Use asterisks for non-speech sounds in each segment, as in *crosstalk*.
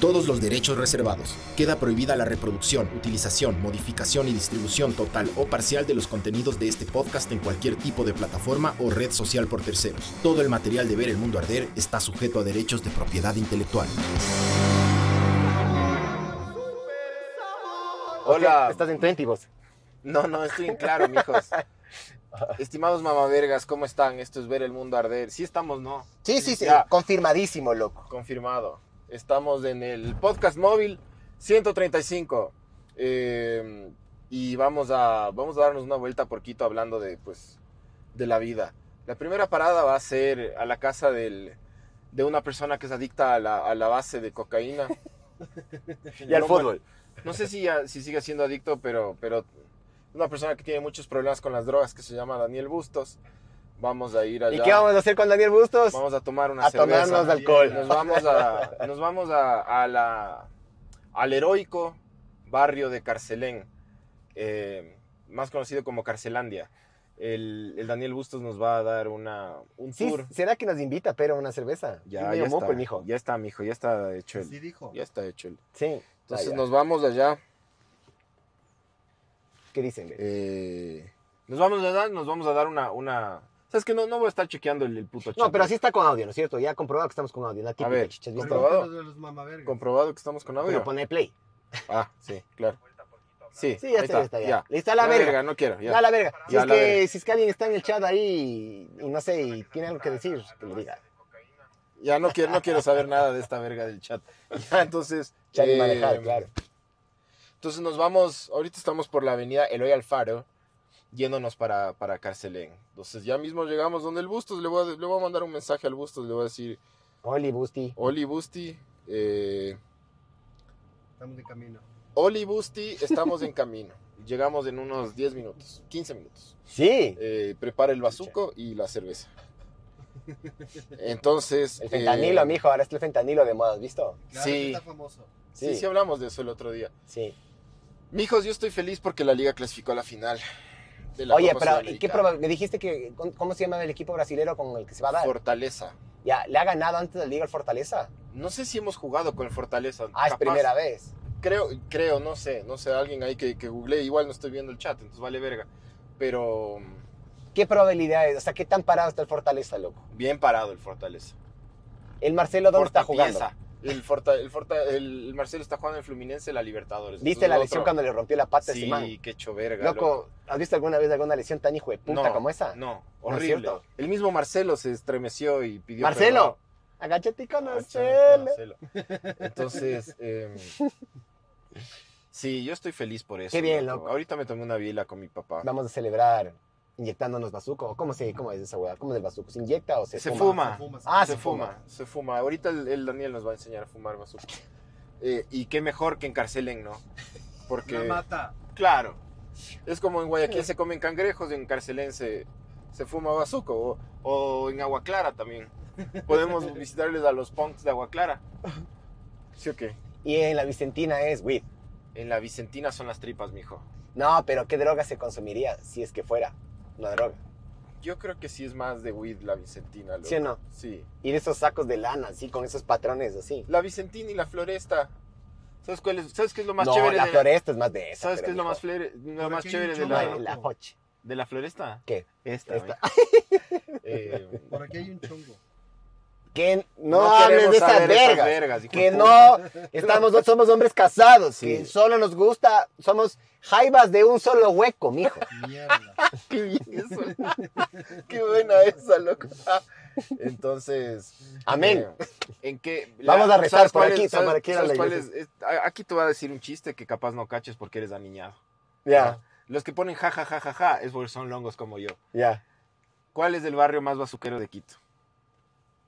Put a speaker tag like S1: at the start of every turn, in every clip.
S1: Todos los derechos reservados. Queda prohibida la reproducción, utilización, modificación y distribución total o parcial de los contenidos de este podcast en cualquier tipo de plataforma o red social por terceros. Todo el material de Ver el Mundo Arder está sujeto a derechos de propiedad intelectual.
S2: Hola.
S3: Estás en 20 vos.
S2: No, no, estoy en claro,
S3: *laughs*
S2: mijos. Estimados mamavergas, ¿cómo están? Esto es ver el mundo arder. Sí estamos, ¿no?
S3: Sí, sí, sí.
S2: Ya,
S3: Confirmadísimo, loco.
S2: confirmado. Estamos en el podcast móvil 135. Eh, y vamos a, vamos a darnos una vuelta por Quito hablando de, pues, de la vida. La primera parada va a ser a la casa del, de una persona que es adicta a la, a la base de cocaína.
S3: Y al
S2: No,
S3: fútbol.
S2: No sé si, ya- si sigue siendo adicto, pero, pero una persona que tiene muchos problemas con las drogas que se llama Daniel Bustos. Vamos a ir allá.
S3: ¿Y qué vamos a hacer con Daniel Bustos?
S2: Vamos a tomar una
S3: A
S2: cerveza.
S3: tomarnos alcohol.
S2: Nos vamos a, nos vamos a, a la, al heroico barrio de Carcelén, eh, más conocido como Carcelandia. El, el Daniel Bustos nos va a dar una, un
S3: Sí,
S2: tour.
S3: ¿Será que nos invita, pero a una cerveza? Y medio moco el mijo.
S2: ya está, mijo, ya está hecho el,
S4: Sí dijo.
S2: ya está hecho el.
S3: Sí.
S2: Entonces
S3: Ah, ya.
S2: nos vamos allá.
S3: ¿Qué dicen? ve?
S2: Eh, nos vamos a dar, nos vamos a dar una, una. ¿Sabes que no, no voy a estar chequeando el, el puto chat.
S3: No, pero así está con audio, ¿no es cierto? Ya comprobado que estamos con audio. La típica
S2: ver,
S3: chicha, ¿viste?
S2: comprobado.
S4: de los mamavergas.
S2: Comprobado que estamos con audio.
S3: Pero pone play.
S2: Ah, sí, claro. Sí,
S3: Sí, ya
S2: ahí
S3: está, ya está. Ya. Listo, a la
S2: Ya,
S3: verga.
S2: no quiero. ya.
S3: Ya, a la verga. Si,
S2: Ya,
S3: es
S2: la
S3: que,
S2: verga.
S3: si es que alguien está en el chat ahí y no sé, y tiene algo que decir, que lo diga.
S2: Ya no quiero, no quiero saber nada de esta verga del chat. *laughs* Ya, entonces.
S3: Chat y
S2: eh,
S3: manejar, claro.
S2: Entonces nos vamos, ahorita estamos por la avenida Eloy Alfaro, yéndonos para, para Carcelén. Entonces ya mismo llegamos donde el Bustos, le voy, a, le voy a mandar un mensaje al Bustos, le voy a decir,
S3: Oli, Busti.
S2: Oli Busti, eh,
S4: Estamos de camino.
S2: Oli Busti, estamos en camino. *laughs* Llegamos en unos 10 minutos, 15 minutos.
S3: Sí.
S2: Eh, prepara el bazuco y la cerveza. Entonces...
S3: El fentanilo,
S2: eh,
S3: mijo. Ahora está el fentanilo de moda, ¿has visto?
S4: Claro,
S2: Sí.
S4: sí. está famoso.
S2: Sí,
S3: Sí.
S2: sí hablamos de eso el otro día.
S3: Sí.
S2: Mijos, yo estoy feliz porque la liga clasificó a la final. de la
S3: Oye,
S2: Copa
S3: pero ¿y qué
S2: Sudamericana.
S3: proba- Me dijiste que. ¿Cómo se llama el equipo brasilero con el que se va a dar?
S2: Fortaleza.
S3: Ya, ¿le ha ganado antes de la Liga al Fortaleza?
S2: No sé si hemos jugado con el Fortaleza.
S3: Ah, es
S2: Capaz.
S3: primera vez.
S2: Creo, creo, no sé, no sé, alguien ahí que, que googleé, igual no estoy viendo el chat, entonces vale verga. Pero mm,
S3: ¿Qué probabilidades? O sea, ¿qué tan parado está el Fortaleza, loco?
S2: bien parado el Fortaleza.
S3: ¿El Marcelo dónde está jugando?
S2: Fortapieza. El, Forta- el, Forta- el Marcelo está jugando en Fluminense la Libertadores.
S3: ¿Viste la lesión
S2: entonces,
S3: cuando le rompió la pata a ese
S2: Sí,
S3: man?
S2: qué hecho verga.
S3: Loco, ¿has visto alguna vez alguna lesión tan hijo de puta
S2: No,
S3: como esa?
S2: No,
S3: No es
S2: horrible.
S3: cierto.
S2: el mismo Marcelo se estremeció y pidió perdón.
S3: ¡Marcelo! ¡Agáchate con
S2: Ah,
S3: Marcelo!
S2: chale, Marcelo. Entonces, em, sí, yo estoy feliz por eso.
S3: Qué bien, loco.
S2: Ahorita me tomé una vila con mi papá.
S3: Vamos a celebrar inyectándonos bazuco. ¿Cómo, se, ¿Cómo es esa hueá? ¿Cómo es el bazuco? ¿Se inyecta o se,
S2: se fuma.
S3: fuma?
S4: Se fuma, se
S3: Ah,
S2: se,
S3: se
S2: fuma.
S3: fuma.
S2: se fuma. Ahorita el, el Daniel nos va a enseñar a fumar bazooka. Eh, y qué mejor que encarcelen, ¿no? Porque,
S4: La mata.
S2: claro, es como en Guayaquil se comen cangrejos, en Carcelén se, se fuma bazuco. O, o en Agua Clara también.
S3: *laughs*
S2: Podemos visitarles a los punks de Agua Clara. ¿Sí o qué?
S3: Y en la Vicentina es weed.
S2: En la Vicentina son las tripas, mijo.
S3: No, pero ¿qué droga se consumiría si es que fuera una droga?
S2: Yo creo que sí es más de weed la Vicentina. loco.
S3: ¿Sí o no?
S2: Sí.
S3: Y de esos sacos de lana, así, con esos patrones así.
S2: La Vicentina y la Floresta. ¿Sabes, cuál es- ¿Sabes qué es lo más
S3: no,
S2: chévere?
S3: la
S2: de
S3: floresta es más de esa.
S2: ¿Sabes
S3: pero
S2: qué es lo
S3: mijo.
S2: más, fle- lo
S4: Pero
S2: más
S4: aquí hay
S2: chévere
S4: un
S2: de
S4: chongo,
S2: la,
S3: Ay, la hoche.
S2: de la Floresta?
S3: ¿Qué?
S2: Esta.
S3: Esta. *laughs*
S2: mijo. Eh,
S4: Por aquí hay un chongo.
S3: Que no,
S2: queremos
S3: hables de esas
S2: saber
S3: vergas.
S2: hijo
S3: que
S2: de puta.
S3: no estamos, no somos hombres casados.
S2: Sí.
S3: Que solo nos gusta, somos jaivas de un solo hueco, mijo. *laughs*
S4: Mierda.
S2: Qué bien *laughs* eso. *laughs* qué buena esa, loco. Entonces.
S3: *laughs* Amén.
S2: eh, ¿En qué?
S3: Vamos a rezar
S2: ¿sabes
S3: por
S2: cuál
S3: aquí,
S2: es- ¿sabes-
S3: para que ir a la
S2: sabes cuál
S3: iglesia?
S2: es? Es- a- Aquí te voy a decir un chiste que capaz no caches porque eres aniñado.
S3: Ya,
S2: Los que ponen ja, ja, ja, ja, ja es porque son longos como yo.
S3: ya.
S2: ¿Cuál es el barrio más bazuquero de Quito?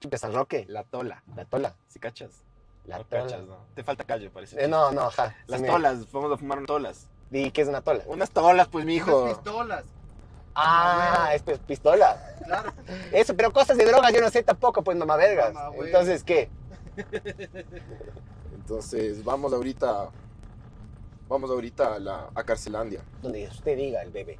S3: De San Roque,
S2: La Tola.
S3: la tola.
S2: ¿Si cachas?
S3: La
S2: no
S3: tola.
S2: cachas, ¿no? Te falta calle, parece.
S3: Eh, no, no, ajá.
S2: Las
S3: sí, mira.
S2: tolas, vamos a fumar unas tolas.
S3: ¿Y qué es una tola? *laughs*
S2: Unas tolas, pues,
S4: Unas
S2: mijo.
S4: pistolas.
S3: Ah, esto es pistola.
S4: Claro.
S3: Eso, pero cosas de drogas yo no sé tampoco, pues mamá vergas.
S4: Mamá, güey.
S3: Entonces, ¿qué?
S2: Entonces, vamos ahorita. Vamos ahorita a, la, a Carcelandia.
S3: Donde usted diga el bebé.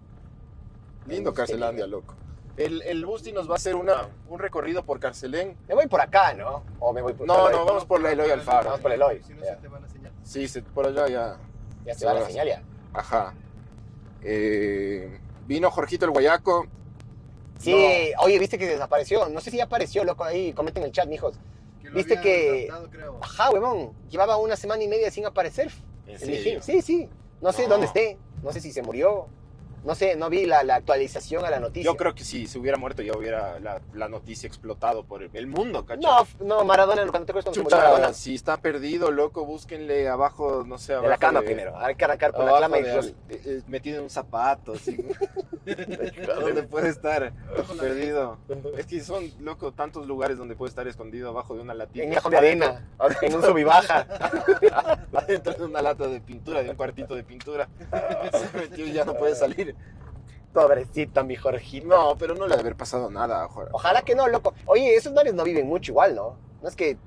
S3: Este,
S2: Lindo Carcelandia, loco. El, el Busti nos va a hacer una, un recorrido por Carcelén.
S3: Me voy por acá, ¿no? O me voy por
S2: No,
S3: por-
S2: no, vamos por la Eloy Alfaro.
S3: Vamos por el hoy.
S4: Si no,
S3: Ya.
S4: se te van a señalar.
S2: Sí, se- por allá ya.
S3: Ya se va la señal ya.
S2: Ajá. Eh, vino Jorgito el Guayaco.
S3: Sí, oye, viste que desapareció. No sé si ya apareció, loco, ahí comenten en el chat, mijos.
S4: lo
S3: Viste
S4: habían
S3: que-
S4: raptado, creo.
S3: Ajá, huevón. Llevaba una semana y media sin aparecer.
S2: ¿En
S3: El Mijín.
S2: serio?
S3: Sí, sí. No sé
S2: No.
S3: dónde esté. No sé si se murió. No sé, no vi la, la actualización a la noticia.
S2: Yo creo que si se hubiera muerto ya hubiera la, la noticia explotado por el, el mundo, ¿cachai?
S3: No, f- no, Maradona, cuando te acuerdas cuando se murió
S2: Chucha,
S3: Maradona.
S2: si está perdido, loco, búsquenle abajo, no sé,
S3: De
S2: abajo.
S3: la cama
S2: de-
S3: primero. Hay que arrancar por la
S2: Abajo
S3: cama y
S2: de
S3: los-
S2: al- eh, eh, metido en un zapato, así. *laughs* ¿Dónde puede estar
S4: Abajo la
S2: perdido? Es que son, loco, tantos lugares donde puede estar escondido abajo de una latita.
S3: en una de arena, en un subibaja.
S2: *laughs* Adentro de una lata de pintura, de un cuartito de pintura. Se metió y ya no puede salir.
S3: Pobrecita, mi Jorgito.
S2: No, pero no le debe haber pasado nada, Juan.
S3: Ojalá que no, loco. Oye, esos mares no viven mucho igual, ¿no? No es que.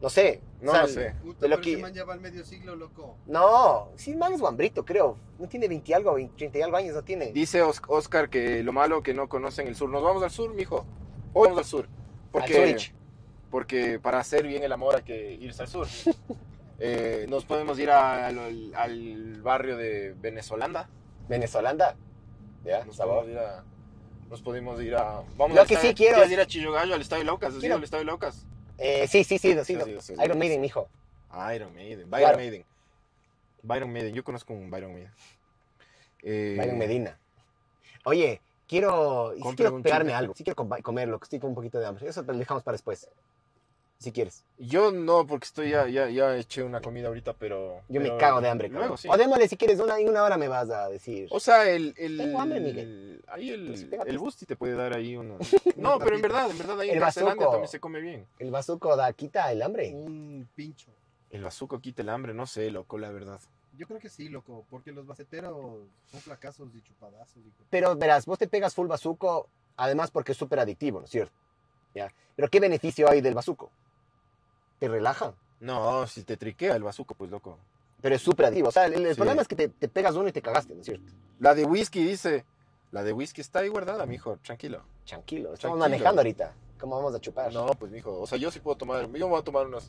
S3: No sé.
S2: No
S3: o sea,
S2: lo sé.
S4: Puta,
S3: De lo
S4: pero
S3: que-
S4: ese man ya va al medio siglo, loco.
S3: No, sí, man es guambrito, creo. No tiene 20 y algo, 20, 30 y algo años, no tiene.
S2: Dice Os- Oscar que lo malo que no conocen el sur. Nos vamos al sur, mijo. Hoy vamos al sur.
S3: Al
S2: Porque,
S3: Zurich.
S2: porque para hacer bien el amor hay que irse al *laughs* sur. Eh, nos podemos ir al, al- al barrio de Venezolanda.
S3: Venezolanda. Ya,
S2: Nos
S3: sabor.
S2: podemos ir a. Nos podemos ir a. Vamos
S3: Lo
S2: al
S3: que
S2: estadio-
S3: sí quiero
S2: ¿Quieres
S3: es-
S2: ir a Chillogallo, al Estadio Laucas? ¿Has
S3: Quiero-
S2: ido al Estadio Laucas?
S3: Eh, sí, sí, sí, lo sigo.
S2: Sí, sí, sí, sí.
S3: Iron Maiden, mijo.
S2: Iron Maiden. Byron
S3: Claro.
S2: Maiden. Byron Maiden. Yo conozco un Byron Maiden. Eh,
S3: Iron Medina. Oye, quiero. y sí
S2: compre
S3: quiero
S2: un
S3: pegarme
S2: chile.
S3: algo. Sí quiero com- comer, loco. Estoy con un poquito de hambre. Eso te lo dejamos para después. Si quieres.
S2: Yo no, porque estoy ya, ya, ya eché una comida ahorita, pero.
S3: Yo
S2: pero
S3: me cago de hambre.
S2: Luego,
S3: cabrón.
S2: sí.
S3: O démosle, si quieres, una, en una hora me vas a decir.
S2: O sea, el. el
S3: Tengo hambre, Miguel.
S2: Ahí
S3: Pues
S2: el,
S3: pégate.
S2: el Busti te puede dar ahí
S3: *laughs*
S2: una. No, pero en verdad, en verdad, ahí en
S3: El
S2: Barcelona
S3: bazuco.
S2: también se come bien.
S3: El bazuco da, quita el hambre.
S4: Un pincho.
S2: El bazuco quita el hambre, no sé, loco, la verdad.
S4: Yo creo que sí, loco, porque los baceteros son fracasos y chupadazos. hijo.
S3: Pero verás, vos te pegas full bazuco, además porque es súper adictivo, ¿no es cierto? ¿Ya? Pero ¿qué beneficio hay del bazuco? Te relaja,
S2: No, si te triquea el bazuco, pues loco.
S3: pero es súper adictivo. O sea, el, el
S2: Sí.
S3: problema es que te, te pegas uno y te cagaste, ¿no es cierto?
S2: La de whisky dice. La de whisky está ahí guardada, mijo, tranquilo.
S3: Tranquilo,
S2: Tranquilo.
S3: estamos manejando ahorita. ¿Cómo vamos a chupar?
S2: No, pues mijo, o sea, yo sí puedo tomar, yo me voy a tomar unas,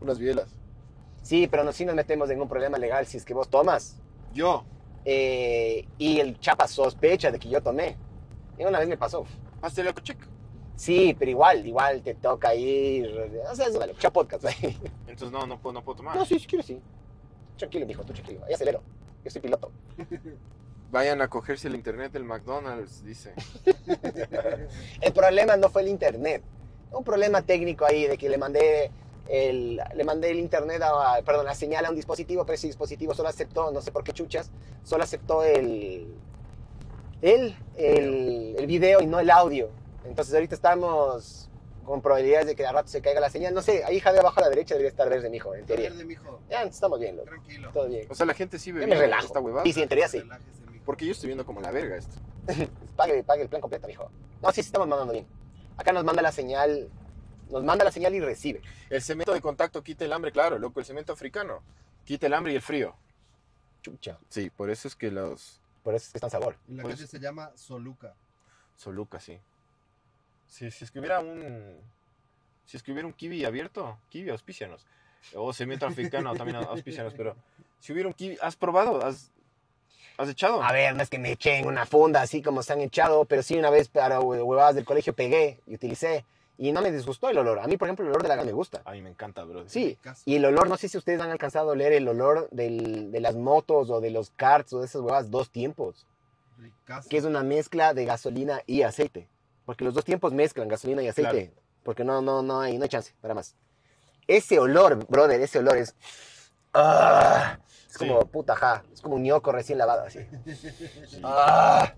S2: unas bielas.
S3: Sí, pero no, si nos metemos en un problema legal si es que vos tomas.
S2: Yo,
S3: Eh, y el chapa sospecha de que yo tomé. Y una vez me pasó.
S2: hazte loco, check.
S3: Sí, pero igual, igual te toca ir. O sea, es una loca podcast. ¿eh?
S2: Entonces no, no puedo, no puedo tomar.
S3: No, sí, si quieres, sí. Tranquilo, mijo, tú tranquilo. Ya acelero. Yo soy piloto. *laughs*
S2: Vayan a cogerse el internet del McDonald's, dice.
S3: El problema no fue el internet. Un problema técnico ahí de que le mandé el, le mandé el internet, a, perdón, la señal a un dispositivo, pero ese dispositivo solo aceptó, no sé por qué chuchas, solo aceptó el, el, el, el video y no el audio. Entonces ahorita estamos con probabilidades de que a rato se caiga la señal. No sé, ahí de abajo a la derecha debería estar verde, mijo, en
S4: Está
S3: teoría.
S4: verde, mijo.
S3: Ya, estamos bien, loco.
S4: Tranquilo.
S3: Todo bien.
S2: O sea, la gente sí
S3: Yo
S2: bebe
S3: me relajo.
S2: esta huevada.
S3: Sí, sí, en teoría sí.
S4: Relájese, mijo.
S2: Porque yo estoy viendo como la verga esto.
S3: pague, pague el plan completo, mijo. No, sí, sí estamos mandando bien. Acá nos manda la señal, nos manda la señal y recibe.
S2: El cemento de contacto quita el hambre, claro, loco, el cemento africano. Quita el hambre y el frío.
S3: Chucha.
S2: Sí, por eso es que los
S3: Por eso es que está en sabor.
S4: Y La
S2: Pues-
S4: calle se llama Soluca.
S2: Soluca, sí. Sí, si es que hubiera un... Si es que hubiera un kiwi abierto, kiwi, auspícianos. O cemento
S3: *laughs*
S2: africano, también auspícianos, pero... Si hubiera un kiwi... ¿Has probado? ¿Has, has echado?
S3: A ver, no es que me eché en una funda así como se han echado, pero sí una vez para hue- huevadas del colegio pegué y utilicé. Y no me disgustó el olor. A mí, por ejemplo, el olor de la gana me gusta.
S2: A mí me encanta, bro.
S3: Sí.
S4: Caso.
S3: Y el olor, no sé si ustedes han alcanzado a oler el olor del- de las motos o de los karts o de esas huevadas dos tiempos,
S4: Ricazo.
S3: que
S4: *laughs*
S3: es una mezcla de gasolina y aceite. Porque los dos tiempos mezclan gasolina y aceite. Porque no, no, no hay, no hay chance, para más. Ese olor, brother, ese olor es. ¡Ah! es
S2: Sí.
S3: como puta ja. Es como un ñoco recién lavado
S2: *laughs*
S3: así.
S2: Sí.
S3: Ah,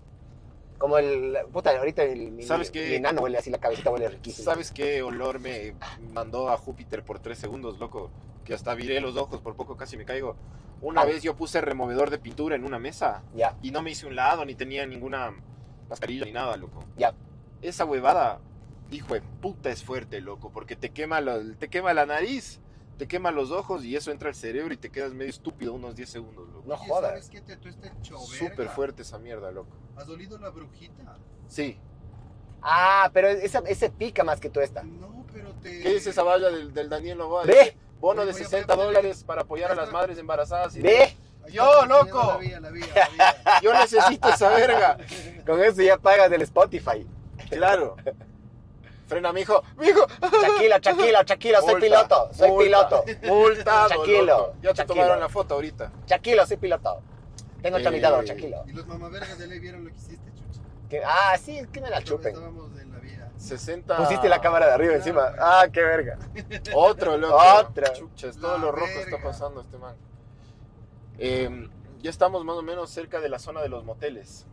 S3: como el. Puta, ahorita el, mi-
S2: ¿Sabes
S3: mi-
S2: qué?
S3: mi enano huele así, la cabecita huele riquísimo.
S2: ¿Sabes qué olor me mandó a Júpiter por tres segundos, loco? Que hasta viré los ojos, por poco casi me caigo. Una
S3: Ah.
S2: vez yo puse removedor de pintura en una mesa
S3: Ya.
S2: y no me hice un lado ni tenía ninguna mascarilla ni nada, loco.
S3: Ya.
S2: Esa huevada, hijo de puta, es fuerte, loco, porque te quema, lo- te quema la nariz, te quema los ojos y eso entra al cerebro y te quedas medio estúpido unos 10 segundos, loco.
S3: No
S4: Oye,
S3: jodas.
S4: ¿Sabes qué Este te tuesta el
S2: Súper fuerte esa mierda, loco.
S4: ¿Has olido la brujita?
S2: Sí.
S3: Ah, pero esa, ese pica más que tú esta.
S4: No, pero te.
S2: ¿Qué dice esa valla del, del Daniel Novoa?
S3: Ve,
S2: Bono de
S4: Oye, voy a
S2: 60
S4: ponerle-
S2: dólares para apoyar a las madres embarazadas. Y
S3: ve.
S4: Ahí
S2: Yo,
S4: está, la
S2: loco.
S4: vi, la vi, la vi, la
S2: *laughs* Yo necesito esa
S3: *laughs*
S2: verga.
S3: Con eso ya pagas del
S2: *laughs*
S3: Spotify.
S2: Claro. Frena, mijo. Mijo.
S3: Tranquilo, tranquilo, tranquilo. Soy
S2: Multa,
S3: piloto. Soy
S2: multa,
S3: piloto.
S2: *laughs* Multado,
S3: Tranquilo,
S2: loco. Ya te
S3: tranquilo.
S2: tomaron la foto ahorita.
S3: Tranquilo, soy piloto. Tengo
S2: Eh.
S3: tramitador, tranquilo.
S4: vi. *laughs* Y los mamavergas de ley vieron lo que hiciste, chucha.
S3: Que- Ah, sí, que me la
S4: Cuando
S3: chupen.
S4: Estábamos en la vía.
S2: 60.
S3: Pusiste la cámara de arriba encima. Ah, qué verga.
S2: *laughs* Otro, loco.
S3: Otra.
S2: Chuchas,
S4: La
S2: todo lo rojo
S4: verga.
S2: está pasando este man. Eh, ya estamos más o menos cerca de la zona de los moteles.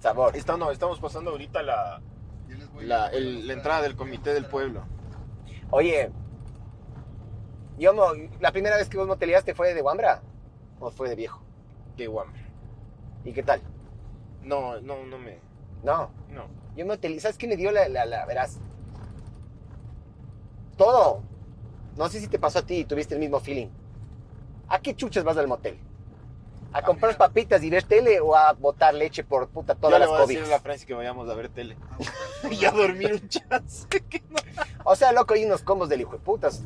S3: Sabor.
S2: Está- no, estamos pasando ahorita la,
S4: Ya les voy a-
S2: la,
S4: les voy a
S2: el- la
S4: mostrar,
S2: entrada del
S4: les voy a
S2: comité del
S4: mostrar.
S2: pueblo.
S3: Oye, yo mo- la primera vez que vos moteleaste fue de Wambra o fue de viejo.
S2: De Guam.
S3: ¿Y qué tal?
S2: No, no, no me.
S3: No,
S2: No.
S3: yo motelé. ¿Sabes qué me dio la, la, la- verás? Todo. No sé si te pasó a ti y tuviste el mismo feeling. ¿A qué chuches vas al motel? ¿A
S2: Ah,
S3: comprar
S4: mira.
S3: papitas y ver tele o a botar leche por puta
S2: Yo
S3: todas
S2: le
S3: las
S2: voy a decir a la
S3: cobijas?
S2: Franci que vayamos a ver tele.
S4: Ah, bueno,
S2: y a dormir un chance. que no.
S3: O sea, loco, hay unos combos del hijo de putas.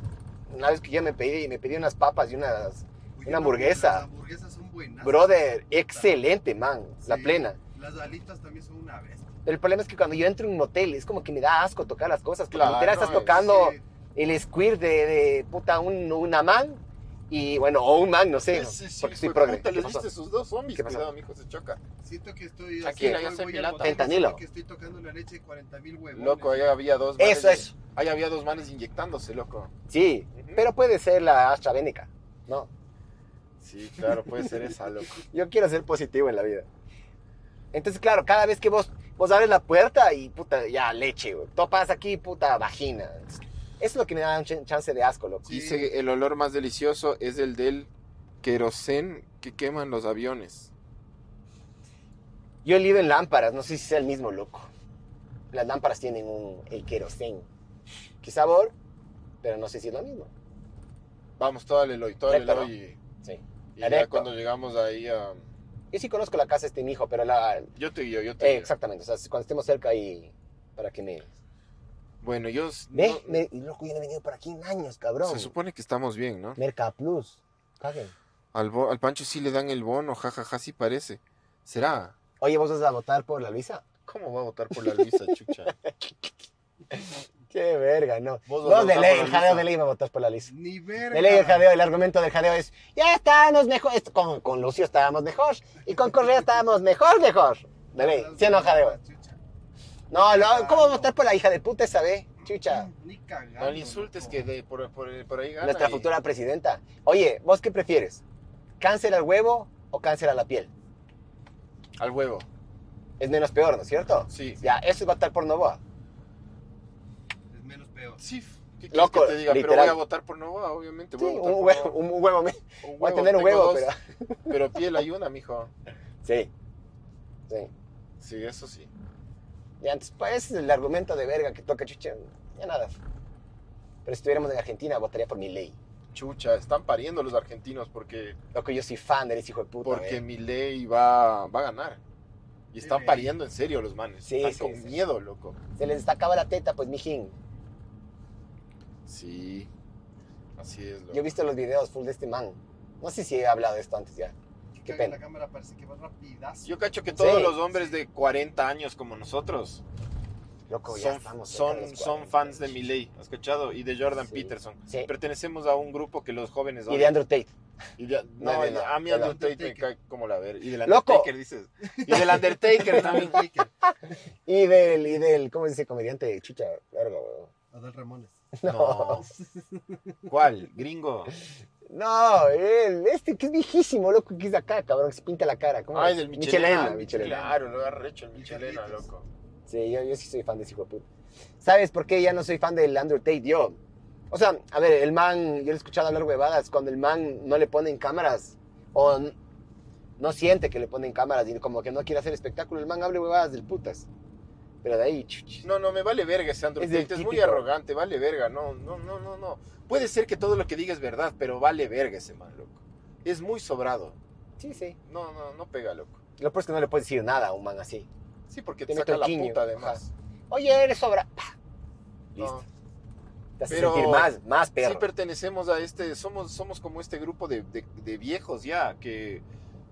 S3: Una vez que yo me pedí, me pedí unas papas y unas...
S4: Oye,
S3: Una hamburguesa.
S4: Las hamburguesas son buenas.
S3: Brother, excelente, man. La
S4: Sí.
S3: plena.
S4: Las alitas también son una bestia.
S3: Pero el problema es que cuando yo entro en un motel, es como que me da asco tocar las cosas. Porque
S2: Claro,
S3: literal estás
S2: es-
S3: tocando
S4: Sí,
S3: el squirt de, de puta un, una man y bueno, o un man, no sé. ¿no?
S2: Sí, sí,
S3: porque
S2: hijo
S3: soy
S2: de
S3: progre.
S2: puta,
S3: ¿Qué
S2: les
S3: pasó?
S2: viste sus dos zombies.
S3: ¿Qué pasó?
S2: Cuidado, mijo, se choca.
S4: Siento que estoy.
S2: Tranquila, yo
S4: voy
S2: soy
S4: al
S2: pirata.
S4: motel y
S3: Fentanilo.
S4: siento Que estoy tocando la leche de 40 mil huevos.
S2: Loco, ahí había dos manes.
S3: Eso es,
S2: Ahí había dos manes inyectándose, loco.
S3: sí.
S2: Ujú.
S3: Pero puede ser la AstraZeneca, ¿no?
S2: Sí, claro, puede ser esa, loco.
S3: Yo quiero ser positivo en la vida. Entonces, claro, cada vez que vos, vos abres la puerta y puta, ya leche, güey. Topas aquí, puta vagina. Entonces, Eso es lo que me da un ch- chance de asco, loco.
S4: Sí.
S2: Dice el olor más delicioso es el del querosén que queman los aviones.
S3: Yo he olido en lámparas, no sé si sea el mismo loco. Las lámparas tienen un, el querosén. Qué sabor, pero no sé si es lo mismo.
S2: Vamos, todo el Eloy, todo el
S3: Recto,
S2: Eloy.
S3: Sí.
S2: Y, y ya
S3: Recto.
S2: cuando llegamos ahí a.
S3: Yo sí conozco la casa de este mi hijo, pero la. eh,
S2: Yo te guío, yo te guío.
S3: exactamente, o sea, si- cuando estemos cerca ahí, para que me.
S2: Bueno, yo. s-
S3: Ve,
S2: no-
S3: me- y loco, yo no he venido por aquí en años, cabrón.
S2: se supone que estamos bien, ¿no?
S3: Merca Plus. Caguen.
S2: Al, bo- al Pancho sí le dan el bono, jajaja, sí parece. ¿Será?
S3: Oye, ¿vos vas a votar por la Luisa?
S2: ¿Cómo va a votar por la Luisa, chucha?
S3: Qué verga, no.
S2: Vos vas a
S3: Vos de
S2: votar por
S3: ley,
S2: la
S3: el jadeo
S2: Luisa.
S3: de ley va a votar por la Luisa.
S4: Ni verga.
S3: De ley el jadeo, el argumento del jadeo es, ya estábamos mejor, esto- con, con Lucio estábamos mejor, y con Correa estábamos mejor, mejor. De ley, sí o no jadeo.
S4: Chucha.
S3: No, no, ¿cómo votar por la hija de puta esa, ve? Chucha,
S4: Ni
S2: *laughs*
S4: cagando.
S2: No le insultes
S4: loco.
S2: que de- por, por- por ahí gana.
S3: nuestra
S2: y-
S3: futura presidenta. Oye, ¿vos qué prefieres? ¿Cáncer al huevo o cáncer a la piel?
S2: Al huevo,
S3: Es menos peor, ¿no es cierto?
S2: sí.
S3: Ya, eso es votar por Novoa.
S4: Es menos peor.
S2: Sí, ¿qué quieres
S3: Loco,
S2: que te diga? Pero
S3: literal.
S2: voy a votar por Novoa, obviamente.
S3: Sí, oh,
S2: Voy a votar
S3: un
S2: por
S3: huevo,
S2: Novoa.
S3: un huevo, me-
S2: Un
S3: voy a
S2: huevo,
S3: tener
S2: tengo
S3: un huevo,
S2: dos,
S3: pero...
S2: Pero piel hay una, mijo.
S3: Sí, sí.
S2: Sí, eso sí.
S3: Y antes, pues ese es el argumento de verga que toca chucha. Ya nada. Pero si estuviéramos en Argentina, votaría por mi ley.
S2: Chucha, están pariendo los argentinos porque,
S3: Loco, yo soy fan de ese hijo de puta. ¿eh?
S2: porque
S3: ve.
S2: Milei va, va a ganar. Y están
S4: Sí.
S2: pariendo en serio los manes.
S3: Sí,
S2: están
S3: sí,
S2: con
S3: sí.
S2: miedo, loco.
S3: Se les acaba la teta, pues, mijín.
S2: Sí. Así es,
S3: Yo he
S2: loco.
S3: visto los videos full de este man. No sé si he hablado de esto antes ya. Qué
S4: Caga
S3: pena.
S4: La cámara parece que va rapidazo.
S2: Yo cacho que todos
S3: Sí.
S2: los hombres de 40 años como nosotros
S3: Loco, ya
S2: son,
S3: estamos. cerca de
S2: son,
S3: los
S2: son
S3: 40.
S2: fans de Milei, ¿has cachado? Y de Jordan
S3: Sí.
S2: Peterson.
S3: Sí.
S2: Pertenecemos a un grupo que los jóvenes
S3: Y de
S2: odian.
S3: Andrew Tate.
S2: Y de- no,
S3: No, no, no.
S2: a mí
S3: Del
S2: Undertaker me
S4: Undertaker.
S2: cae como la ver. Y del
S3: Loco.
S2: Undertaker, dices. Y del Undertaker también.
S4: Undertaker,
S3: Y del, y del, ¿cómo se dice? Comediante chucha. Largo, weón.
S4: Adal Ramones. *laughs*
S2: No. ¿Cuál? Gringo.
S3: No, él, este que es viejísimo, loco, que es de acá, cabrón, que se pinta la cara. ¿Cómo
S2: Ay,
S3: es?
S2: del Michelena.
S3: Michelena.
S2: Claro, lo agarra hecho el Michelena,
S4: Carlitos.
S2: loco.
S3: Sí, yo, yo sí soy fan de ese hijo de puta. ¿Sabes por qué ya no soy fan del Andrew Tate? Yo, o sea, a ver, el man, yo le he escuchado hablar huevadas, cuando el man no le ponen cámaras, o n- no siente que le ponen cámaras y como que no quiere hacer espectáculo. El man hable huevadas del putas. Pero de ahí, chuch.
S2: No, no, me vale verga ese Andrew
S3: Es del
S2: Tate, es muy
S3: típico.
S2: arrogante, vale verga, no, no, no, no, no. Puede ser que todo lo que diga es verdad, pero vale verga ese man, loco. Es muy sobrado.
S3: Sí, sí.
S2: No, no, no pega, loco.
S3: Lo peor es que no le puedes decir nada a un man así.
S2: Sí, porque te,
S3: Te meto
S2: saca
S3: el
S2: la
S3: quiño,
S2: puta
S3: ajá.
S2: además.
S3: Oye, eres sobra. Pa.
S2: No.
S3: Listo. Te hace
S2: Pero-
S3: sentir más, más perro.
S2: Sí pertenecemos a este, somos, somos como este grupo de, de- de viejos ya, que,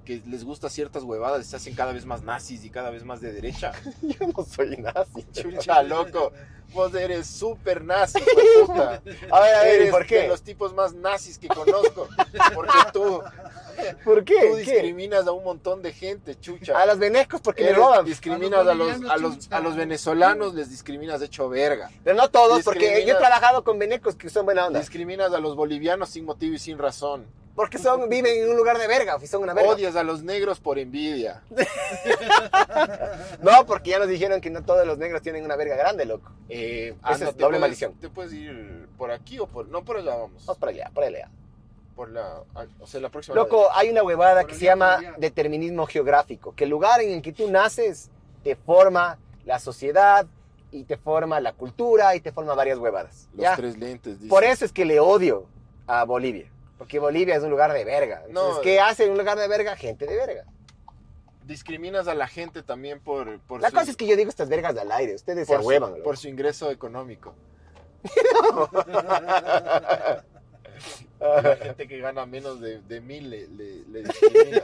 S2: que les gusta ciertas huevadas, se hacen cada vez más nazis y cada vez más de derecha.
S3: *laughs* *laughs* Yo no soy nazi.
S2: Chucha, loco, vos eres súper nazi,
S3: *laughs*
S2: hijo de puta.
S3: A ver, a ver, ¿y
S2: Eres
S3: ¿por qué?
S2: de los tipos más nazis que conozco, porque tú,
S3: ¿Por *laughs* qué?
S2: tú
S3: ¿Qué?
S2: discriminas a un montón de gente, chucha.
S3: A los venecos porque
S2: Eres-
S3: me roban.
S2: discriminas a
S4: A
S2: los,
S4: los
S2: a,
S4: bolivianos,
S2: los,
S4: chucha.
S2: a los venezolanos, les discriminas de hecho verga.
S3: Pero no todos, porque
S2: Discrimina-
S3: yo he trabajado con venecos que son buena onda.
S2: Discriminas a los bolivianos sin motivo y sin razón.
S3: Porque son, viven en un lugar de verga, y son una verga.
S2: Odias a los negros por envidia.
S3: No, porque ya nos dijeron que no todos los negros tienen una verga grande, loco.
S2: Eh,
S3: Esa es
S2: te
S3: Ah, doble
S2: puedes-
S3: maldición.
S2: Te puedes ir por aquí o por. No, por allá vamos.
S3: Vamos para allá, para allá.
S2: Por la. a- O sea, la próxima.
S3: Loco, ah, hay una huevada
S4: Por
S3: que
S4: allá,
S3: se llama
S4: por allá.
S3: determinismo geográfico, que el lugar en el que tú naces te forma la sociedad y te forma la cultura y te forma varias huevadas.
S2: Los
S3: ¿ya?
S2: tres lentes. dice.
S3: Por eso es que le odio a Bolivia, porque Bolivia es un lugar de verga. Entonces,
S2: No. eh.
S3: ¿qué hace en un lugar de verga? Gente de verga.
S2: Discriminas a la gente también por. por
S3: La
S2: su-
S3: cosa es que yo digo estas vergas al aire, ustedes se
S2: por,
S3: huevan.
S2: su, por su ingreso
S3: *laughs*
S2: económico. La gente que gana menos de, de mil le, le, le
S3: *laughs*
S2: discriminas.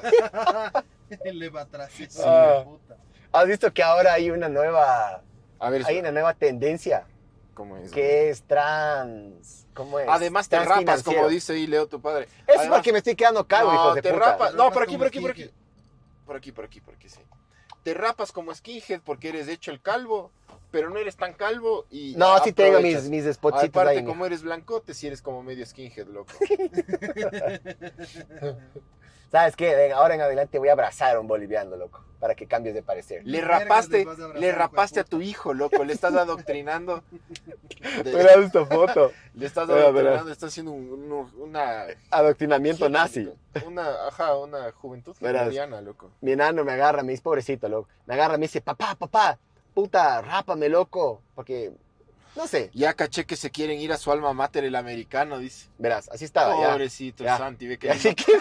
S4: El lebatracito.
S3: Ah.
S4: puta.
S3: ¿Has visto que ahora hay una nueva,
S2: A ver,
S3: hay una nueva tendencia
S2: ¿cómo es?
S3: que es trans? ¿Cómo es?
S2: Además, te
S3: Trans
S2: rapas,
S3: financiero.
S2: como dice ahí Leo, tu padre.
S3: Es
S2: Además-
S3: porque me estoy quedando calvo,
S2: no,
S3: hijos de
S2: te
S3: puta.
S2: rapas. No,
S4: Rapas
S2: por aquí,
S4: como
S2: por aquí, por aquí.
S4: *laughs* skinhead.
S2: Por aquí, por aquí, por aquí, sí. Te rapas como skinhead porque eres hecho el calvo, pero no eres tan calvo y.
S3: No, sí tengo mis,
S2: aprovechas.
S3: mis spotsitos
S2: Aparte,
S3: ahí.
S2: como eres blancote, si eres como medio skinhead,
S4: *laughs*
S2: loco.
S3: ¿Sabes qué? Ven, ahora en adelante voy a abrazar a un boliviano, loco, para que cambies de parecer.
S2: Le
S4: Verga,
S2: rapaste,
S4: les vas a abrazar,
S2: le
S4: hijo de
S2: rapaste a
S4: puta.
S2: tu hijo, loco. Le estás
S3: *laughs*
S2: adoctrinando. De-
S3: esta foto.
S2: le estás
S3: Mira, mira.
S2: adoctrinando, estás haciendo un- un- una.
S3: Adoctrinamiento nazi.
S2: Una, ajá, una juventud
S3: Verás.
S2: hitleriana, loco.
S3: Mi enano me agarra, me dice, pobrecito, loco. Me agarra, me dice, papá, papá, puta, rápame, loco. Porque, no sé,
S2: Ya caché que se quieren ir a su alma mater el americano, dice.
S3: verás, así estaba. Ah, ya.
S2: Pobrecito, el
S3: ya.
S2: Santi, ve
S3: Y
S2: que
S3: *laughs* Así que,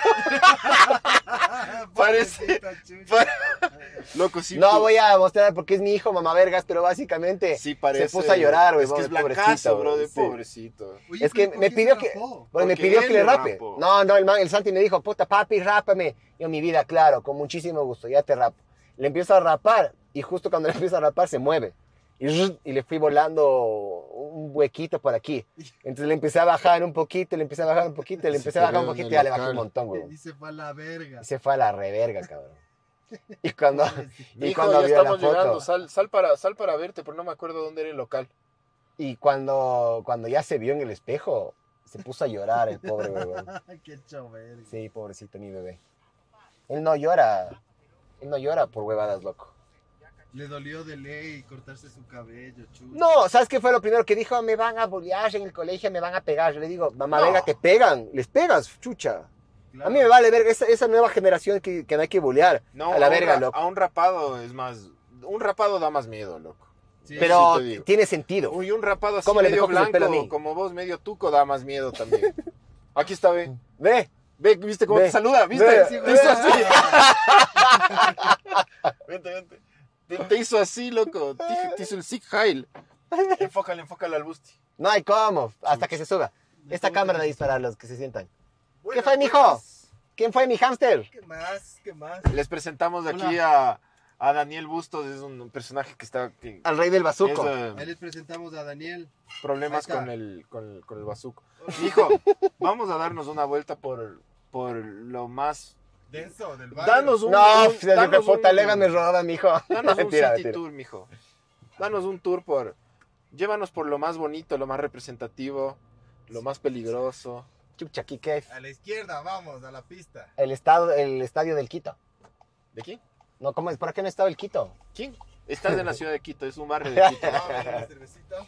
S2: Parece-
S4: Ah, Pobrecita
S3: *laughs*
S4: chucha.
S2: pa- Loco, sí.
S3: no
S2: tú-
S3: voy a mostrar porque es mi hijo, mamá vergas, pero básicamente
S2: Sí, parece.
S3: se puso a llorar, güey,
S2: Es que es
S3: pobrecito,
S2: blancazo,
S3: güey,
S2: bro, de
S3: sí.
S2: pobrecito.
S4: Oye,
S3: Es
S4: pero
S3: que
S4: ¿por
S3: me
S4: qué
S3: pidió
S4: se
S3: que-
S4: rapó?
S3: Bueno, me
S2: Porque
S3: pidió
S2: él
S3: que le
S2: le
S3: rape.
S2: rapó.
S3: No, no, el, man- el Santi me dijo, puta, papi, rápame. Yo, mi vida, claro, con muchísimo gusto, ya te rapo. Le empiezo a rapar y justo cuando *laughs* le empiezo a rapar se mueve. Y, zzz, y le fui volando un huequito por aquí. Entonces le empecé a bajar un poquito, le empecé a bajar un poquito, le
S2: Se
S3: empecé a bajar un
S2: perdieron
S3: poquito y
S2: el
S3: ya le bajé un
S2: local.
S3: montón, güey.
S4: Y se fue a la verga.
S3: Y se fue a la reverga, cabrón.
S2: *laughs*
S3: Y cuando...
S4: Pobrecito.
S3: Y
S2: Hijo,
S3: cuando
S2: ya
S3: vio la
S2: estamos
S3: foto.
S2: llegando. Sal, sal, para, sal para verte, pero no me acuerdo dónde era el local.
S3: Y cuando, cuando ya se vio en el espejo, se puso a llorar el pobre bebé.
S4: *laughs* Qué chover.
S3: Sí, pobrecito mi bebé. Él no llora. Él no llora por huevadas, loco.
S4: Le dolió de ley cortarse su cabello, chucha.
S3: No, ¿sabes qué fue lo primero que dijo? Me van a bullear en el colegio, me van a pegar. Yo le digo, mamá,
S2: No.
S3: verga, te pegan. Les pegas, chucha.
S4: Claro.
S3: A mí me vale verga esa, esa nueva generación que, que no hay que bullear.
S2: No,
S3: a la
S2: un
S3: verga,
S2: ra-
S3: loco.
S2: A un rapado es más. Un rapado da más miedo, loco.
S4: Sí,
S3: Pero
S2: sí te digo.
S3: tiene sentido.
S2: Uy, un rapado así
S3: ¿Cómo le
S2: medio
S3: me coges el pelo a
S2: blanco,
S3: mí?
S2: como vos, medio tuco, da más miedo
S3: *laughs*
S2: también. Aquí está, ve.
S3: Ve,
S2: Ve, ¿viste cómo
S3: Ve.
S2: te saluda? ¿Viste?
S3: Ve.
S2: Te
S4: Sí,
S2: hizo
S4: güey. *laughs*
S2: así. Vente, vente. Te, te hizo así, loco. Te, te hizo el Sick
S3: *laughs*
S2: Heil. Enfócale, enfócale al Busti.
S3: no hay cómo, hasta que se suba.
S4: Me
S3: Esta
S4: toca-
S3: cámara de disparar a los que se sientan.
S4: Buenas,
S3: fue, mijo? Eh,
S4: buenas.
S3: ¿Quién fue mi hámster?
S4: pues, ¿Qué más? ¿Qué más?
S2: Les presentamos aquí a, a Daniel Bustos. Es un personaje que está. que-
S3: Al rey del bazuco.
S2: es, eh,
S4: Ahí les presentamos a Daniel.
S2: problemas
S4: Ahí está.
S2: con el, con, el- con el *laughs* bazuco.
S4: Hola.
S2: Hijo, vamos a darnos una vuelta por, por lo más.
S4: Denso, del barrio.
S2: Danos un.
S3: No,
S2: un-
S3: pf, el hijo de
S2: danos
S3: puta
S2: un-
S3: Lega me roba, mijo.
S2: Danos un
S3: *laughs* Mentira,
S2: city
S3: mentira.
S2: tour, mijo. Danos un tour por. Llévanos por lo más bonito, lo más representativo, lo más peligroso.
S3: Chucha, qué kef.
S4: A la izquierda, vamos, a la
S2: *laughs*
S4: pista.
S3: El estado, el estadio del Quito.
S2: ¿De quién?
S3: No, ¿cómo es? ¿Por qué no estaba el Quito?
S2: ¿Quién? Estás en la ciudad de Quito, es un barrio de *laughs* Quito.
S4: Vamos, una cervecita.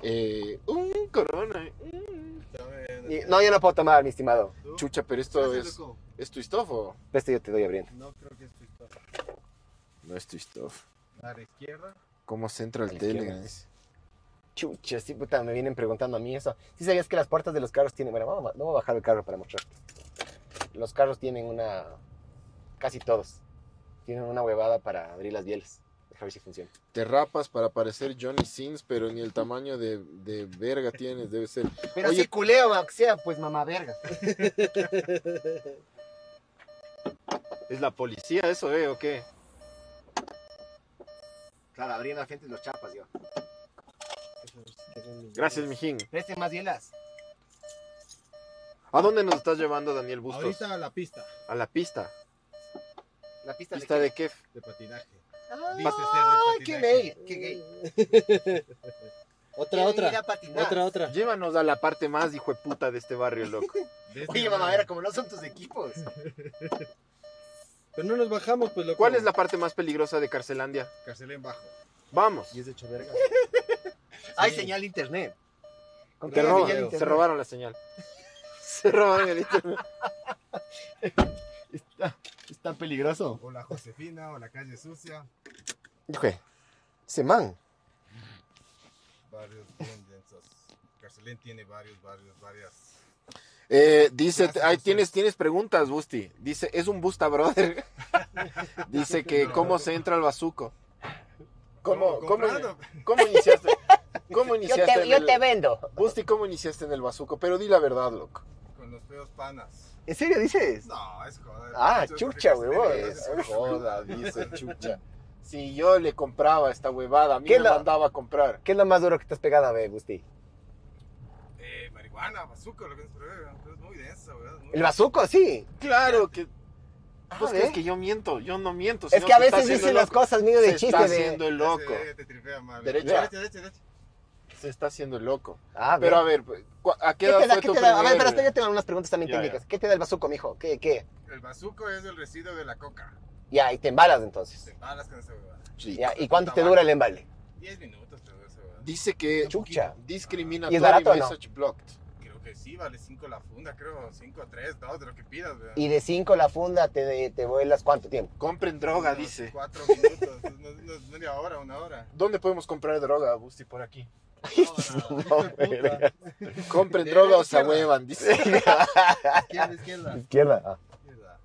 S2: Eh, un corona. eh, mm.
S4: Dame una
S3: Y- no, yo no puedo tomar, mi estimado.
S4: ¿Tú?
S2: Chucha, pero esto
S4: Gracias,
S2: es.
S4: loco.
S2: ¿Es tu stuff o
S3: Este yo te doy abriendo.
S4: No creo que es tu historia.
S2: no es tu stuff?
S4: A la izquierda.
S2: ¿Cómo se entra
S3: A
S2: el
S3: la
S2: Telegram?
S3: izquierda. Chucha, sí, puta, me vienen preguntando a mí eso. ¿Sí sabías que las puertas de los carros tienen... Bueno, vamos, a- vamos a bajar el carro para mostrarte. Los carros tienen una... Casi todos. Tienen una huevada para abrir las bielas. Deja ver si funciona.
S2: Te rapas para parecer Johnny Sins, pero ni el tamaño de, de verga tienes, debe ser.
S3: Pero
S2: Oye-
S3: si culeo, aunque sea, pues mamá verga.
S2: ¿Es la policía eso, eh, o qué?
S3: Claro, abriendo la frente de los chapas, yo.
S2: Gracias, mijín.
S3: Preste más bielas.
S2: ¿A dónde nos estás llevando, Daniel Bustos?
S4: Ahorita a la pista
S2: A la pista.
S3: La pista,
S2: ¿Pista de qué?
S4: de patinaje.
S3: Ay,
S4: Dice ser de
S3: qué
S4: patinaje.
S3: gay, qué gay.
S2: *laughs*
S5: Otra, otra. Otra, otra.
S2: Llévanos a la parte más hijo de puta de este barrio, *laughs* loco.
S4: De ese
S3: Oye,
S4: lado.
S3: mamá, era como no son tus equipos.
S5: Pero no nos bajamos, pues loco.
S2: ¿Cuál es la parte más peligrosa de Carcelandia?
S4: Carcelén bajo.
S2: Vamos.
S5: Y es de hecho verga.
S3: *laughs* Hay señal de internet. Con
S2: Te
S3: que haya
S2: roban,
S3: señal de
S2: se
S3: internet.
S2: robaron la señal. *laughs* Se robaron el *laughs* internet.
S3: Está, está peligroso.
S4: O la Josefina o la calle sucia.
S3: Dije, ese man.
S4: Barrios bien densos. Carcelén tiene varios, varios, varias.
S2: Eh, dice,
S4: Gracias,
S2: ahí
S4: José.
S2: tienes, tienes preguntas, Busti. Dice, es un Busta Brother. *laughs* Dice que cómo se entra al bazuco. ¿Cómo,
S4: Como
S2: cómo,
S4: comprando.
S2: cómo *laughs* iniciaste? ¿Cómo
S3: Yo
S2: iniciaste?
S3: te,
S2: en
S3: yo
S2: el-
S3: te vendo.
S2: Busti, ¿cómo iniciaste en el bazuco? Pero di la verdad, *laughs* loco.
S4: *laughs* Con los feos panas.
S3: ¿En serio dices?
S4: No, es joder.
S3: Ah,
S4: Eso es
S3: chucha,
S4: porque
S3: huevón.
S4: Carcelén es-
S2: Eso joda, dice Chucha. Si yo le compraba esta huevada, a mí
S3: ¿Qué
S2: me
S3: la-
S2: mandaba a comprar.
S3: ¿Qué es lo más duro que te has pegado, ve, Gusti?
S4: Eh, marihuana, bazooka, lo que es, pero eh, es muy densa, ¿verdad? Muy
S3: El bazuco, sí.
S2: Claro que.
S3: Ah,
S2: Pues
S3: ve.
S2: crees que yo miento, yo no miento.
S3: es
S2: sino
S3: que a
S2: se está
S3: veces
S2: haciendo
S3: dicen
S2: el
S3: las
S2: loco.
S3: cosas medio
S2: Se
S3: de
S2: está
S3: chiste. De...
S2: haciendo el loco.
S4: densa, eh, Te tripea, madre.
S2: Derecha.
S4: Derecha, derecha, derecha.
S2: Se está haciendo el loco.
S3: Ah,
S2: Pero
S3: ve.
S2: a ver, pues, cu- ¿a qué
S3: ¿Qué
S2: edad
S3: te da?
S2: fue
S3: ¿Qué
S2: tu
S3: te da? A ver,
S2: primer-
S3: espera, espera, yo tengo unas preguntas también
S2: Ya,
S3: técnicas. ¿Qué te da el bazuco, mijo? ¿Qué, qué?
S4: El bazuco es el residuo de la coca.
S3: Ya, y te embalas
S4: Te
S3: entonces.
S4: embalas con esa huevada.
S2: Sí.
S3: Ya, ¿y cuánto te dura el embale?
S4: 10 minutos te dura esa huevada.
S2: Dice que
S3: Chucha. ¿Y
S2: discriminatory
S3: es barato o no?
S2: message blocked.
S4: Creo que sí, vale 5 la funda, creo. 5, 3, 2, de lo que pidas, ¿verdad?
S3: Y de 5 la funda te, te vuelas cuánto tiempo.
S2: Compren droga, dice.
S4: 4 minutos, no, no, media hora, una
S2: *laughs*
S4: hora.
S2: ¿Dónde podemos comprar droga, Busti, por aquí?
S4: No,
S3: No, verga.
S2: *laughs* Compren
S4: De
S2: droga o *laughs* se
S4: izquierda.
S2: huevan, dice.
S4: izquierda, izquierda.
S3: Izquierda. ah.
S4: izquierda.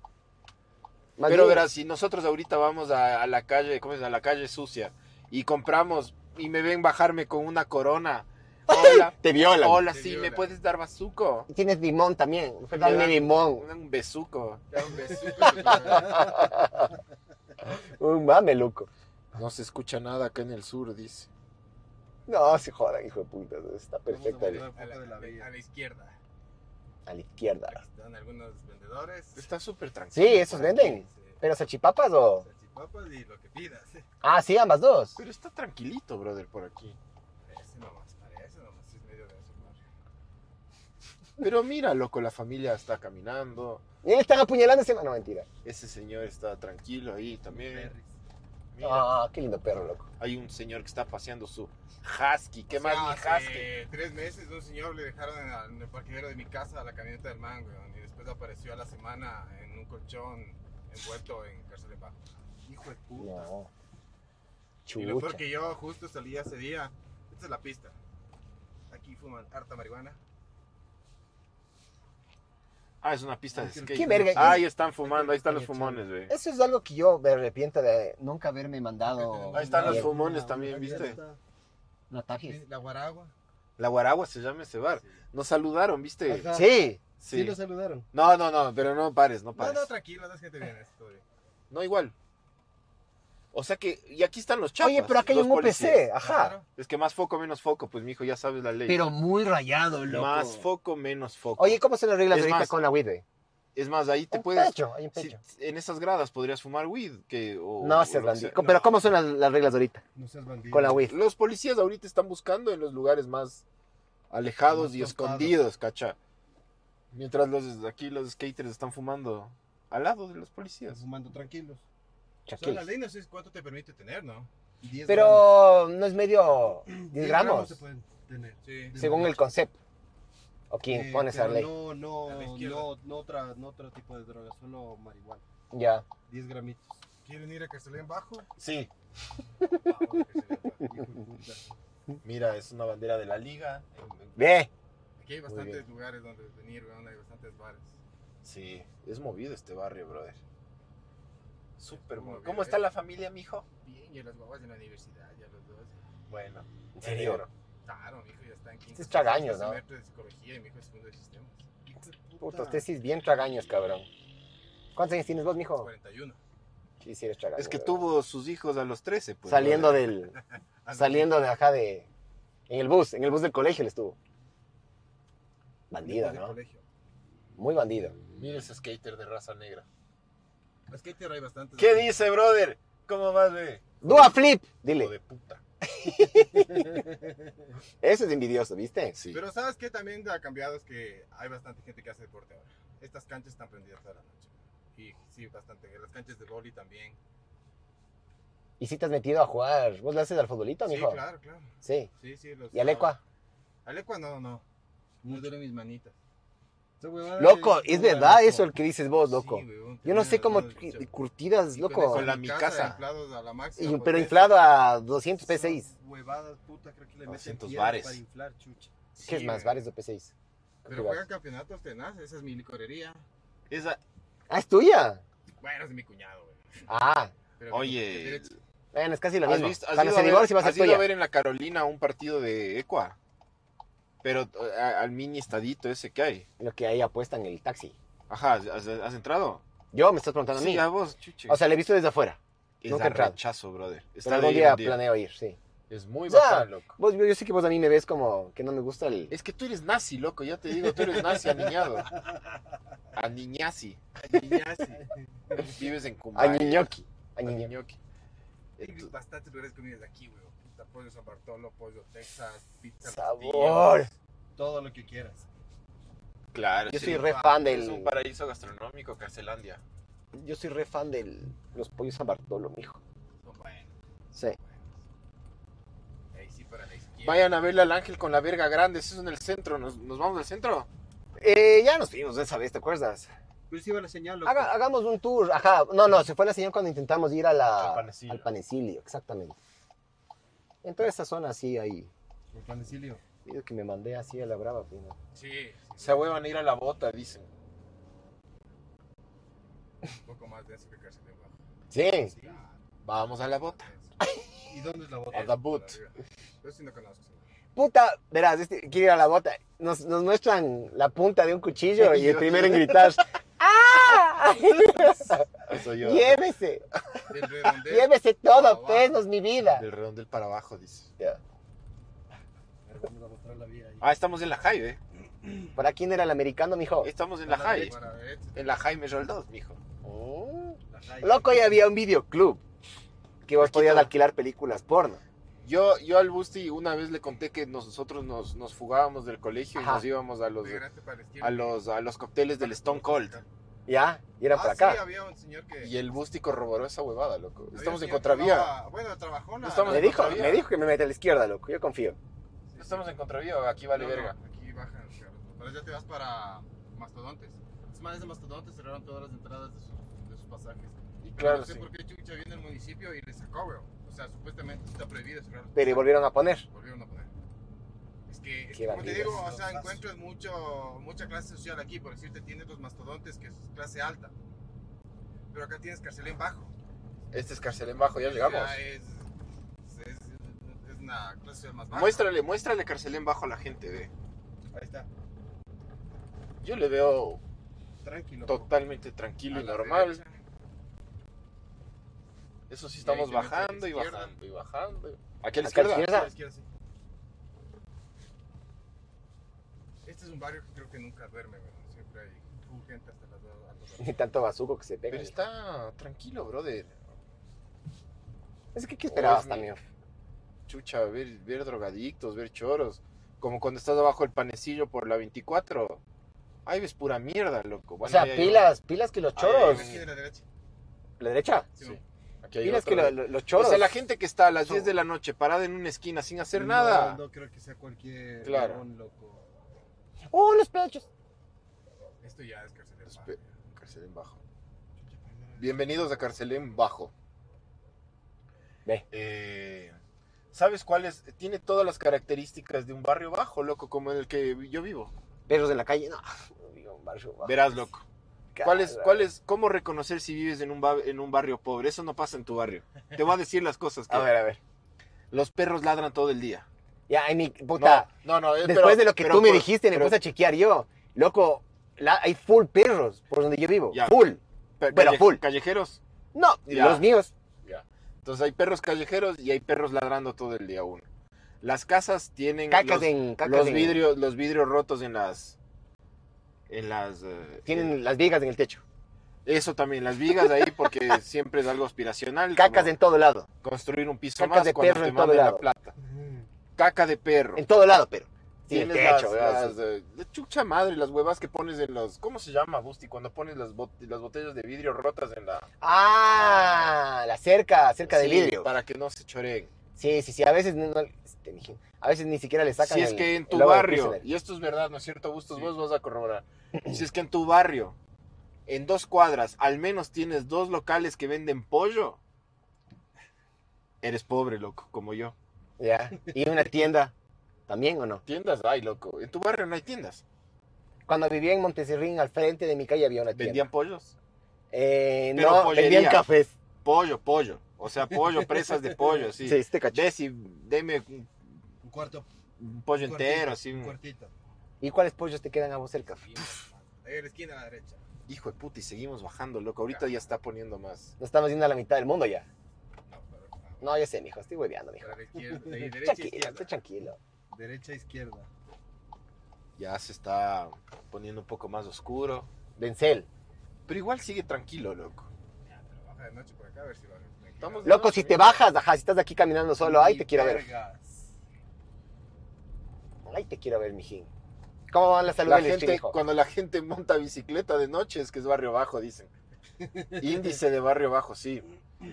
S3: Más
S2: Pero
S3: bien,
S2: verás, si nosotros ahorita vamos a, a la calle, ¿cómo es? A la calle sucia y compramos y me ven bajarme con una *laughs* corona. Hola,
S3: Te violan.
S2: hola,
S4: Te
S2: sí,
S4: violan.
S2: ¿me puedes dar bazuco?
S3: Y Tienes limón también.
S2: Te
S3: Dame
S2: dan-
S3: limón.
S2: Un besuco.
S4: Te da
S2: *laughs*
S4: un besuco. te da-
S3: Un mameluco.
S2: No se escucha nada acá en el sur, dice.
S3: No, se jodan, hijo de puta. Está perfecta.
S4: Vamos a
S3: la-
S4: volver un poco de la bella. A la izquierda.
S3: A la izquierda.
S4: Aquí están algunos vendedores.
S2: Está súper tranquilo.
S3: Sí, esos venden.
S4: Sí.
S3: ¿Pero salchipapas o...?
S4: Salchipapas y lo que pidas. Ese
S3: Ah, sí, ambas dos.
S2: Pero está tranquilito, brother, por aquí.
S4: nomás, para eso nomás es medio de eso. ¿no?
S2: Pero mira, loco, la familia está caminando.
S3: Y están apuñalando ese... No, mentira.
S2: Ese señor está tranquilo ahí también.
S4: Perris.
S2: Mira,
S3: Ah, qué lindo perro, loco.
S2: hay un señor que está paseando su husky. ¿Qué
S4: O
S2: más
S4: sea,
S2: mi husky?
S4: hace tres meses un señor le dejaron en, la- en el parqueadero de mi casa a la camioneta del man, weón, y después apareció a la semana en un colchón envuelto en cárcel de bajo. Hijo de puta.
S3: No.
S4: y lo peor
S3: Chucha.
S4: que yo justo salí ese día. Esta es la pista. Aquí fuman harta marihuana.
S2: Ah, es una pista de skate.
S3: ¿Qué verga?
S2: Ahí están fumando, ahí están los fumones, güey.
S3: Eso es algo que yo me arrepiento de nunca haberme mandado...
S2: Ahí están los
S3: bien,
S2: fumones también, ¿viste?
S3: No tajes.
S4: La guaragua.
S2: La Guaragua se llama ese bar. Nos saludaron, ¿viste?
S5: Ajá.
S3: Sí.
S5: Sí,
S2: Sí.
S5: lo saludaron.
S2: No, no, no, pero no pares, no
S4: No,
S2: pares.
S4: no, tranquilo, no es gente bien. esto, güey.
S2: No, igual. O sea que, y aquí están los chapas.
S3: Oye, pero acá hay
S2: los
S3: un
S2: policías.
S3: UPC. Ajá.
S4: Claro.
S2: Es que más foco, menos foco, pues mijo, ya sabes la ley.
S3: Pero muy rayado, loco.
S2: Más foco, menos foco.
S3: Oye, ¿cómo se lo arreglas
S2: Es
S3: ahorita
S2: más,
S3: con la weed, güey?
S2: es más, ahí te
S3: E? Un
S2: puedes.
S3: pecho, hay un
S2: si-
S3: pecho.
S2: en esas gradas podrías fumar weed. Que, o- o
S3: no seas
S2: lo que
S3: bandido.
S2: sea.
S3: Pero ¿cómo son las, las reglas ahorita
S4: No seas bandido.
S3: con la weed?
S2: Los policías ahorita están buscando en los lugares más alejados
S4: Más
S2: y
S4: topados.
S2: escondidos, cacha. Mientras los aquí los skaters están fumando al lado de los policías.
S4: Fumando tranquilos. O sea,
S3: Tranquilo.
S4: la ley no sé cuánto te permite tener, ¿no? 10 gramos.
S3: Pero no es medio 10 gramos,
S4: se pueden tener. Sí.
S3: según el concepto. ¿O quién
S6: Eh,
S3: pone esa
S6: pero
S3: ley?
S6: No, no,
S4: A la izquierda.
S6: no, no, otra, no otro tipo de droga, solo marihuana.
S3: Ya.
S6: 10 gramitos.
S4: ¿Quieren ir a Castellén Bajo?
S2: *laughs* Sí,
S4: Vamos a Castellén Bajo.
S6: Hijo de puta.
S2: mira, es una bandera de la liga.
S3: Ve.
S4: Aquí hay
S2: bien.
S4: bastantes lugares donde venir, weón, hay bastantes bares.
S2: Sí, es movido este barrio, brother. Súper
S4: Muy
S2: movido.
S4: bien,
S2: ¿Cómo está
S4: eh.
S2: la familia, mijo?
S4: Bien, y las guaguas en la universidad, ya los dos.
S2: Bueno, en
S3: serio?
S4: Claro, mi hijo ya está en 15.
S3: Este es tragaños,
S4: sexto
S3: ¿no?
S4: semestre de psicología y mi hijo es segundo de sistemas. Hijo de
S3: Putos tesis bien tragaños, cabrón. ¿Cuántos años tienes vos, mijo?
S4: 41.
S3: Sí, sí eres tragaño.
S2: Pues, Es que
S3: bro.
S2: tuvo sus hijos a los 13, pues.
S3: saliendo
S2: brother. *laughs*
S3: del... saliendo de acá de... En el bus, en el bus del colegio él estuvo. Bandido,
S4: Después del
S3: ¿no?
S4: colegio.
S3: Muy bandido.
S2: Mira ese skater de raza negra.
S4: Skater hay bastantes.
S2: ¿Qué dice, brother? ¿Cómo vas, ve?
S3: ¡Dua flip!
S2: Hijo
S3: Dile.
S2: de puta.
S3: Eso es envidioso, ¿viste?
S2: Sí.
S4: Pero sabes que también ha cambiado es que hay bastante gente que hace deporte ahora. Estas canchas están prendidas toda la noche. Y sí, bastante. Las canchas de boli también.
S3: ¿Y si te has metido a jugar? ¿Vos le haces al futbolito,
S4: Sí,
S3: mijo?
S4: claro, claro.
S3: Sí.
S4: Sí, sí. Los,
S3: ¿Y al Ecua?
S4: Alecua no, no. No duele mis manitas. Esa huevada
S3: Loco,
S4: es
S3: es
S4: dura,
S3: verdad
S4: loco.
S3: eso el que dices vos, loco.
S4: Sí, weón,
S3: Yo no
S4: tenía
S3: sé
S4: las
S3: cómo
S4: manos
S3: cri-
S4: hinchadas.
S3: curtidas,
S4: Y
S3: loco.
S2: Con la mi casa.
S4: inflados a la máxima, pues,
S3: Y-
S4: porque
S3: pero
S4: es-
S3: inflado a 200 P6.
S6: Son Huevadas, puta, creo que le meten
S2: 200
S6: piedra
S2: bares.
S6: para inflar, chucha.
S3: ¿Qué es
S4: Sí,
S3: más?
S4: weón.
S3: ¿Bares o P6? pues,
S4: Pero juegan campeonatos tenaz, esa es mi licorería.
S2: Esa,
S3: Ah, es tuya.
S4: Bueno, es de mi cuñado, güey.
S3: Ah,
S4: Pero mi-
S2: oye,
S4: derecho-
S3: bueno, es casi lo
S2: ¿has
S3: mismo.
S2: visto, has
S3: Cuando
S2: ido
S3: se
S2: a ver-
S3: divorcie va a ser
S2: has ido a
S3: tuya.
S2: ver en la Carolina un partido de Ecua? Pero eh, a- al mini estadito ese que hay.
S3: Lo que ahí apuestan el taxi.
S2: Ajá, ¿has, has entrado?
S3: Yo me estás preguntando a mí.
S2: Sí, a vos, chuche.
S3: O sea, le he visto desde afuera.
S2: es
S3: nunca he
S2: de
S3: entrado.
S2: rechazo, brother.
S3: Pero
S2: Está de
S3: algún
S2: ir
S3: día
S2: un día.
S3: planeo ir, sí.
S2: Es muy
S3: Ya.
S2: bacán, loco.
S3: Vos, yo, yo sé que vos a mí me ves como que no me gusta el...
S2: Es que tú eres nazi, loco, ya te digo, tú eres nazi, aniñado. Aniñazi. Vives en Cumbaya.
S3: Añiñoqui. Añiñoqui.
S2: Añiñoqui.
S4: Hay bastantes lugares comidas de aquí, güey. Puta, pollo San Bartolo, pollo Texas, pizza.
S3: Sabor.
S6: Todo lo que quieras.
S2: Claro,
S3: Yo
S2: sí.
S3: soy re fan
S2: Es un
S3: del...
S2: paraíso gastronómico, Carcelandia.
S3: Yo soy re fan del... Los pollos San Bartolo, mijo. Sí.
S4: Ahí sí para la izquierda.
S2: Vayan a verle al ángel con la verga grande, eso es en el centro. ¿Nos, nos vamos al centro?
S3: Eh, ya nos vimos esa vez, ¿te acuerdas?
S6: Pero sí iba la señal, loco.
S3: Haga- hagamos un tour. Ajá. No, no, se fue la señal cuando intentamos ir a la,
S2: Al Panecillo.
S3: al Panecilio, exactamente. En toda esa zona así ahí.
S6: El panecilio.
S3: Digo que me mandé así a la brava. pues, ¿no?
S4: Sí, sí,
S2: Se ahuevan a ir a la bota, dicen.
S4: un poco más denso que cárcel de Bajo.
S3: Sí.
S4: Sí, ah,
S2: Vamos a la bota.
S4: denso.
S6: ¿Y dónde es la bota?
S2: A la bot.
S4: Yo sí no conozco. señor.
S3: Puta, verás, este, quiero ir a la bota. Nos, nos muestran la punta de
S2: *laughs*
S3: un cuchillo y el primero en gritar. ¡Ah!
S2: Soy yo.
S3: *laughs* Llévese,
S4: Del redondel.
S3: llévese
S4: Ah,
S3: todo,
S4: va.
S3: pesos, mi vida.
S2: Del redondel para abajo, dice.
S6: A ver, Vamos a mostrar la vía ahí.
S2: Ah, estamos en la Jaime. ¿eh?
S3: ¿Para quién era el americano, mijo?
S2: Estamos en la Jaime.
S4: Para ver,
S2: En la Jaime Roldós, mijo. Oh.
S3: Mm.
S6: La calle.
S3: Loco, ya había un videoclub que vos
S2: Aquí
S3: podías
S2: todo.
S3: alquilar películas porno.
S2: Yo, yo al Busti una vez le conté que nosotros nos, nos fugábamos del colegio y
S3: Ajá.
S2: nos íbamos a los,
S4: migrante para la izquierda.
S2: a los, a los cócteles del Stone Cold.
S3: ¿Ya? Y eran
S4: Ah,
S3: por
S4: sí,
S3: acá.
S4: había un señor que.
S2: Y el Busti corroboró esa huevada, loco.
S4: había
S2: Estamos
S4: un
S2: en
S4: señor que
S2: contravía.
S4: hablaba- Bueno, trabajó
S2: No estamos
S3: Me
S2: en
S3: dijo,
S2: contravía.
S3: me dijo que me mete a la izquierda, loco. Yo confío.
S2: No estamos en contravía, aquí vale verga.
S4: aquí bajan, cabrón. Pero ya te vas para Mastodontes. Es más, de Mastodontes cerraron todas las entradas de sus, de sus pasajes.
S2: Y
S4: Pero
S2: claro,
S4: no sé
S2: sí.
S4: por qué Chucha viene el municipio y le sacó, weón. O sea, supuestamente está prohibido cerrar los
S3: Pero
S4: pasajes.
S3: volvieron a poner.
S4: Volvieron a poner. Es que, es
S3: Qué
S4: que, como te
S3: bandidos.
S4: digo, o sea,
S6: Los
S4: encuentras mucho, mucha clase social aquí. Por decirte, tienes los mastodontes, que es clase alta. Pero acá tienes carcelén bajo.
S2: Este es Carcelén Bajo, ya llegamos.
S4: Ya es, es, es- es una clase social más baja.
S2: Muéstrale, muéstrale Carcelén Bajo a la gente, ve.
S6: Ahí está.
S2: Yo le veo
S6: Tranquilo.
S2: totalmente tranquilo
S4: A
S2: y
S4: la
S2: normal.
S4: derecha.
S2: Eso sí,
S4: ahí
S2: estamos
S4: te metes a la
S2: bajando y
S4: izquierda.
S2: bajando y bajando. Aquí a la
S3: Acá a la
S2: izquierda.
S3: izquierda. *laughs*
S4: A la izquierda, sí. Este es un barrio que creo que nunca duerme, weón. Siempre hay full gente hasta las dos. altas horas.
S3: Y tanto bazuco que se pega.
S2: Pero está tranquilo, brother.
S3: Es que, ¿qué
S2: Oh,
S3: esperabas
S2: es
S3: también?
S2: Chucha, ver, ver drogadictos, ver choros. Como cuando estás abajo del panecillo por la 24. Ahí ves pura mierda, loco.
S3: O
S2: Bueno,
S3: sea,
S2: ahí hay
S3: pilas, pilas que los
S2: Ahí hay
S3: choros.
S4: Aquí de la derecha.
S3: ¿La derecha?
S2: Sí.
S4: Simón.
S2: otro. Aquí hay
S3: Pilas
S2: otro.
S3: que lo- lo- los choros.
S2: O sea, la gente que está a las
S6: No.
S2: 10 de la noche parada en una esquina sin hacer
S6: No,
S2: nada.
S6: No creo que sea cualquier
S2: Claro.
S6: huevón, loco.
S3: ¡Oh, los pechos!
S4: Esto ya es cárcel de
S2: Los
S4: paz.
S2: pe- Carcelén Bajo. Bienvenidos a Carcelén Bajo.
S3: Ve.
S2: Eh, ¿Sabes cuál es? Tiene todas las características de un barrio bajo, loco, como en el que yo vivo.
S3: Perros en la calle, no. *laughs* Digo, un barrio bajo.
S2: Verás, loco. ¿Cuál es,
S3: Cara.
S2: cuál es, ¿Cómo reconocer si vives en un, ba- en un barrio pobre? Eso no pasa en tu barrio. Te voy a decir las cosas. Que
S3: *laughs* A ver, a ver.
S2: Los perros ladran todo el día.
S3: Ya, ay, mi puta.
S2: no, no, eh,
S3: Después
S2: pero-
S3: de lo que
S2: pero
S3: tú me
S2: por-
S3: dijiste, me
S2: pero-
S3: puse a chequear yo. Loco, la- hay full perros por donde yo vivo.
S2: Ya.
S3: Full.
S2: pero
S3: bueno,
S2: calle-
S3: full.
S2: Callejeros.
S3: No,
S2: Ya.
S3: los míos.
S2: Entonces hay perros callejeros y hay perros ladrando todo el día uno. Las casas tienen
S3: Cacas
S2: los,
S3: en. Cacas
S2: los
S3: en-
S2: vidrios, los vidrios rotos en las, en las. eh,
S3: Tienen
S2: eh,
S3: las vigas en el techo.
S2: eso también, las vigas ahí
S3: *laughs*
S2: porque siempre es algo aspiracional.
S3: Cacas
S2: como
S3: en todo lado.
S2: construir un piso
S3: cacas
S2: más
S3: de
S2: cuando
S3: perro
S2: te
S3: en todo
S2: manden la
S3: lado.
S2: plata. Caca de perro.
S3: En todo lado, pero. Sí, en el
S2: Tienes las,
S3: techo, ¿verdad?
S2: las, eh, la chucha madre, las huevas que pones en los, ¿cómo se llama, Busti? Cuando pones las, bot- las botellas de vidrio rotas en la...
S3: Ah, la cerca, cerca del
S2: Sí,
S3: vidrio.
S2: Para que no se choreen.
S3: Sí, sí, sí. A veces, no- no- este, mijín, a veces ni siquiera le sacan.
S2: Si es
S3: el-
S2: que en
S3: el
S2: tu
S3: logo del
S2: barrio,
S3: Pilsener.
S2: y esto es verdad, ¿no es cierto, Bustos? Vos vas a corroborar. Si es que en tu barrio, en dos cuadras, al menos tienes dos locales que venden pollo, eres pobre, loco, como yo.
S3: Ya. Y una tienda. ¿También o no?
S2: Tiendas hay, loco. En tu barrio no hay tiendas.
S3: Cuando vivía en Monteserrín, al frente de mi calle había una tienda.
S2: Vendían pollos.
S3: Eh,
S2: Pero
S3: no,
S2: pollería.
S3: vendían cafés.
S2: Pollo, pollo. O sea, pollo, presas de pollo, sí.
S3: Sí, este cacho.
S2: Desi, deme un
S6: Un cuarto.
S2: un pollo
S6: un
S2: entero,
S6: cuartito,
S2: así.
S3: Mm.
S6: Un
S2: un-
S6: cuartito.
S3: ¿Y cuáles pollos te quedan a vos cerca?
S6: Ahí en la esquina a la derecha.
S2: Hijo de puta, y seguimos bajando, loco. Ahorita ya está poniendo más.
S3: Nos estamos yendo a la mitad del mundo ya.
S6: No, pero,
S3: No, ya sé, mijo, estoy hueveando, mijo.
S6: para la izquierda. de derecha a
S3: Tranquilo,
S6: izquierda.
S3: estoy tranquilo.
S6: Derecha a izquierda.
S2: Ya se está poniendo un poco más oscuro.
S3: Denzel.
S2: Pero igual sigue tranquilo, loco.
S6: Ya, pero baja de noche por acá a ver si va a ver.
S2: Estamos-
S3: Loco, si te bajas, ajá, si estás aquí caminando solo, ahí
S6: Y
S3: te quiero ver.
S6: vergas.
S3: Ahí te quiero ver, mijín. ¿Cómo van las
S2: La
S3: saludos del
S2: gente,
S3: hijo?
S2: cuando la gente monta bicicleta de noche es que es barrio bajo, *laughs* dicen. Índice de barrio bajo, sí.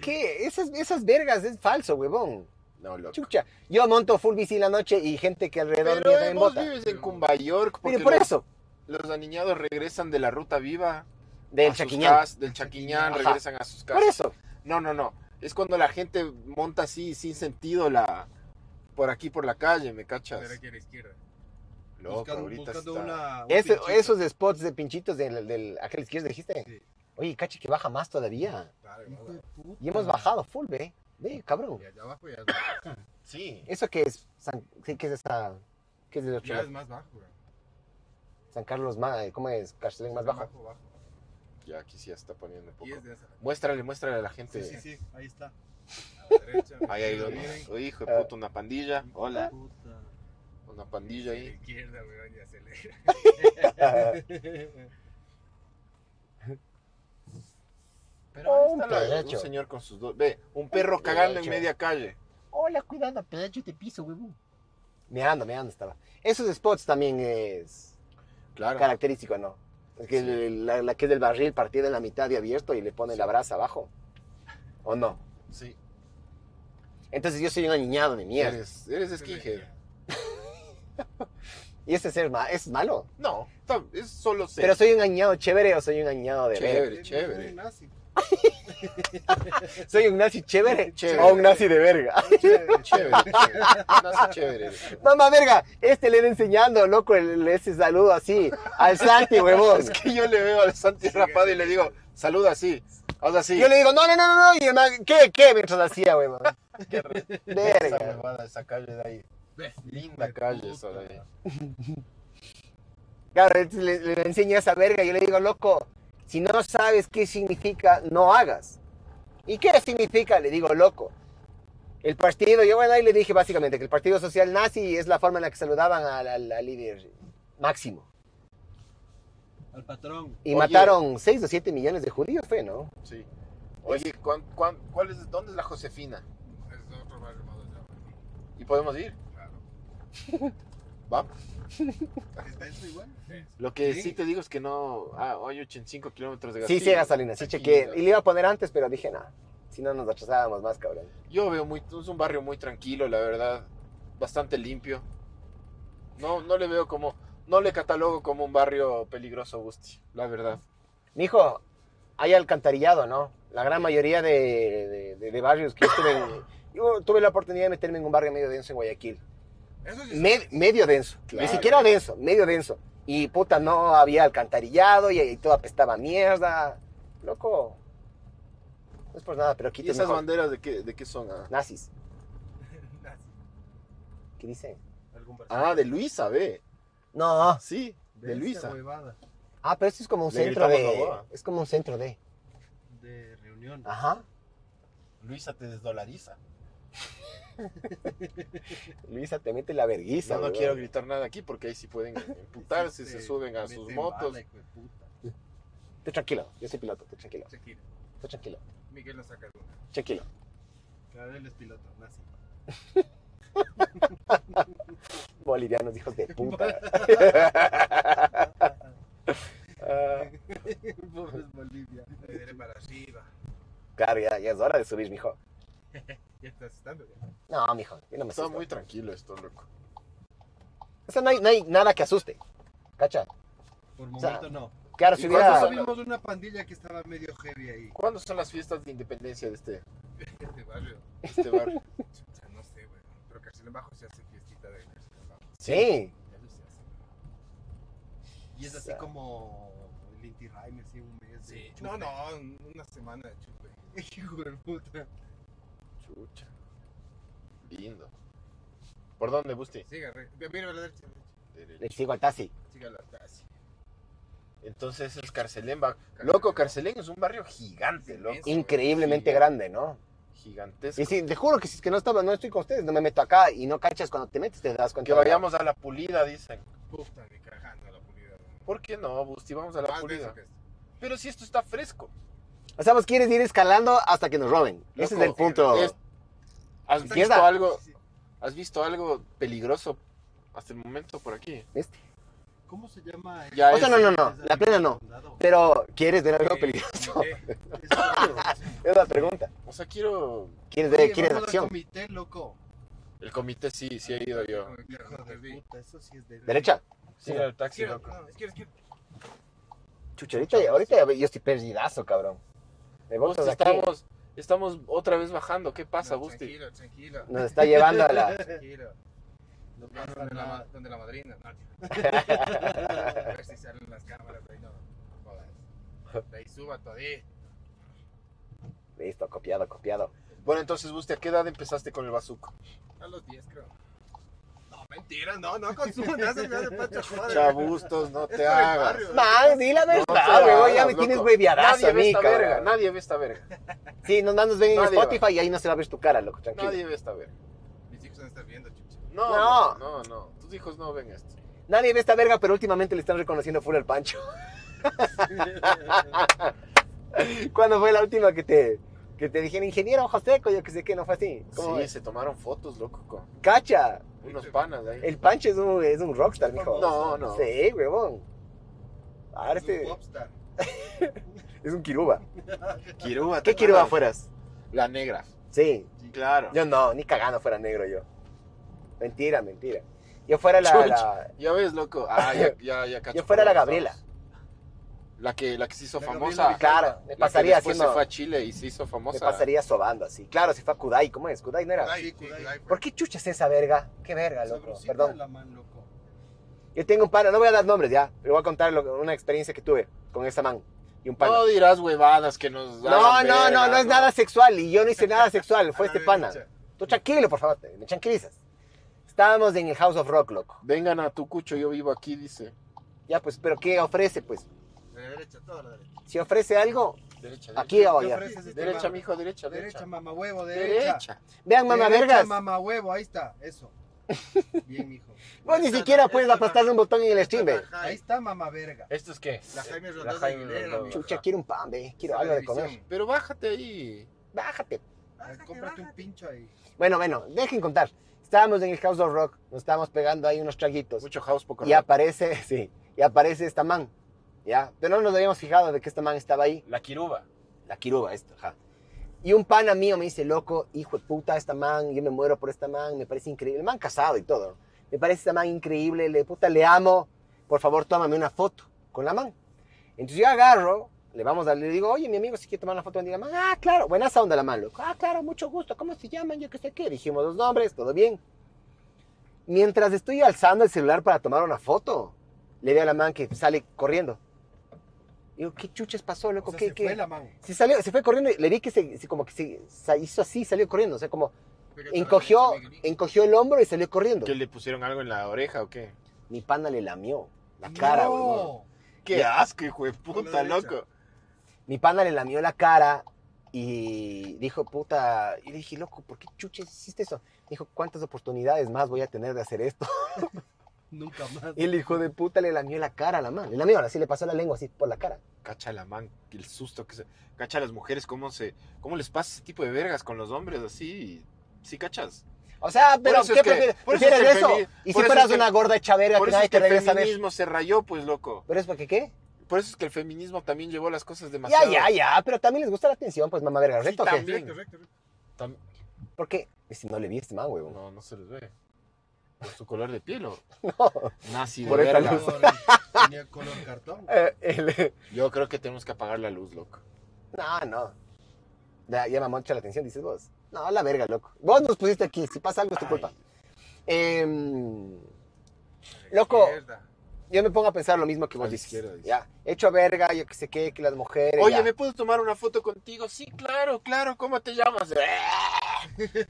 S3: ¿Qué? Esas, esas vergas es falso, huevón.
S2: No, loco.
S3: Chucha. Yo monto full bici en la noche y gente que alrededor mío
S2: Pero eh,
S3: también
S2: vos
S3: bota.
S2: vives en Cumbayork porque
S3: Pero por
S2: los-
S3: eso,
S2: Los, aniñados regresan de la ruta viva. a
S3: del
S2: sus
S3: chaquiñán.
S2: cas- del Chaquiñán,
S3: Ajá.
S2: regresan a sus
S3: Por
S2: casas.
S3: eso.
S2: No, no, no. Es cuando la gente monta así, sin sentido, la por aquí, por la calle, ¿me cachas?
S4: Derecha a la izquierda.
S2: Loco,
S6: buscando
S2: ahorita
S6: buscando
S2: está-
S6: una. un
S3: Eso-
S6: pinchito.
S3: esos spots de pinchitos del, del aquel izquierdo dijiste.
S6: Sí.
S3: Oye, cachi, que baja más todavía.
S4: Dale,
S6: Hijo
S4: vamos.
S6: de puta.
S3: Y hemos bajado full, ve. Ve, cabrón.
S4: Y allá abajo ya es,
S2: Sí.
S3: ¿Eso qué es? San, sí, ¿Qué es esa? ¿Qué es de los
S4: ya
S3: chulas?
S4: es más bajo, güey.
S3: San Carlos más, ¿cómo es? Castellón más bajo.
S4: Bajo, bajo.
S2: Ya aquí sí ya está poniendo un poco.
S4: Y es de esa.
S2: Muéstrale, muéstrale a la gente.
S6: Sí, sí, sí, ahí está.
S4: A la derecha.
S2: Ahí hay
S4: izquierda,
S2: uno.
S4: miren.
S2: Oh, Hijo de puta, una pandilla. Hola.
S6: Puta.
S2: Una pandilla
S4: A la
S2: ahí.
S4: izquierda, güey, ya se le.
S2: Pero ahí
S3: Oh,
S2: está la- un
S3: pedacho.
S2: señor con sus dos. Ve, un perro cagando en
S3: pedacho.
S2: media calle.
S3: *laughs* Hola, cuidado, pedacho te piso, huevón. Me ando, me ando estaba. Esos spots también es
S2: Claro.
S3: característico, ¿no? Es que
S2: Sí.
S3: el- la, la que es del barril partida en la mitad y abierto y le ponen la brasa abajo. ¿O no?
S2: Sí.
S3: Entonces yo soy un niñado de mierda.
S2: Eres, eres skinhead.
S3: Y ese ser ma- es malo.
S2: No, está- es solo ser.
S3: Pero soy un añado chévere o soy un añado de
S2: Chévere.
S3: verga.
S2: chévere.
S6: Es un nazi.
S3: Soy un nazi chévere
S2: *laughs* Chévere.
S3: o un nazi de verga. *laughs*
S6: Chévere,
S2: Chévere, chévere. Nace chévere. *laughs*
S3: Mamá verga, este le era enseñando, loco, el- ese saludo así
S2: *laughs*
S3: al Santi, huevón.
S2: Es que yo le veo al Santi rapado y le digo, saluda así. Haz así.
S3: Yo le digo, no, no, no, no, no, y el man, ¿qué, qué? Mientras
S2: *laughs*
S3: hacía, huevón.
S2: Esa
S3: Verga.
S2: huevada, esa calle de ahí.
S6: Ve, hijo
S2: Linda
S6: de
S2: calle
S6: puta.
S2: esa de ahí.
S3: Claro, entonces le, le enseñé esa verga, yo le digo, loco, si no sabes qué significa, no hagas. ¿Y qué significa? Le digo, loco. El partido, yo bueno, ahí le dije básicamente que el Partido Social Nazi es la forma en la que saludaban al, al- al líder máximo.
S6: Al patrón.
S3: Y
S2: Oye.
S3: mataron 6 o 7 millones de judíos, fue, ¿no?
S2: Sí. Oye, ¿cuán, cuán- cuál es, ¿dónde es la Josefina?
S4: *laughs* Es otro barrio más allá, güey.
S2: ¿Y podemos ir?
S4: Claro.
S2: Vamos.
S6: ¿Está eso igual?
S2: Lo que sí,
S6: Sí.
S2: te digo es que no. Ah, hay 85 kilómetros de
S3: Sí,
S2: gasolina.
S3: sí, gasolina, sí,
S2: Tranquilo.
S3: chequeé. Y le iba a poner antes, pero dije, nada, si no nos atrasábamos más, cabrón.
S2: Yo veo muy. Es un barrio muy tranquilo, la verdad. Bastante limpio. No, no le veo como. no le catalogo como un barrio peligroso, Gusti, la verdad.
S3: Mijo, hay alcantarillado, ¿no? La gran mayoría de, de- de- de barrios que yo estuve en- *coughs* Yo tuve la oportunidad de meterme en un barrio medio denso en Guayaquil.
S4: Eso sí.
S3: Me- medio denso. Ni
S2: Claro.
S3: siquiera denso, medio denso. Y puta, no había alcantarillado y, y todo apestaba a mierda. Loco. No es por nada, pero aquí
S2: ¿Y
S3: te
S2: esas
S3: mejor.
S2: banderas de qué, de qué son? Ah, *laughs*
S3: Nazis. ¿Qué dicen?
S6: Algún barrio.
S2: Ah, de Luisa, ve.
S3: No.
S2: Sí,
S6: Bestia
S2: de Luisa.
S6: huevada
S3: Ah, pero esto es como un
S2: Le
S3: centro
S2: gritamos la
S3: de.
S2: boda.
S3: Es como un centro de.
S6: de reunión.
S2: Ah,
S3: Ajá.
S1: Luisa te desdolariza.
S3: Luisa te mete la verguiza.
S2: No, no
S3: weón.
S2: quiero gritar nada aquí porque ahí sí
S3: *laughs*
S2: pueden emputarse, se
S6: Este,
S2: suben a
S6: mete
S2: sus
S6: bala,
S2: motos.
S6: hijo de puta.
S3: Estoy tranquilo. Yo soy piloto. Estoy tranquilo.
S6: Shakira.
S3: Estoy tranquilo.
S4: Miguel nos saca alguna.
S3: Tranquilo.
S6: Claro, él es piloto, nazi.
S3: Bolivianos, hijos de
S2: *laughs*
S3: puta. *laughs* Ah,
S6: Pobres Bolivia.
S4: Le dele para arriba.
S3: claro, ya, ya es hora de subir, mijo.
S4: Ya *laughs* estás estando.
S3: No, mijo. Yo no me
S2: Está
S3: asusto.
S2: muy tranquilo esto, loco.
S3: O sea, no hay, no hay nada que asuste. ¿Cacha?
S6: Por
S3: sea,
S6: momento no.
S3: Claro,
S2: ¿Y
S3: si
S2: cuántos
S3: hubiera.
S2: son
S6: Vimos una pandilla que estaba medio heavy ahí.
S2: ¿Cuándo son las fiestas de independencia de este,
S4: Este barrio.
S2: de este barrio?
S4: O sea, no sé, güey. Pero Carcel Bajo se hace fiestita de Carcel Bajo.
S3: Sí.
S4: Ya lo se hace.
S6: Y es así
S3: Sa-
S6: como el Inti Raime, así un mes. de chupe.
S4: No, no, una semana de chupe. *laughs*
S6: Hijo de puta.
S2: Chucha. Lindo. ¿Por dónde, Busti?
S4: Siga, re- mira la derecha.
S3: Le sigo al taxi.
S4: Siga la taza.
S2: Entonces es Carcelén. va- Loco, Carcelén es un barrio gigante, loco.
S3: Increíblemente
S2: Giga-
S3: grande, ¿no?
S2: Gigantesco.
S3: Y sí, te juro que si es que no estaba, no estoy con ustedes, no me meto acá y no cachas cuando te metes, te das cuenta.
S2: Que vayamos a la pulida, dicen.
S4: Puta, ni cagando la pulida. güey.
S2: ¿Por qué no, Busti? Vamos a la
S4: Más de
S2: pulida.
S4: eso que esto.
S2: Pero si esto está fresco.
S3: O sea, vos quieres ir escalando hasta que nos roben. Ese es
S2: Loco,
S3: el punto.
S2: es- ¿Has
S3: Izquierda.
S2: visto algo? ¿Has visto algo peligroso hasta el momento por aquí?
S3: ¿Viste?
S6: ¿Cómo se llama? el-
S2: Ya O sea,
S3: es- no, no, no,
S6: esa-
S3: la plena no.
S6: condado?
S3: Pero, ¿quieres ver algo
S4: Eh,
S2: *laughs*
S3: peligroso?
S4: eh,
S6: Es otro.
S3: Es la pregunta.
S2: O sea, quiero.
S3: ¿Quieres, ver,
S6: Oye,
S3: ¿quieres
S6: vamos al
S3: acción?
S6: comité, loco.
S2: El comité sí, sí he ido yo.
S4: no, claro,
S6: Hijo
S4: no
S6: de
S4: perdí.
S6: puta, eso sí es de...
S3: ¿Derecha?
S2: Sí, al taxi,
S4: Izquierda,
S2: loco.
S4: no, izquierda, izquierda.
S3: Chucha, ahorita, ahorita ya ve- yo estoy perdidazo, cabrón. Me botas
S2: Busti,
S3: de aquí.
S2: estamos, estamos otra vez bajando. ¿Qué pasa,
S4: No,
S2: Busti?
S4: Tranquilo, tranquilo.
S3: Nos está llevando
S2: *laughs*
S3: a la...
S4: *laughs* Tranquilo.
S6: No
S4: Ah,
S6: pasa
S4: donde, la, ma-
S6: nada.
S4: donde la madrina. No,
S2: *laughs*
S4: a ver si salen las cámaras de ahí, no. jodas. De ahí suba todavía.
S3: Listo, copiado, copiado.
S2: Bueno, entonces, Busti, ¿a qué edad empezaste con el bazuco?
S4: A los 10, creo. No, mentira, no, no consuman eso,
S5: *laughs*
S2: *laughs*
S4: me hace pacha joder.
S2: Chabustos, no te hagas. *laughs*
S4: barrio.
S3: Man, di la
S2: No te
S3: verdad, weón, ya
S2: hagas,
S3: me tienes
S2: loco.
S3: hueviadazo
S2: Nadie
S3: a
S2: ve
S3: mí,
S2: esta verga,
S3: cabrón.
S2: nadie ve esta verga.
S3: Sí, no, no nos ven en
S2: Nadie va.
S3: Spotify y ahí no se va a ver tu cara, loco, tranquilo.
S2: Nadie ve esta verga.
S4: Mis hijos van a estar viendo, chucha.
S2: No, no, no, no. Tus hijos no ven esto.
S3: Nadie ve esta verga, pero últimamente le están reconociendo full al Pancho. ¿Cuándo fue la última que te, que te dijeron, ingeniero, ojo seco? Yo que sé que no fue así. ¿Cómo
S2: Sí,
S3: ves?
S2: se tomaron fotos, loco, con
S3: Cacha,
S2: unos panas de ahí.
S3: el Pancho es un, es un rockstar, mijo.
S2: No, no.
S3: Sí, huevón. Ahora
S6: Es un
S3: este
S6: popstar.
S3: *laughs* es un Kiruba.
S2: Quiruba,
S3: ¿Qué
S2: te
S3: Kiruba
S2: mandan-
S3: fueras?
S2: La negra.
S3: Sí,
S2: Claro.
S3: yo no, ni cagando fuera negro yo. Mentira, mentira. Yo fuera la,
S2: Chucha.
S3: la-
S2: Ya ves, loco. Ah,
S3: *laughs*
S2: ya, ya, ya cacho
S3: yo fuera la
S2: por dónde
S3: Gabriela.
S2: estamos. La que, la que se hizo
S6: La
S2: famosa.
S6: Gabriela Villar.
S3: Claro, me
S2: La que
S3: pasaría
S2: después se
S3: haciendo,
S2: fue a Chile y se hizo
S3: me
S2: famosa.
S3: pasaría sobando así. Claro, si fue a Kudai, ¿cómo es? Kudai no era.
S4: Ay,
S6: Sí,
S4: sí,
S6: Kudai.
S4: Kudai,
S3: ¿Por qué chuchas esa verga? Qué verga, loco.
S6: Sabrosita
S3: Perdón.
S6: la man, loco.
S3: Yo tengo un pana, no voy a dar nombres ya, pero voy a contar lo- una experiencia que tuve con esa man y un pana.
S4: Oh,
S2: No dirás huevadas que nos
S3: No, no,
S2: hagan
S3: no, no,
S2: verga,
S3: es nada sexual y yo no hice nada sexual, fue
S4: A la
S3: este pana.
S4: derecha.
S3: Tú tranquilo, por favor, te- me tranquilizas. Estábamos en el House of Rock, loco.
S2: Vengan a tu cucho, yo vivo aquí, dice.
S3: Ya, pues, pero ¿qué ofrece? Pues,
S4: De la derecha, toda la derecha.
S3: si ofrece algo,
S2: Derecha, derecha.
S3: aquí o
S6: ¿Qué
S3: allá.
S6: ofreces este
S2: Oh, Derecha,
S6: man?
S2: mijo, derecha,
S6: Derecha,
S2: derecha.
S6: mamá huevo, derecha.
S2: Derecha.
S3: Vean, mamá vergas,
S6: Mamá huevo, ahí está,
S3: *laughs*
S6: eso. Bien, mijo.
S3: vos ni siquiera puedes aplastarle un botón en el stream, ve.
S6: Ahí está, mamá verga.
S2: ¿Esto es qué?
S4: La Jaime
S2: La
S4: Rodríguez
S2: Jaime
S4: Aguilera,
S2: Rodríguez.
S4: amigo.
S3: Chucha, quiero un pan, ve, quiero
S4: Esa
S3: algo de comer.
S4: televisión.
S2: Pero bájate ahí.
S3: Bájate.
S6: Ah, Cómprate un pincho ahí.
S3: Bueno, bueno, dejen contar. Estábamos en el House of Rock, nos estábamos pegando ahí unos traguitos.
S2: Mucho house, poco
S3: Y aparece, *laughs* sí, y aparece esta man, ¿ya? Pero no nos habíamos fijado de que esta man estaba ahí,
S2: La quiruba.
S3: la Kiruba, esto, ajá. Y un pana mío me dice, loco, hijo de puta, esta man, yo me muero por esta man, me parece increíble. El man casado y todo, ¿no? me parece esta man increíble, le puta, le amo. por favor, tómame una foto con la mano. Entonces yo agarro, le vamos a, le digo, oye, mi amigo, si quiere tomar una foto, bendiga la mano. Ah, claro, buena onda la mano. loco. Ah, claro, mucho gusto, ¿cómo se llaman? Yo qué sé qué. Dijimos los nombres, todo bien. Mientras estoy alzando el celular para tomar una foto, le veo a la man que sale corriendo. Digo, ¿qué chuches pasó,
S6: O
S3: loco?
S6: sea,
S3: ¿Qué,
S6: se
S3: qué?
S6: fue la mano.
S3: Se salió, se fue corriendo, y le vi que se, se- como que se, se hizo así, salió corriendo, o sea, como
S4: Pero
S3: encogió,
S4: también se me-
S3: encogió el hombro y salió corriendo.
S2: ¿Que le pusieron algo en la oreja o qué?
S3: Mi pana le lamió la cara, huevón.
S6: no.
S2: ¡Qué asco, hijo de puta,
S4: Con la derecha.
S2: loco!
S3: Mi pana le lamió la cara y dijo, puta, y le dije, loco, ¿por qué chuches hiciste eso? Dijo, ¿cuántas oportunidades más voy a tener de hacer esto? *laughs*
S6: Nunca más.
S3: Y el hijo de puta le lamió la cara a la mano. Le lamió, así le pasó la lengua así por la cara.
S2: Cacha la man, el susto que se... Cacha a las mujeres, cómo se... ¿Cómo les pasa ese tipo de vergas con los hombres así? ¿Sí cachas?
S3: O sea, pero
S2: eso
S3: ¿qué
S2: es que-
S3: prefieres?
S2: por eso es que
S3: ¿Prefieres
S2: el
S3: eso?
S2: femi-
S3: Y
S2: por eso
S3: si fueras
S2: es que-
S3: una gorda hecha verga
S2: Por
S3: que
S2: eso
S3: nadie
S2: es que
S3: te
S2: el
S3: regresa a ver.
S2: feminismo se rayó, pues, loco.
S3: ¿Pero es porque qué?
S2: Por eso es que el feminismo también llevó las cosas
S3: Ya,
S2: demasiado.
S3: ya, ya, pero también les gusta la atención, pues mamá verga, ¿reto o qué?
S2: también.
S4: Recto, recto, recto.
S2: Tam-
S3: Porque si no le vi a este man, huevón.
S2: No, no se les ve. Por su color de piel, ¿o?
S3: *laughs* No.
S2: Nazi de
S3: Por esta
S2: verga.
S3: luz.
S6: *laughs* Color- Tenía color cartón.
S3: Eh, el- *laughs*
S2: Yo creo que tenemos que apagar la luz, loco.
S3: No, no. Ya, ya me mucho la atención, dices vos. No, la verga, loco. Vos nos pusiste aquí. Si pasa algo, es tu culpa. Em, Loco.
S4: Izquierda.
S3: yo me pongo a pensar lo mismo que
S2: A
S3: vos
S2: la
S3: dices.
S2: izquierda, dice.
S3: Ya, hecho a verga, yo que sé qué, que las mujeres.
S2: Oye,
S3: ya.
S2: ¿me puedo tomar una foto contigo? Sí, claro, claro. ¿Cómo te llamas?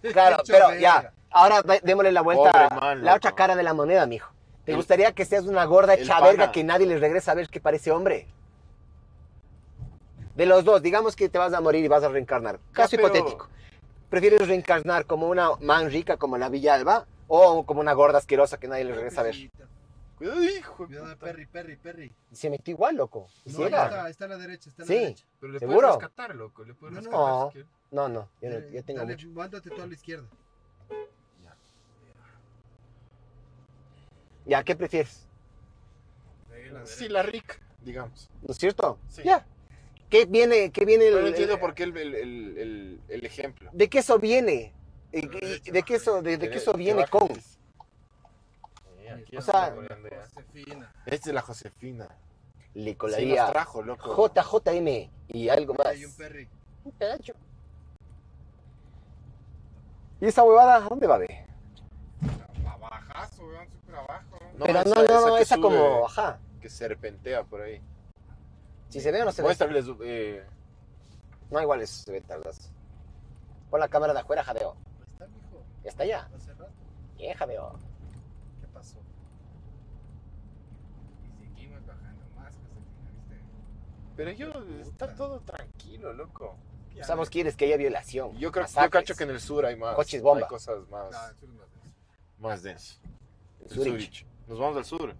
S3: Claro,
S6: Hecho
S3: pero
S6: verga.
S3: ya. Ahora ve- démosle la vuelta
S2: Pobre
S3: a
S2: man,
S3: la
S2: loco.
S3: otra cara de la moneda, mijo. ¿Te
S2: El-
S3: gustaría que seas una gorda
S2: el
S3: hecha
S2: pana.
S3: verga que nadie les regresa a ver que parece hombre? De los dos, digamos que te vas a morir y vas a reencarnar. Caso
S2: pero-
S3: hipotético. ¿Prefieres reencarnar como una man rica como la Villalba o como una gorda asquerosa que nadie le regresa a ver?
S2: Cuidado, hijo. de
S6: Cuidado,
S2: puta.
S6: Perry, Perry, Perry.
S3: Se metió igual, loco. Y
S6: No,
S3: sí
S6: ahí
S3: era.
S6: está, está a la derecha, está a la
S3: Sí.
S6: derecha.
S4: Pero le
S3: ¿Seguro?
S4: puedes rescatar, loco. Le puedes
S6: No, no.
S4: rescatar. si
S3: No.
S4: quieres.
S3: No, no, yo,
S5: Eh,
S3: no- yo tengo
S6: Dale,
S3: mucho.
S6: mándate tú a la izquierda.
S3: Ya, ¿qué prefieres?
S4: Ahí en la derecha.
S2: Sí, la rica, digamos.
S3: ¿No es cierto?
S2: Sí.
S3: Ya. ¿Qué viene, qué viene el-
S2: Pero no entiendo
S3: el-
S2: por qué el, el- el- el- el ejemplo.
S3: ¿De qué eso viene? ¿Y-
S4: Pero de
S3: y-
S4: hecho,
S3: ¿De qué eso, de, de qué eso viene
S2: baja,
S3: con?
S2: dice. Eh, aquí
S3: O
S2: ya
S3: sea-
S2: me estoy poniendo ya.
S6: Josefina.
S2: Esta es la Josefina.
S3: Le
S2: Sí nos
S3: colaría
S2: trajo, loco.
S3: JJM y algo más.
S6: Hay un Perry.
S3: Un pedacho. ¿Y esa huevada a dónde va, ve?
S4: Abajazo, weón, súper abajo.
S2: No,
S3: Pero no,
S2: esa-
S3: no,
S2: esa
S3: no,
S2: que
S3: esa
S2: sube,
S3: como, ajá.
S2: Que serpentea por ahí.
S3: Si se ve o no se ve.
S2: Muéstrales. eh,
S3: No, igual eso se ve tardas. Pon la cámara de afuera, jadeo.
S6: Ahí está, mijo.
S3: Ya está allá.
S6: Hace rato.
S3: Bien, jadeo.
S6: ¿Qué pasó?
S4: Y seguimos bajando más, Josefina, ¿viste?
S2: pero yo. Está todo tranquilo, loco.
S3: O sea, vos quieres que haya violación.
S2: Yo creo yo
S3: masacres,
S2: cacho que en el sur hay más.
S3: Coches bomba. Ah,
S2: Hay cosas más,
S4: No, tú no haces.
S2: más densas. El
S3: Zurich.
S2: Zurich. Nos vamos al sur.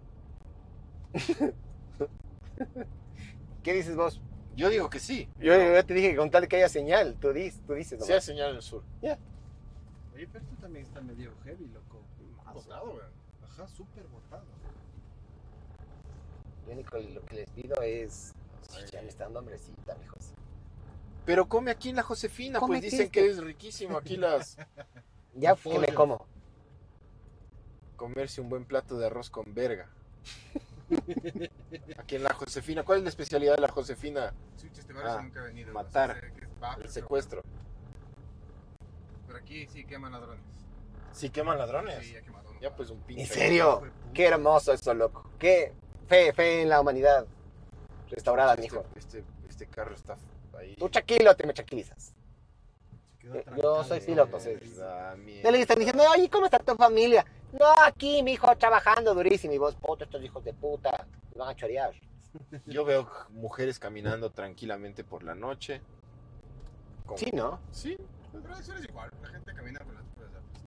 S3: ¿Qué dices vos?
S2: Yo digo que sí.
S3: Yo, yo te dije que con tal que haya señal, tú, dices, tú dices.
S2: Sí hay señal en el sur.
S6: Oye, pero tú también está medio heavy, loco.
S5: Ah,
S2: Pues
S4: Botado, weón.
S6: Ajá, súper botado.
S3: Lo único lo que les pido es. Ya me está dando hambrecita, mijos.
S2: Pero come aquí en la Josefina,
S3: Come
S2: pues
S3: aquí,
S2: dicen
S3: es
S2: que
S3: que-
S2: es riquísimo aquí
S3: *laughs*
S2: las
S3: Ya
S6: Un
S3: que me
S6: pollo.
S3: como.
S2: comerse un buen plato de arroz con verga. Aquí en la Josefina, ¿cuál es la especialidad de la Josefina?
S4: Chucha, este barrio
S2: Ah,
S4: nunca ha venido.
S2: matar.
S4: no sé qué es bajo,
S2: El secuestro.
S4: pero- Pero aquí sí queman ladrones.
S2: Si queman ladrones.
S4: Sí, ya quemaron.
S2: Ya pues un pinche.
S3: ¿En serio?
S6: puta.
S3: Qué hermoso eso, loco. Qué fe, fe en la humanidad. Restaurada,
S2: Este,
S3: mijo.
S2: este, este carro está ahí.
S3: Tú chaquilo, te me chaquilizas.
S6: Se quedó
S2: Eh,
S3: Yo- yo
S6: trancado.
S3: soy piloto, sí.
S2: Mierda, mierda.
S3: Ya le están diciendo, oye, ¿cómo está tu familia? No, aquí, mijo, trabajando durísimo. Y vos, puto, estos hijos de puta. me Van a chorear.
S2: Yo veo mujeres caminando tranquilamente por la noche. con-
S3: Sí, ¿no?
S2: Sí,
S4: Pero eso es igual, la gente camina con las puras armas.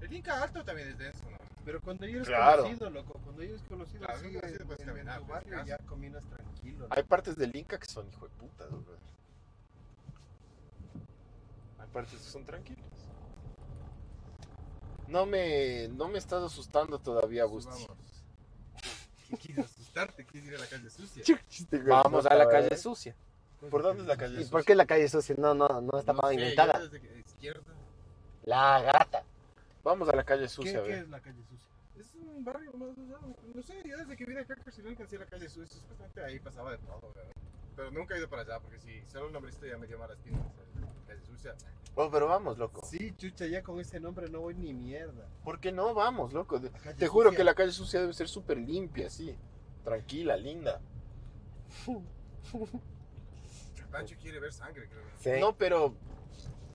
S4: El Inca Alto también es denso, ¿no?
S6: Pero cuando yo eres
S2: Claro.
S6: conocido, loco, cuando yo eres conocido,
S4: Claro,
S6: así
S4: nunca has ido, puedes
S6: en, en
S4: caminar,
S6: tu
S4: pues,
S6: barrio
S4: casi.
S6: ya caminas tranquilo.
S2: Hay partes del Inca que son hijo de puta, ¿no, brother? Hay partes que son tranquilas. No me, no me estás asustando todavía, Busti.
S4: Pues Vamos. ¿Qué quieres asustarte? ¿Quieres ir a la calle sucia?
S2: Vamos a la calle
S3: sucia.
S2: sucia. ¿eh? ¿Por dónde es la calle
S3: ¿Y
S2: sucia?
S3: por qué la calle sucia? No, no, no está
S4: sé,
S3: pavimentada.
S4: yo desde que- izquierda.
S3: La gata.
S2: Vamos a la calle
S6: ¿Qué,
S2: sucia, a
S6: qué
S2: ver.
S6: es la calle sucia?
S4: Es un barrio más, o sea, no sé, yo desde que vine acá a Carcelón cansé la calle Suiza, supuestamente ahí pasaba de todo, ¿verdad? Pero nunca he ido para allá, porque si solo el nombrista ya me dio malas pintas, ¿sabes? calle sucia.
S2: Bueno, Oh, pero vamos, loco.
S6: Sí, chucha, ya con ese nombre no voy ni mierda.
S2: ¿Por qué no vamos, loco? De-
S6: La calle
S2: Te juro
S6: sucia.
S2: que la calle sucia debe ser súper limpia, así. Tranquila, linda.
S4: Pancho quiere ver sangre, creo.
S3: Sí.
S2: No, pero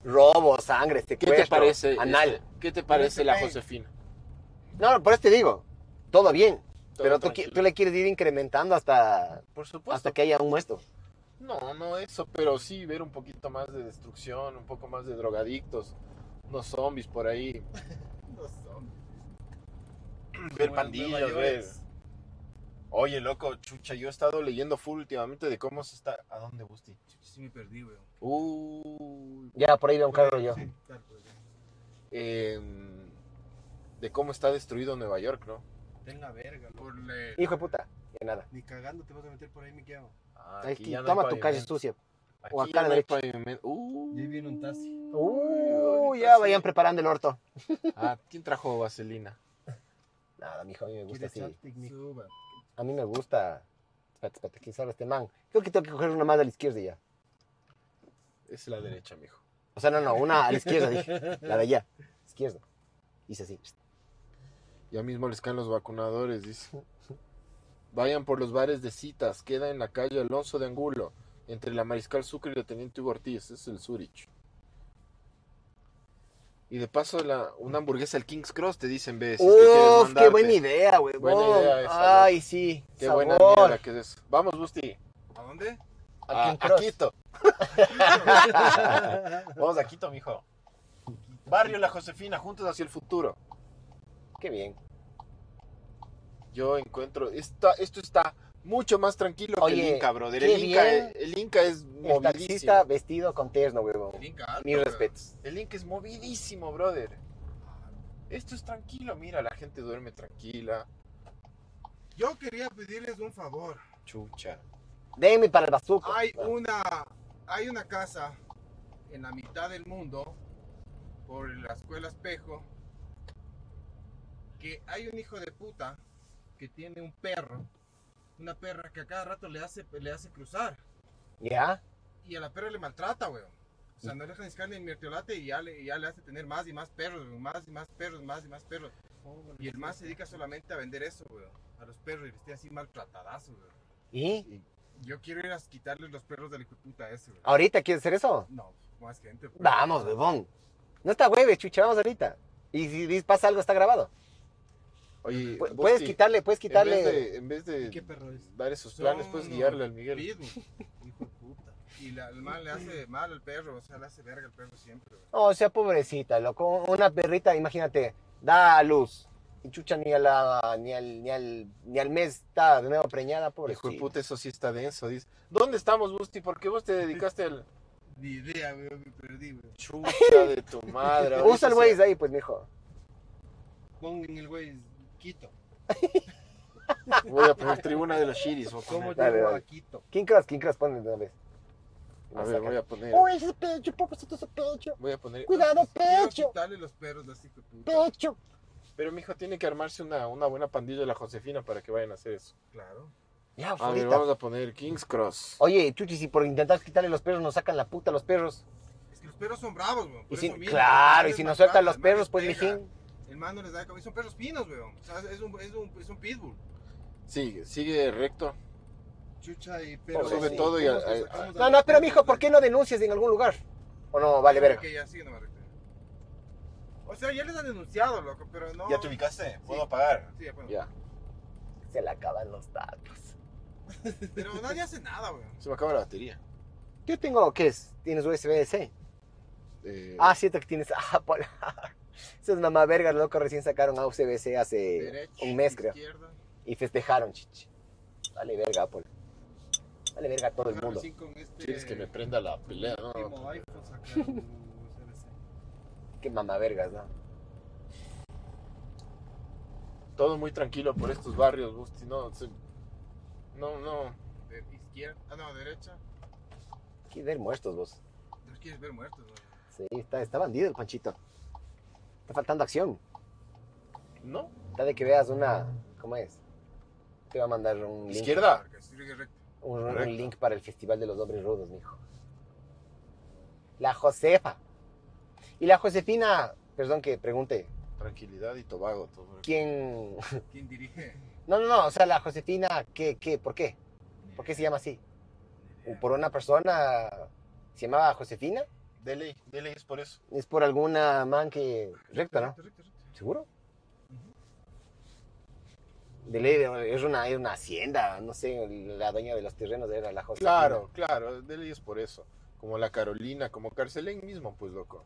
S3: Robo, sangre,
S2: ¿qué te
S3: secuestro,
S2: parece?
S3: Anal.
S2: este, ¿Qué te parece la
S4: Ese pay.
S2: Josefina?
S3: No, por eso te digo, todo bien.
S2: Todo
S3: pero tú, qui-
S2: tranquilo. Pues
S3: tú le quieres ir incrementando hasta,
S2: Por supuesto.
S3: hasta que haya un muerto.
S2: No, no eso, pero sí ver un poquito más de destrucción, un poco más de drogadictos, unos zombies por ahí,
S4: *laughs* No son.
S2: ver
S4: Como en
S2: pandillas,
S4: Nueva
S2: ver.
S4: York.
S2: Oye, loco, chucha, yo he estado leyendo full últimamente de cómo se está. ¿A dónde, Busti?
S4: Chucha, sí me perdí, weón.
S3: Uh.
S2: Uy,
S3: Ya por ahí veo un carro yo.
S4: Sí, tal, pues, ya.
S2: em, de cómo está destruido Nueva York, ¿no?
S6: Ten la verga, loco.
S4: Por le-
S3: Hijo de puta, ya nada.
S6: Ni cagando te vas a meter por ahí, mi quedo.
S2: Ah,
S3: Ahí sí,
S2: ya no hay
S3: toma tu calle
S2: pavimento.
S3: sucia.
S2: Aquí
S3: o acá
S2: ya
S3: a la
S2: no hay
S3: derecha.
S2: pavimento.
S6: Y ahí
S2: Uh,
S6: viene un taxi.
S3: Uh,
S2: ahorita
S3: ya
S2: sí.
S3: vayan preparando el orto.
S2: ah, ¿quién trajo vaselina?
S3: Nada, mijo, a mí me gusta
S6: ¿Quieres
S3: así.
S6: chapstick, mi? *laughs*
S4: Suba.
S3: A mí me gusta. Espérate, espérate, ¿quién sabe este man? Creo que tengo que coger una más a la izquierda y ya.
S2: Es la derecha, mijo.
S3: O sea, no, no, una a la
S2: *laughs*
S3: izquierda, dije. La de allá, izquierda. Hice así.
S2: Ya mismo les caen los vacunadores, dice. Vayan por los bares de citas. Queda en la calle Alonso de Angulo, entre la Mariscal Sucre y la Teniente Hugo Ortiz. Es el Zurich. Y de paso, la, una hamburguesa al King's Cross, te dicen, ve, si es que quieres
S3: Uf, qué
S2: mandarte.
S3: buena idea, huevón.
S2: Buena idea esa,
S3: Ay, sí.
S2: Qué
S3: sabor.
S2: buena mierda que es eso. Vamos, Busti.
S4: ¿A dónde?
S2: A,
S3: Aquí
S2: a Quito. Vamos a Quito, mijo. Barrio La Josefina, juntos hacia el futuro.
S3: Qué bien.
S2: Yo encuentro. Esta, esto está mucho más tranquilo que
S3: Oye,
S2: el Inca, brother.
S3: qué
S2: El Inca,
S3: bien.
S2: el Inca es
S3: El
S2: movidísimo.
S3: taxista vestido con terno, huevón.
S4: El Inca alto,
S3: Mis
S4: weón.
S3: respetos.
S2: El Inca es movidísimo, brother. Esto es tranquilo, mira, la gente duerme tranquila.
S4: Yo quería pedirles un favor.
S2: Chucha.
S3: Deme para el bazuco.
S4: Hay una, hay una casa en la mitad del mundo, por la escuela espejo, que hay un hijo de puta que tiene un perro, una perra que a cada rato le hace, le hace cruzar
S3: ¿Ya?
S4: y a la perra le maltrata, weón. O sea, no le deja ni siquiera ni el mertiolate y ya, le, y ya le hace tener más y más perros, weón, más y más perros, más y más perros. Y el más se dedica solamente a vender eso, weón, a los perros y les tiene así maltratadazo, weón.
S3: ¿Y?
S4: Yo quiero ir a quitarles los perros del hijo de puta ese, güey.
S3: ¿Ahorita quieres hacer eso?
S4: No, más gente. pues.
S3: Vamos, huevón. No está hueve, chucha, vamos ahorita. Y si dis- pasa algo, está grabado.
S2: Oye,
S3: Pu-
S2: Busti,
S3: Puedes quitarle,
S2: En
S3: puedes
S2: vez
S3: quitarle.
S2: de, en vez de
S6: ¿Qué perro es?
S2: dar esos
S4: Son
S2: planes, puedes
S4: unos
S2: guiarle al Miguel.
S4: pitbull.
S6: Hijo de puta.
S4: Y la, el mal le hace mal al perro, o sea, le hace verga al perro siempre, güey.
S3: Oh, sea pobrecita, loco. Una perrita, imagínate, da a luz. Y chucha ni, a la, ni, al, ni, al, ni al mes está de nuevo preñada,
S2: Hijo de
S3: pobrecita.
S2: puta, eso sí está denso. Dice, ¿dónde estamos, Busti? ¿Por qué vos te dedicaste al
S4: Ni idea, güey, me perdí, güey.
S2: chucha de
S3: *laughs*
S2: tu madre? ahorita
S3: Usa el
S2: sí.
S3: Waze ahí, pues, mijo.
S6: Pon en el güey Quito.
S2: Voy a poner tribuna de los shiris. voy a
S6: ¿Cómo
S2: poner.
S3: Dale,
S6: llego
S3: dale.
S6: a Quito?
S3: King Cross, King Cross, ponle de una vez.
S2: A ver, voy a poner.
S3: Uy, ese pecho, pobrecito ese pecho.
S2: Voy a poner.
S3: Cuidado,
S4: Quiero
S3: pecho,
S4: quitarle los perros de ese hijo de puta.
S3: pecho.
S2: Pero mijo, tiene que armarse una, una buena pandilla de la Josefina para que vayan a hacer eso.
S4: Claro.
S3: Ya,
S2: A ver,
S3: ahorita.
S2: vamos a poner King's Cross.
S3: Oye, Chuchi, si por intentar quitarle los perros nos sacan la puta los perros.
S4: Es que los perros son bravos, güey.
S3: Y
S4: por
S3: si,
S4: eso mismo,
S3: claro, y
S4: les
S3: si nos
S4: maltrata,
S3: sueltan los
S4: el man les
S3: perros, pues,
S4: pega.
S3: mijín.
S4: El man no les da de comer, son perros finos, güey. O sea, es un, es un, es un pitbull.
S2: Sigue, sigue recto.
S6: Chucha y pero.
S2: Sube
S6: sí,
S2: todo y
S6: ¿cómo
S2: a-
S6: es que
S2: a-
S6: sacamos
S3: No,
S6: a-
S3: no, pero mijo, ¿por qué no denuncias en algún lugar? O no, vale, verga.
S4: Que ya sigue nomás, recto. O sea, ya les han denunciado, loco, pero no.
S2: ubicaste?
S4: ¿Puedo
S2: apagar?
S4: Sí, bueno.
S2: Ya,
S3: Se le acaban los datos.
S4: Pero nadie hace nada,
S3: *laughs*
S4: güey.
S2: se me acaba la batería.
S3: Yo tengo, ¿qué es? ¿Tienes USB-C?
S2: Eh,
S3: Ah, cierto que tienes *laughs* Apple. Esas mamá vergas, loco, recién sacaron a USB-C hace
S4: Derecha,
S3: un mes, creo.
S4: izquierda.
S3: Y festejaron, chichi. Vale, verga, Apple. Vale, verga, a todo el
S4: Agarro
S3: mundo.
S4: así con este-
S2: ¿Quieres que me prenda la pelea? No,
S6: Último
S3: pues.
S2: no,
S3: *laughs*
S6: iPhone sacaron un USB-C.
S3: Qué mamá vergas, ¿no?
S2: Todo muy tranquilo por estos barrios, Busti. No, se- no, no.
S4: de izquierda, ah, no, derecha.
S3: Qué ver muertos vos.
S4: Los quieres ver muertos, güey.
S3: Sí, está, está bandido el Panchito. Está faltando acción.
S2: No,
S3: Está de que veas una. ¿Cómo es? Te va a mandar un link.
S2: Izquierda.
S3: Un, un
S2: Correcto.
S3: link para el Festival de los Hombres Rudos, mijo. La Josefa. Y la Josefina, perdón que pregunte,
S2: Tranquilidad y Tobago. todo por aquí.
S3: ¿quién. *laughs*
S4: ¿Quién dirige?
S3: No, no, no, o sea, la Josefina, ¿qué, qué, por qué? ¿Por qué se llama así? ¿Por una persona se llamaba Josefina?
S2: De ley, de ley es por eso.
S3: ¿Es por alguna man que. Recto, ¿no? ¿Seguro? De ley, es una, es una hacienda, no sé, la dueña de los terrenos era la Josefina.
S2: Claro, claro, de ley es por eso. Como la Carolina, como Carcelén mismo, pues loco.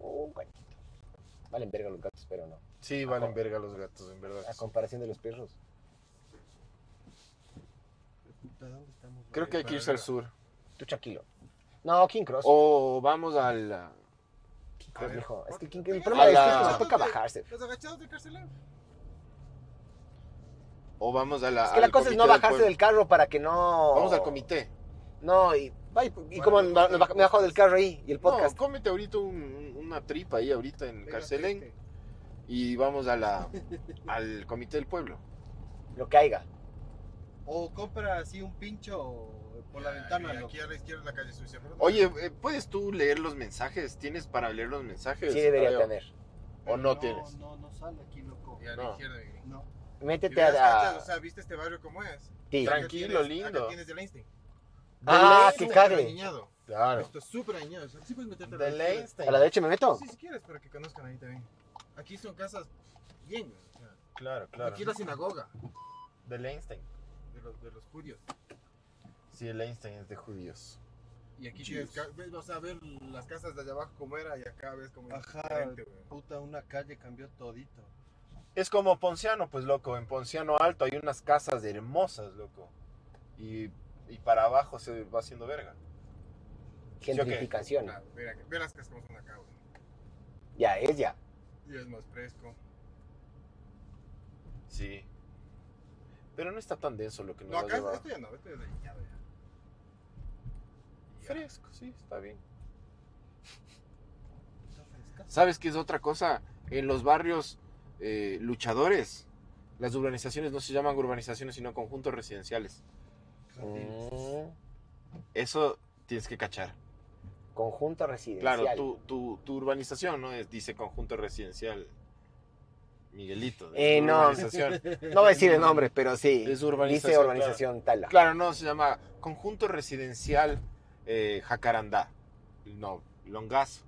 S3: Un cachito. Oh, Valen verga los gatos, pero no.
S2: Sí, van en verga los gatos, en verdad.
S3: A comparación de los perros.
S6: Puta, ¿dónde estamos?
S2: Creo que hay que irse al sur.
S3: Tú tranquilo. No, King Cross.
S2: O vamos al.
S3: King Cross,
S4: a ver,
S3: mijo. Es que King Cross.
S4: ¿por qué?
S3: El problema es que
S2: A
S3: King
S2: la-
S3: Cross toca bajarse.
S4: Los agachados de carcelero.
S2: O vamos a la.
S3: Es que la
S2: al
S3: cosa es
S2: comité
S3: no
S2: del
S3: bajarse
S2: pueblo.
S3: del carro para que no.
S2: Vamos al comité.
S3: No, y, va, y- y como me, me bajo- me bajo del carro ahí y el podcast.
S2: No, cómete ahorita un- una tripa ahí, ahorita en Carcelén. Y vamos a *laughs* la, al comité del pueblo.
S3: Lo caiga.
S6: O compra así un pincho por la ventana, loco.
S4: Aquí a la izquierda de la calle sucia. pero-
S2: Oye, eh, ¿puedes tú leer los mensajes? ¿Tienes para leer los mensajes?
S3: Sí debería
S2: Tadeo?
S3: tener.
S2: ¿O no, tienes?
S6: No, no sale aquí, loco.
S4: Y a la
S2: No.
S4: izquierda, Miguel.
S6: No.
S4: Y
S3: Métete a
S4: verás, cachas, O
S3: la.
S4: sea, ¿viste este barrio cómo es?
S3: Sí.
S2: Tranqui- Tranquilo,
S4: Acá tienes- acá
S2: lindo.
S4: tienes el Einstein.
S3: Ah, que
S4: Súper
S3: cague.
S4: alineado.
S2: Claro.
S4: Esto es súper dañado. Sí puedes meterte a la
S2: Del
S4: izquierda.
S2: Einstein.
S3: ¿A la derecha me meto?
S4: Sí, si quieres, para que conozcan ahí también. Aquí son casas bien, güey. O sea,
S2: Claro, claro.
S4: Aquí la sinagoga
S2: Del Einstein.
S4: de los, de los judíos.
S2: Sí, el Einstein es de judíos.
S4: Y aquí tienes, ca- ves, vas a ver las casas de allá abajo cómo era y acá ves cómo es
S6: Ajá.
S4: diferente, güey.
S6: Puta, una calle cambió todito.
S2: Es como Ponciano, pues loco. En Ponciano Alto hay unas casas hermosas, loco. Y, y para abajo se va haciendo verga. ¿Sí o qué?
S3: Gentrificación.
S4: Ah, mira, que- ve las casas como son acá, güey.
S3: Ya es ya.
S4: Y es más fresco.
S2: Sí. Pero no está tan denso lo que nos
S4: No,
S2: has
S4: acá
S2: llevado.
S4: esto ya no, esto ya es dañado ya. Ya.
S2: Fresco, sí, está bien.
S6: Está fresca.
S2: ¿Sabes qué es otra cosa? En los barrios eh, luchadores, las urbanizaciones no se llaman urbanizaciones, sino conjuntos residenciales.
S6: Jardines.
S3: Mm,
S2: Eso tienes que cachar.
S3: Conjunto residencial.
S2: Claro, tu, tu, tu urbanización no es, dice conjunto residencial. Miguelito. es
S3: Eh, no. *laughs*
S2: urbanización.
S3: No voy a decir el nombre, pero sí.
S2: Es urbanización.
S3: Dice
S2: claro.
S3: urbanización tal.
S2: Claro, no, se llama Conjunto Residencial eh, Jacarandá. No, Longazo.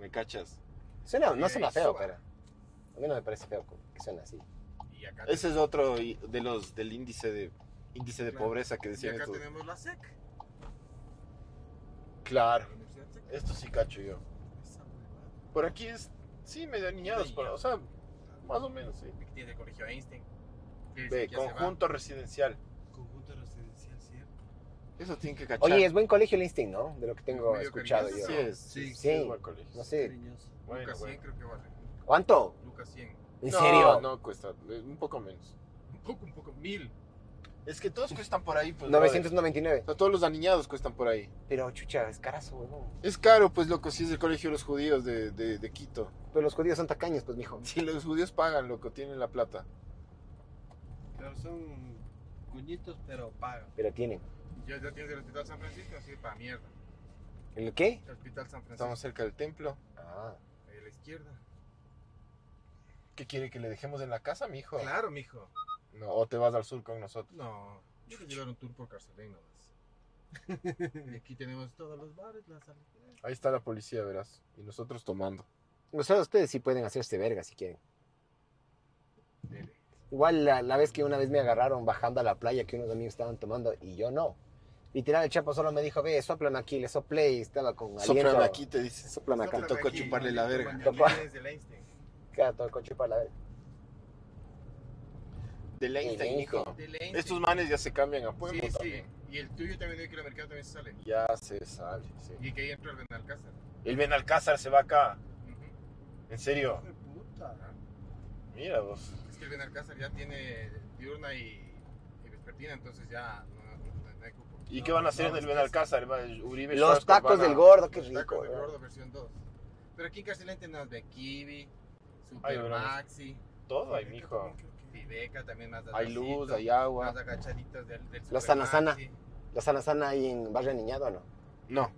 S2: ¿Me cachas?
S3: Suena, no
S4: Mira,
S3: suena
S4: y
S3: feo,
S4: suba.
S3: pero. A mí no me parece feo que suena así.
S4: Y acá,
S2: Ese es otro i- de los del índice de índice de
S4: Claro.
S2: pobreza que
S4: y
S2: decían
S4: acá
S2: estos.
S4: tenemos la SEC. la
S2: Claro,
S4: Universidad SEC.
S2: esto sí cacho yo.
S6: Esa huevada.
S2: Por aquí es sí medio niñados, pero, o sea, más o menos sí.
S4: Aquí tienes el colegio Einstein. que dice
S2: Ve,
S4: que ya se va.
S2: conjunto residencial.
S6: Conjunto residencial, ¿cierto?
S2: Eso tiene que cachar.
S3: Oye, es buen colegio el Instinct, ¿no? De lo que tengo
S4: Medio
S3: escuchado
S4: cariñoso,
S3: yo.
S2: sí es, sí,
S6: Sí.
S2: sí es buen colegio.
S3: No sé.
S6: Cariñoso.
S2: Bueno,
S4: Lucas 100
S2: bueno.
S4: creo que vale.
S3: ¿Cuánto?
S4: Lucas 100.
S3: ¿En
S2: No,
S3: serio?
S2: No, cuesta, eh, un poco menos.
S4: Un poco, un poco. Mil.
S2: Es que todos cuestan por ahí, pues. brother.
S3: 999.
S2: O sea, todos los aniñados cuestan por ahí.
S3: Pero chucha, es carazo, weón.
S2: Es caro, pues, loco, si es el colegio de los judíos de, de- de Quito.
S3: Pero los judíos son tacaños, pues, mijo.
S2: Si los judíos pagan, loco, tienen la plata.
S6: Claro, son cuñitos, pero pagan.
S3: Pero tienen.
S4: Ya, ya tienes el Hospital San Francisco, así para mierda.
S3: ¿El qué?
S4: El Hospital San Francisco.
S2: Estamos cerca del templo.
S3: Ah.
S4: Ahí a la izquierda.
S2: ¿Qué quiere que le dejemos en la casa, mijo?
S4: Claro, mijo.
S2: No, o te vas al sur con nosotros.
S4: No, yo te llevar un tour por Carcelén
S6: *laughs*
S4: nomás. y aquí tenemos todos los bares, las salas.
S2: Ahí está la policía, verás. Y nosotros tomando.
S3: O sea, ustedes sí pueden hacerse verga si quieren.
S4: Dele.
S3: Igual la, la vez que una vez me agarraron bajando a la playa que unos amigos estaban tomando y yo no. Literal, el chapo solo me dijo, ve, soplan aquí, le soplé y estaba con aliento.
S2: Soplan aquí, te dice.
S3: Soplan acá.
S2: Te tocó chuparle la verga.
S3: Papá.
S4: Desde el Einstein.
S3: Claro, todo el coche para la verga.
S2: Del Einstein,
S3: Del
S2: mijo.
S3: Einstein.
S4: Del Einstein.
S2: Estos manes ya se cambian a
S4: Sí,
S2: Pueblo
S4: sí.
S2: también.
S4: Y el tuyo también, de que el mercado también se sale.
S2: ¿eh? Ya se sale, sí.
S4: Y que ahí entra el Benalcázar.
S2: El Benalcázar se va acá.
S4: Ujú.
S2: En serio.
S6: Hijo de puta.
S2: Mira vos.
S4: Es que el Benalcázar ya tiene diurna y, y vespertina, entonces ya no, no- no hay cupo.
S2: ¿Y
S4: No,
S2: qué van a hacer
S4: no,
S2: en el Ah,
S4: es-
S2: Benalcázar? Va- Uribe y
S3: Los
S2: Schwarzkopf van
S3: tacos
S2: a-
S3: del gordo, qué
S4: Los tacos
S3: rico.
S4: de
S3: weón.
S4: gordo versión 2. Pero aquí en Carcelén tenemos de Kiwi,
S2: Ay,
S4: Super
S2: verás.
S4: Maxi,
S2: todo hay, mijo.
S4: Viveca también más
S2: Hay luz,
S4: atrasito,
S2: hay agua.
S4: Más agachaditos del, del
S3: La
S4: Superman,
S3: sana-sana.
S4: sí.
S3: ¿La sana sana ahí en Barrio Niñado o no?
S2: No.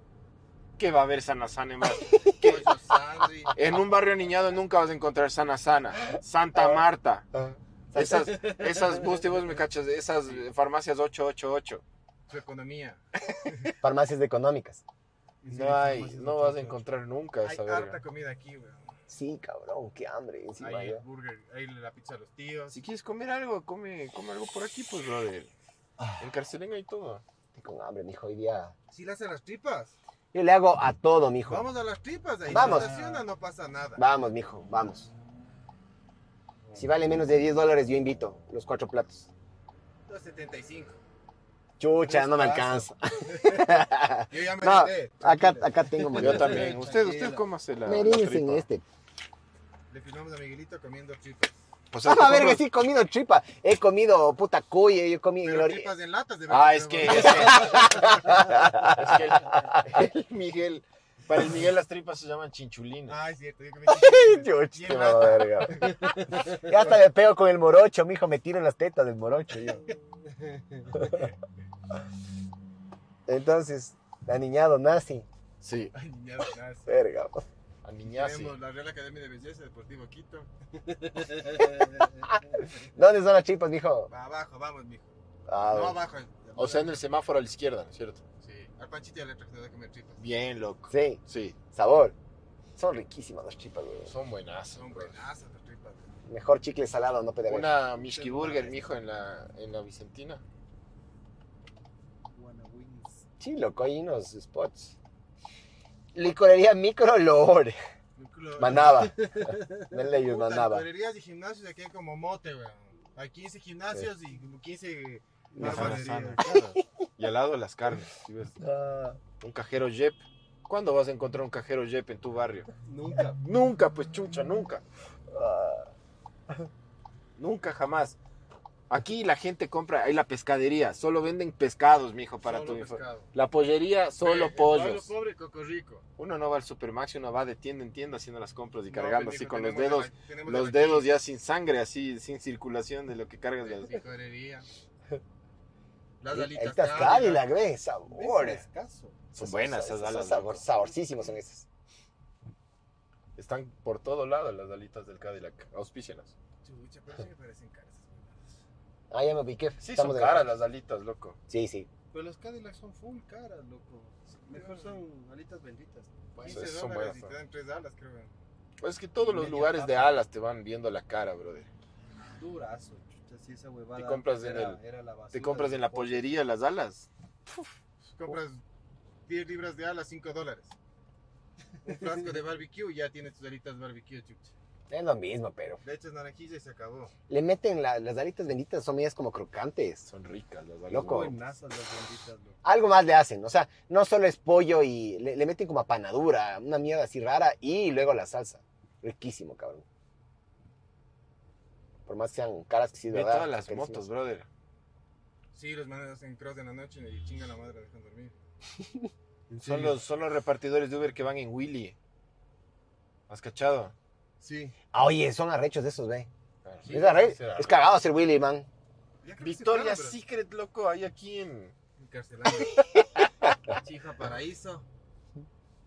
S2: ¿Qué va a haber sana sana *laughs* en barrio?
S4: Pollo sándwich.
S2: En un barrio niñado nunca vas a encontrar sana sana. Santa Marta.
S3: Ah.
S2: Esas, esas, vos, te- vos me cachas, esas eh, farmacias 888.
S4: Su economía.
S3: Farmacias económicas.
S2: No hay, no vas a encontrar nunca
S4: Hay
S2: esa
S4: harta
S2: verga.
S4: comida aquí, weón.
S3: Sí, cabrón, qué hambre. Encima
S4: Hay
S3: yo.
S4: el burger, hay la pizza de los tíos.
S2: Si quieres comer algo, come, come algo por aquí, pues, brother. En Carcelén hay todo.
S3: Estoy con hambre, mijo, hoy día.
S4: Sí le hacen las tripas.
S3: Yo le hago a todo, mijo. Vamos,
S4: Vamos a las tripas de ahí.
S3: Vamos.
S4: se estaciona, no pasa nada.
S3: mijo, vamos. Si vale menos de 10 dólares, yo invito los cuatro platos.
S4: 275.
S3: Chucha,
S6: Tres
S3: no me
S6: tazas.
S3: alcanza.
S4: Yo ya me eh,
S3: No,
S4: enteré.
S3: Acá, acá tengo
S2: Yo
S3: moneda. *laughs*
S2: también. Usted, usted
S6: Tranquilo.
S2: cómase la, la
S3: Merecen
S2: tripa.
S3: este.
S4: Le filmamos a Miguelito comiendo tripas.
S2: O sea,
S3: Ah,
S2: te
S3: a ver, que
S2: compras-
S3: sí he comido tripa. He comido puta cuya, yo he comido...
S4: Pero
S3: glori- *laughs*
S4: tripas en latas de
S2: Ah,
S4: verdad,
S2: es que,
S4: weón.
S2: *laughs* es que- es que el, el Miguel, para el Miguel las tripas se llaman chinchulines.
S4: Ah, es cierto. Yo comí
S3: *laughs* Chuch,
S4: Y
S3: qué
S4: en
S3: mamá
S4: *laughs*
S3: verga. Ya hasta me pego con el morocho, mijo, me tiro en las tetas del morocho
S4: *laughs*
S3: yo. Entonces, aniñado nazi,
S2: Sí,
S4: Ay, niñado, nada, sí.
S3: verga.
S2: a niñazi.
S4: Tenemos la Real Academia de Belleza Deportivo
S2: *laughs*
S4: Quito.
S3: ¿Dónde son las tripas, mijo?
S4: Va abajo, vamos, mijo.
S3: Ah,
S4: No
S3: bueno.
S4: abajo.
S2: O sea, en el semáforo a la izquierda, ¿no es cierto?
S4: Sí. Al panchito ya le trajeron de comer tripas.
S2: Bien, loco.
S3: sí,
S2: Sí,
S3: sabor. Son riquísimas las tripas, güey.
S2: son buenas.
S4: Son buenas las tripas.
S3: Mejor chicle salado no puede haber.
S2: Una Mishki Burger, mijo, en la, en la Vicentina.
S3: Sí, loco, hay unos spots. Licorería micro lore. Manaba. Denle
S4: Puta,
S3: manaba.
S4: licorerías y gimnasios aquí hay como mote, weón. Hay 15 gimnasios y como 15
S3: Las
S4: barberías.
S2: Y al lado las carnes. ¿sí ves?
S3: Ah,
S2: Un cajero Jep. ¿Cuándo vas a encontrar un cajero Jep en tu barrio?
S6: Nunca.
S2: Nunca, pues chucha, nunca.
S3: ah.
S2: Nunca, jamás. Aquí la gente compra, hay la pescadería, solo venden pescados, mijo, para
S4: Solo
S2: tu info-
S4: pescado.
S2: La pollería, solo
S4: Eh,
S2: pollos.
S4: Solo pobre coco rico.
S2: Uno no va al Supermax y uno va de tienda en tienda haciendo las compras y
S4: No,
S2: cargando
S4: pendejo,
S2: así con los
S4: tenemos
S2: dedos,
S4: de la- tenemos de
S2: los
S4: la
S2: dedos ya sin sangre, así sin circulación de lo que cargas.
S4: de
S2: las- *laughs*
S4: licorería. Las
S3: Ahí
S4: alitas
S3: estás, Cadillac, ve, sabores.
S6: escaso.
S2: Son buenas esas
S3: Son
S2: alas.
S3: sabor-
S2: loco.
S3: saborcísimos son esas.
S2: Están por todo lado las alitas del Cadillac. Auspícialas.
S4: Chucha, pero sí me parecen caras. esas mamadas.
S3: Ah, ya me ubiqué.
S2: Sí,
S3: Estamos
S2: son
S3: en-
S2: caras las alitas, loco.
S3: Sí, sí.
S6: Pero las Cadillacs son full caras, loco. Mejor son alitas benditas.
S4: 15
S2: Esas son
S4: dólares y
S2: buenas,
S4: te dan tres alas, creo. weón.
S2: Pues es que todos los
S6: Media
S2: lugares de
S6: papa.
S2: alas te van viendo la cara, brother.
S6: Durazo, chucha, sí, esa huevada.
S2: Te compras
S6: antes
S2: en
S6: era-
S2: el-
S6: era la basura
S2: Te compras
S6: del
S5: Oh,
S2: en la
S6: deporte.
S2: pollería las alas.
S4: Compras 10 libras de alas, 5 dólares.
S2: *laughs*
S4: Un frasco de barbecue, ya tienes tus alitas barbecue, chucha.
S3: Es lo mismo, pero.
S4: Le echas naranjilla y se acabó.
S3: Le meten la- las alitas benditas, son medias como crocantes.
S2: Son ricas las alas.
S3: Loco.
S2: brother.
S6: Buenazas las benditas, loco.
S3: Algo más le hacen, o sea, no solo es pollo y le, le meten como apanadura, una mierda así rara y luego la salsa. Riquísimo, cabrón. Por más que sean caras que sí,
S2: Ve
S3: ¿verdad?
S2: todas las
S3: Carísimas.
S2: motos, brother.
S4: Sí, los manes hacen cross en la noche y chingan la madre, dejan dormir.
S2: Son los, son los repartidores de Uber que van en Willy. ¿Has cachado?
S4: Sí.
S3: Ah, oye, son arrechos de esos, ve.
S4: Sí,
S3: es, arre-
S2: será
S3: es cagado hacer Willy, man.
S4: Ya creo que
S2: Victoria
S4: se fueron, bro.
S2: Secret, loco, hay aquí en.
S4: Encarcelando. Chija Paraíso.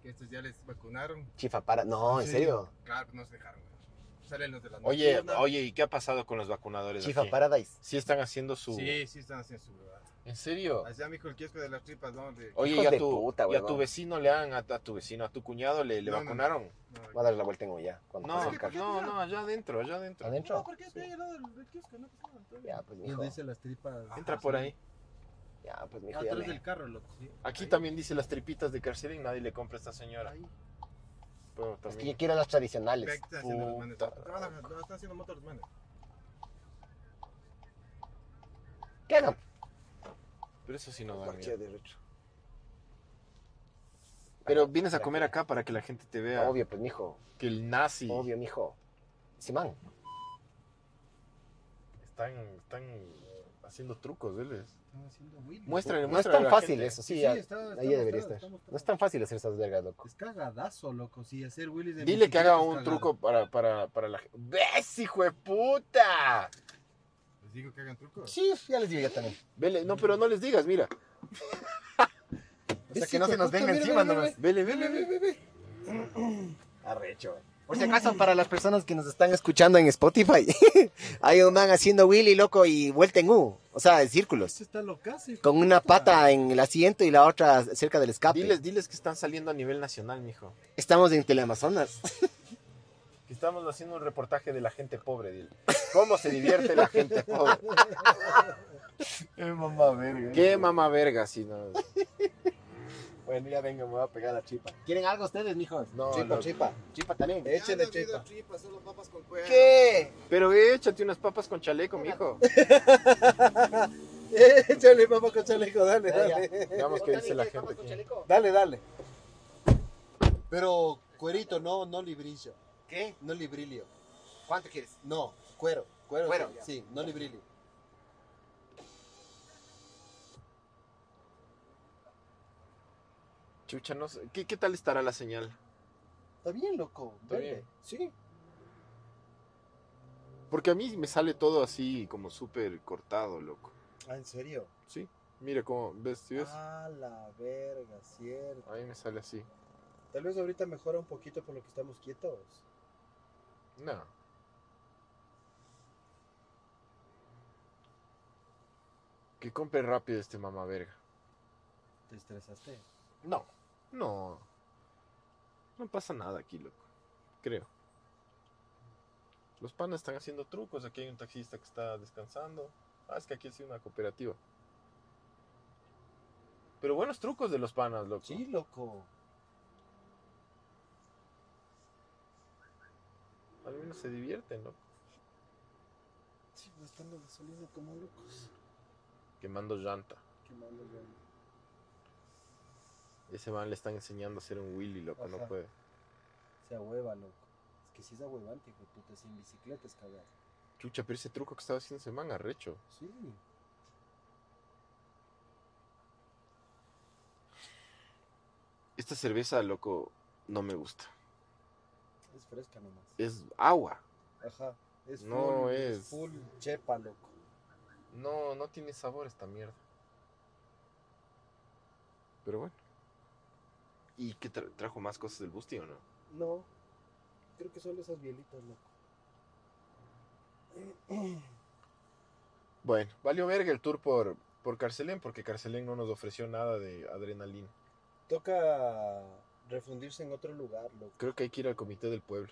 S4: Que estos ya les vacunaron.
S3: Chifa para. No, en
S4: Sí.
S3: serio.
S4: Claro, pues no se dejaron. güey. Salen los de la
S2: Oye,
S4: nocturna.
S2: oye, ¿y qué ha pasado con los vacunadores?
S3: Chifa
S2: aquí?
S3: Paradise.
S2: Sí están haciendo su.
S4: Sí, sí están haciendo su verdad.
S2: ¿En serio?
S4: Allá, mijo, el kiosco de las tripas, ¿no? De-
S2: Oye,
S3: Hijos
S2: ¿y a
S3: de
S2: tu,
S3: puta,
S2: y a
S3: huevón.
S2: tu vecino le han, a, a tu vecino, a tu cuñado le, le
S4: No, no.
S2: vacunaron?
S4: no, de-
S3: Voy a dar la vuelta en ya. Cuando
S2: No,
S3: pase
S2: no,
S3: el carro.
S2: no, allá adentro, allá adentro.
S3: ¿Adentro?
S6: No, ¿por qué? Estoy al lado del, del kiosco, no pasa nada. todavía.
S3: Ya, pues, mijo.
S6: Donde dice las tripas.
S5: Ah,
S2: Entra por ahí.
S3: Ya, pues, mijo, ya
S6: Atrás
S3: me...
S6: del carro, loco. sí.
S2: Aquí
S6: Ahí.
S2: también dice las tripitas de cárcel y nadie le compra a esta señora.
S6: Ahí.
S2: Pero
S3: Es que yo
S2: también.
S3: quiero las
S4: Ve
S3: tradicionales.
S4: que están haciendo los manes.
S2: Puta.
S4: Van a- Están haciendo motos los manes.
S3: ¿Qué hagan?
S2: Pero eso sí no da
S3: Cualquier
S2: miedo.
S3: derecho.
S2: Pero vienes a comer acá para que la gente te vea.
S3: Obvio, pues, mijo.
S2: Que el nazi.
S3: Obvio, mijo. Simán.
S2: Están, están haciendo trucos, él es.
S5: Estaba haciendo Willy.
S2: Muéstrale,
S3: No es
S2: muéstrale a
S3: tan
S2: la
S3: fácil
S2: gente.
S3: eso,
S5: Sí,
S3: sí, ya-
S5: está- está
S3: ahí ya debería
S5: mostrado,
S3: estar.
S5: está mostrado.
S3: No es tan fácil hacer esas vergas, loco.
S5: Es cagadazo, loco. Sí, hacer Willy de
S2: Dile que
S5: bicicleta
S2: haga
S5: es
S2: un
S5: cagado.
S2: truco para, para, para la gente. ¡Ves, hijo de puta!
S4: Les digo que hagan truco.
S3: Sí, ya les digo yo también.
S2: Vele, no, pero no les digas, mira.
S3: O sea,
S5: Ese
S3: que no se
S5: hijo de
S3: nos
S5: puta,
S3: venga
S5: mira,
S3: encima
S5: mira,
S3: nomás.
S2: Vele, vele, vele, vele.
S3: Arrecho, güey. Por si acaso, para las personas que nos están escuchando en Spotify, *laughs* hay un man haciendo Willy, loco, y vuelta en U. O sea, en círculos.
S5: Ese está locazo, hijo
S3: Con
S5: de
S3: una
S5: puta.
S3: pata en el asiento y la otra cerca del escape.
S2: Diles, diles que están saliendo a nivel nacional, mijo.
S3: Estamos en Teleamazonas.
S2: Que estamos haciendo un reportaje de la gente pobre, dile. ¿Cómo se divierte la gente pobre? Qué mamá verga, si no.
S3: Bueno, ya venga, me voy a pegar la chipa. ¿Quieren algo ustedes, mijos?
S2: No,
S3: chipa,
S2: no. Eh,
S3: chipa. Chipa también.
S4: Ya no ha habido tripa, solo papas con cuero.
S3: ¿Qué?
S2: Pero échate unas papas con chaleco, mijo.
S7: Échale, papá, con chaleco, dale,
S3: Ya, ya.
S7: dale.
S2: Veamos qué dice la gente. aquí.
S7: Dale, dale.
S5: Pero cuerito, no, no librillo.
S3: ¿Qué?
S5: No librilio.
S3: ¿Cuánto quieres?
S5: No, cuero. Cuero.
S3: Cuero.
S5: sí, Sí, no librilio.
S2: Chucha, no sé. ¿Qué, qué tal estará la señal?
S5: Está bien, loco.
S2: Está
S5: verde.
S2: bien.
S5: Sí.
S2: Porque a mí me sale todo así, como súper cortado, loco.
S5: Ah, ¿en serio?
S2: Sí. Mira cómo, ¿ves? ¿Sí ves?
S5: Ah, la verga, cierto.
S2: A mí me sale así.
S5: Tal vez ahorita mejora un poquito por lo que estamos quietos.
S2: No. Que compre rápido este mamá verga.
S5: ¿Te estresaste?
S2: No. No. No pasa nada aquí, loco. Creo. Los panas están haciendo trucos. Aquí hay un taxista que está descansando. Ah, es que aquí es una cooperativa. Pero buenos trucos de los panas, loco.
S5: Sí, loco.
S2: Al menos se divierten, loco.
S5: Sí,
S3: pues,
S5: gastando gasolina como locos.
S2: Quemando llanta.
S5: Quemando bueno.
S2: Ese man le están enseñando a hacer un Willy, loco. No
S5: Ajá.
S2: puede.
S5: Se ahueva, loco. Es que si es ahuevante, hijo de puta, sin bicicleta es cagado.
S2: Chucha, pero ese truco que estaba haciendo ese man, arrecho.
S5: Sí.
S2: Esta cerveza, loco, no me gusta.
S5: Es fresca nomás.
S2: Es agua.
S5: Ajá. Es
S2: No
S5: full,
S2: es-
S5: Full chepa, loco.
S2: No, no tiene sabor esta mierda. Pero bueno. ¿Y qué tra- trajo más cosas del Busti o no?
S5: No. Creo que solo esas bielitas, loco.
S2: Bueno, valió verga el tour por, por Carcelén porque Carcelén no nos ofreció nada de adrenalina.
S5: Toca refundirse en otro lugar, loco.
S2: Creo que hay que ir al comité del pueblo.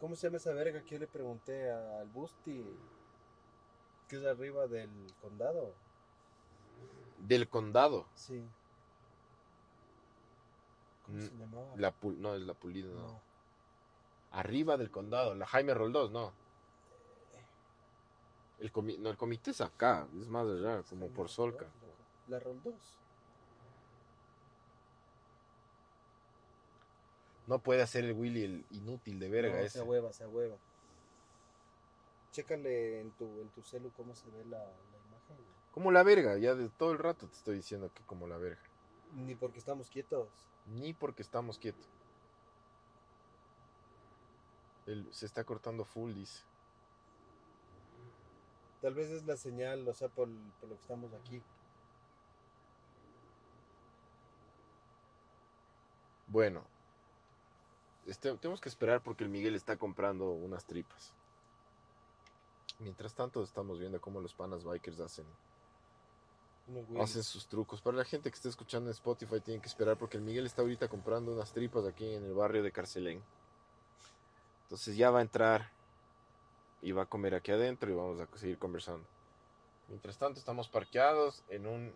S5: ¿Cómo se llama esa verga que yo le pregunté al Busti? Que es arriba del condado.
S2: Del condado.
S5: Sí. ¿Cómo
S2: Mm,
S5: se llamaba?
S2: La Pul- no, es la pulida, no.
S5: No.
S2: Arriba del condado. La Jaime Roldós, no. El, comi- no, el comité es acá, es más allá, como por Solca.
S5: La Roldós.
S2: No puede hacer el Willy el inútil de verga
S5: No, se
S2: ese.
S5: hueva, se hueva. Chécale en tu, en tu celu cómo se ve la, la imagen. güey.
S2: Como la verga, ya de todo el rato te estoy diciendo que como la verga.
S5: Ni porque estamos quietos.
S2: Ni porque estamos quietos. El- se está cortando full, dice.
S5: Tal vez es la señal, o sea, por, por lo que estamos aquí.
S2: Bueno. Este- tenemos que esperar porque el Miguel está comprando unas tripas. Mientras tanto estamos viendo cómo los panas bikers hacen,
S5: Unos
S2: hacen sus trucos. Para la gente que está escuchando en Spotify tienen que esperar porque el Miguel está ahorita comprando unas tripas aquí en el barrio de Carcelén. Entonces ya va a entrar y va a comer aquí adentro y vamos a seguir conversando. Mientras tanto estamos parqueados en un...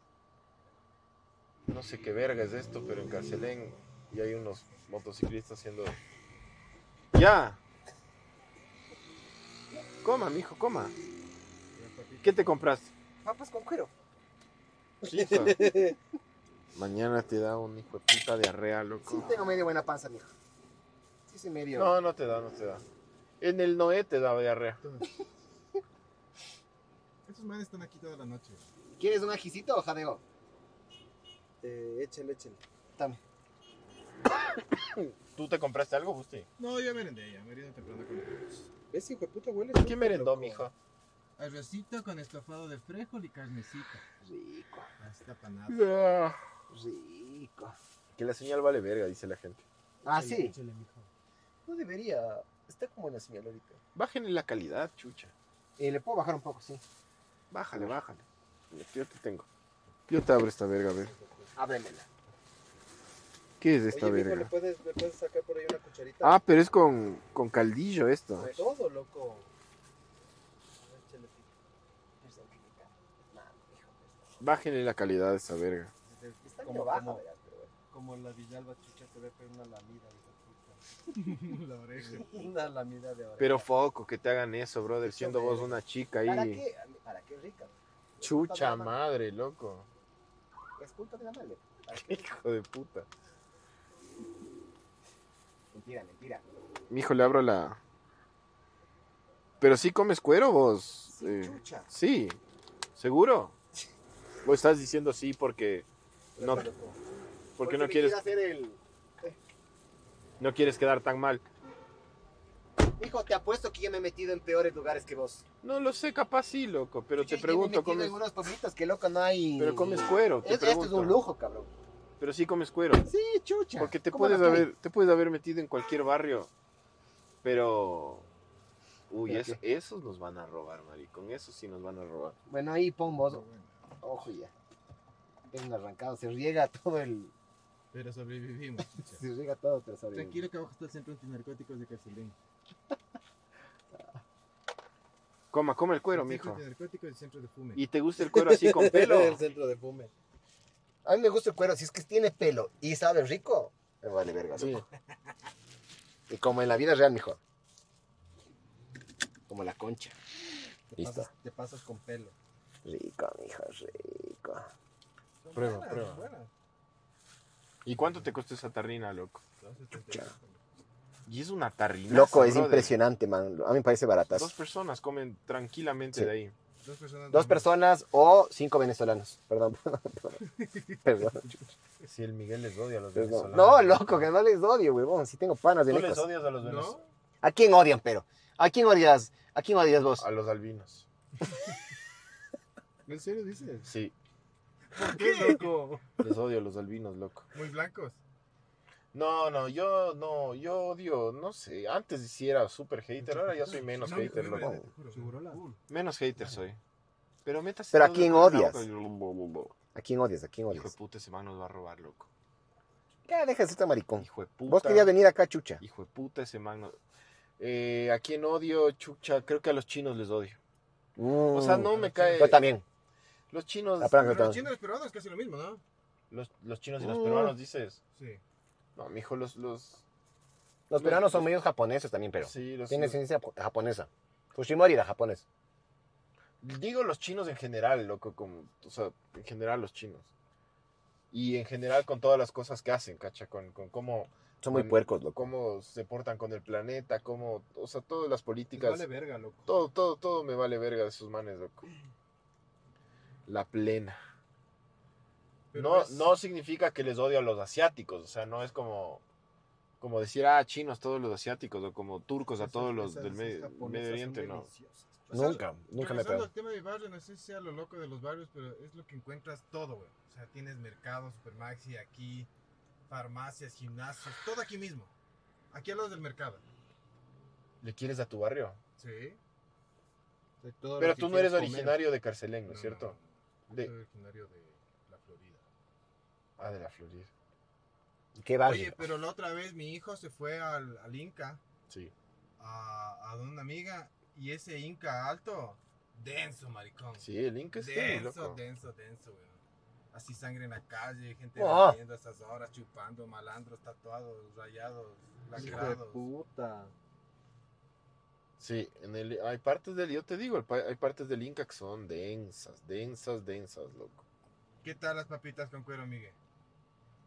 S2: No sé qué verga es esto, pero en Carcelén y hay unos motociclistas haciendo... ¡Ya! Coma, mijo, coma. ¿Qué te compraste?
S3: Papas Ah, pues con cuero. *laughs*
S2: Chifa. Mañana te da un hijo de puta diarrea,
S3: Sí,
S2: loco.
S3: tengo medio buena panza, mijo. Sí, sí, medio.
S2: No, no te da, no te da. En el Noé te da diarrea.
S4: Estos manes están aquí toda la noche.
S3: ¿Quieres un ajicito o jadeo?
S6: Eh, échale, échale.
S2: ¿Tú te compraste algo, Busti?
S4: No, yo merendé ya, merendé temprano con
S6: ¿Ves, hijo de puta, huele?
S3: Pues
S2: ¿Quién merendó, mijo?
S4: Arrocito con estofado de frijol y carnecita.
S3: Rico,
S4: Así tapanada.
S3: Pues rico.
S2: Que la señal vale verga, dice la gente.
S3: Ah, sí.
S6: No debería. Está como en la señal ahorita.
S2: Bájenle la calidad, chucha.
S3: Eh, le puedo bajar un poco, sí.
S2: Bájale, bájale. Yo te tengo. Yo te abro esta verga, a ver.
S3: Ábremela.
S2: ¿Qué es esta
S6: Oye, mijo, ¿le
S2: verga?
S6: puedes, ¿le puedes sacar por ahí una cucharita?
S2: Ah, pero es con, con caldillo esto.
S6: De todo, loco. Échale, pico.
S2: Bájenle la calidad a esa verga.
S3: Está
S6: Como-
S3: medio baja,
S6: como-
S3: verás, pero bueno.
S6: Como la Villalba chucha te ve pero una lamida, hijo
S2: *laughs*
S4: la oreja.
S6: de puta. Una lamida de ahora.
S2: Pero foco, que te hagan eso, brother, siendo vos una chica
S3: ¿Para
S2: ahí.
S3: qué? ¿Para qué rica? Es culpa de
S2: Chucha
S3: la madre.
S2: madre, loco.
S3: Es culpa de la madre.
S6: *laughs*
S2: Hijo de puta.
S3: Mentira, mentira.
S2: Mijo, le abro la. Pero sí comes cuero vos.
S3: Sí,
S2: eh,
S3: chucha.
S2: sí,
S3: *laughs*
S2: seguro. Vos estás diciendo sí porque no, porque no
S3: me
S2: quieres,
S3: quiere hacer el...
S2: no quieres quedar tan mal.
S3: Hijo, te apuesto que yo me he metido en peores lugares que vos.
S2: No lo sé, capaz sí, loco, pero
S3: Chucha,
S2: te
S3: yo me he
S2: pregunto,
S3: metido
S2: comes,
S3: en unos pueblitos que loco no hay...
S2: pero comes cuero, te
S3: Es- esto es un
S2: pregunto.
S3: lujo, cabrón.
S2: Pero sí comes cuero.
S3: Sí, chucha.
S2: Porque te
S3: ¿Cómo la
S2: puedes
S3: cae?
S2: haber, te puedes haber metido en cualquier barrio. Pero. Uy,
S3: ¿Pero
S2: eso- esos nos van a robar, maricón. Esos sí nos van a robar.
S3: Bueno, ahí pon vos.
S4: Pero bueno,
S3: Ojo ya. Es un arrancado. Se riega todo el...
S4: Pero sobrevivimos, chucha.
S3: Se riega todo, pero sabe.
S4: Tranquilo que abajo está el centro antinarcóticos de Carcelén.
S2: Coma, come el cuero,
S4: el centro
S2: mijo.
S4: antinarcótico y el centro de fume.
S2: ¿Y te gusta el cuero así *laughs* con pelo?
S6: El centro de fume.
S3: A mí me gusta el cuero. Si es que tiene pelo y sabe rico, me vale verga.
S2: Sí.
S3: Y como en la vida real, mejor. Como la concha.
S6: Te
S3: Listo.
S6: pasas, te pasas con pelo.
S3: Rico, mijo, rico.
S6: Son
S2: Prueba,
S6: buenas,
S2: prueba.
S6: son buenas.
S2: ¿Y cuánto te costó esa tarrina, loco? Y es una tarrina.
S3: Loco, es
S2: brother.
S3: impresionante, man. A mí me parece baratas.
S2: Dos personas comen tranquilamente
S3: Sí.
S2: de ahí.
S4: Dos personas.
S3: Dos personas o cinco venezolanos.
S6: *laughs*
S3: Perdón. Perdón.
S2: Si el Miguel les odia a los
S3: Perdón. Pues No, loco, que no les odio, huevón. Si tengo panas de
S2: ¿Tú
S3: lejos.
S2: les odias a los venezolanos?
S4: ¿No?
S3: ¿A quién odian, pero? ¿A quién odias? ¿A quién odias vos?
S2: A los *laughs* albinos.
S4: ¿En serio dices?
S2: Sí,
S4: ¿Por *laughs* qué, loco?
S2: les odio a los albinos, loco.
S4: Muy blancos.
S2: No, no, yo no, yo odio, no sé, antes sí era súper hater, ahora ya soy menos
S4: No,
S2: hater,
S4: yo
S2: loco.
S4: me- te juro, Seguro las.
S2: Menos hater soy. Pero métase
S3: Pero ¿a
S2: todo
S3: quién
S2: en la
S3: odias?
S2: boca y-
S3: ¿A quién odias? ¿A quién
S2: Hijo de
S3: odias?
S2: puta, ese man nos va a robar, loco.
S3: Ya, deja de ser tan maricón.
S2: Hijo de puta.
S3: Ah. Vos querías venir acá, chucha.
S2: Hijo de puta, ese man. no- Eh, ¿A quién odio, chucha? Creo que a los chinos les odio. O
S3: Uh,
S2: sea, no me cae.
S3: Mm. Yo también.
S2: Los chinos.
S3: Ah, perdón,
S4: Pero
S3: perdón.
S4: los chinos y los peruanos es casi lo mismo, ¿no?
S2: Los, los chinos y los
S3: Mm.
S2: peruanos, dices.
S4: Sí.
S2: No, mijo, los. los
S3: Los peruanos son medios japoneses también, pero.
S2: pues, sí, los.
S3: Tienen esencia japo- japonesa. Fushimori era japonés.
S2: Digo los chinos en general, loco, como, o sea, en general los chinos. Y en general con todas las cosas que hacen, cacha, con, con cómo,
S3: Son muy
S2: Mm.
S3: puercos, loco.
S2: cómo se portan con el planeta, cómo, o sea, todas las
S4: Les
S2: políticas,
S4: vale verga, loco.
S2: todo, todo, todo me vale verga de esos manes, loco. La plena.
S4: Pero
S2: No,
S4: ves-
S2: no significa que les odio a los asiáticos, o sea, no es como, como decir, ah, chinos todos los asiáticos, o como turcos a
S4: esas-
S2: todos los
S4: esas-
S2: del
S4: esas
S2: medio,
S4: japonesas
S2: Medio
S4: son
S2: Oriente, no.
S4: deliciosas.
S2: pues,
S4: O sea,
S3: Nunca, nunca me
S4: Regresando
S3: perdón.
S4: al tema de barrio, no sé si sea lo loco de los barrios, pero es lo que encuentras todo, güey. O sea, tienes mercado, supermaxi aquí, farmacias, gimnasios, todo aquí mismo. Aquí a los del mercado.
S2: ¿Le quieres a tu barrio?
S4: Sí.
S2: Pero tú no eres originario de Carcelén, ¿no
S4: No,
S2: es cierto?
S4: no,
S2: De-
S4: Soy originario de la Florida.
S2: Ah, de la Florida.
S3: ¿Qué
S4: Oye,
S3: barrio?
S4: pero la otra vez mi hijo se fue al, al Inca,
S2: Sí.
S4: a, a una amiga, y ese Inca alto, denso, maricón.
S2: Sí, el Inca es heavy,
S4: Denso,
S2: loco.
S4: denso, denso, güey. Así sangre en la calle, gente
S2: Oh.
S3: Ah.
S4: bebiendo a esas horas, chupando, malandros, tatuados, rayados,
S6: Hijo de
S4: lacrados.
S6: puta.
S2: Sí, en el, hay partes del, yo te digo, el pa- hay partes del Inca que son densas, densas, densas, loco.
S4: ¿Qué tal las papitas con cuero, Miguel?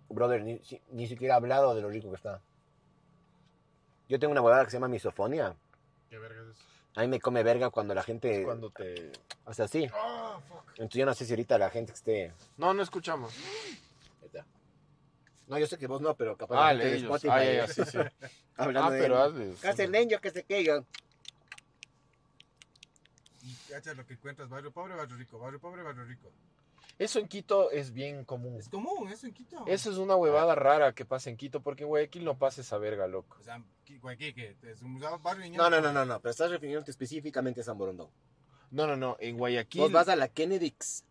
S3: Brother, ni, si- ni siquiera he hablado de lo rico que está. Yo tengo una huevada que se llama misofonia.
S4: ¿Qué vergas es?
S3: A mí me come verga cuando la gente.
S2: Cuando te...
S3: O sea, sí.
S4: Oh, fuck.
S3: Entonces yo no sé si ahorita la gente que esté.
S2: No, no escuchamos.
S3: No, yo sé que vos no, pero capaz la
S2: Ah,
S3: gente de
S2: le ellos.
S3: Spotify
S2: Ah, ya, ya, sí, sí.
S3: *laughs* hablando
S2: Ah, pero
S3: de
S2: hazles.
S3: Casteleño, que se que yo.
S4: Y cacha lo que encuentras, barrio pobre, barrio rico, barrio pobre, barrio rico.
S2: Eso en Quito es bien común.
S4: Es común eso en Quito.
S2: Eso es una huevada rara que pasa en Quito, porque en Guayaquil no pasa esa verga, loco.
S4: O sea, Qui- Guayaquil, que es un barrio niño.
S3: No, no, no, no, no, pero estás refiriéndote específicamente a San Borondón.
S2: No, no, no, en Guayaquil...
S3: Vos vas a la Kennedix,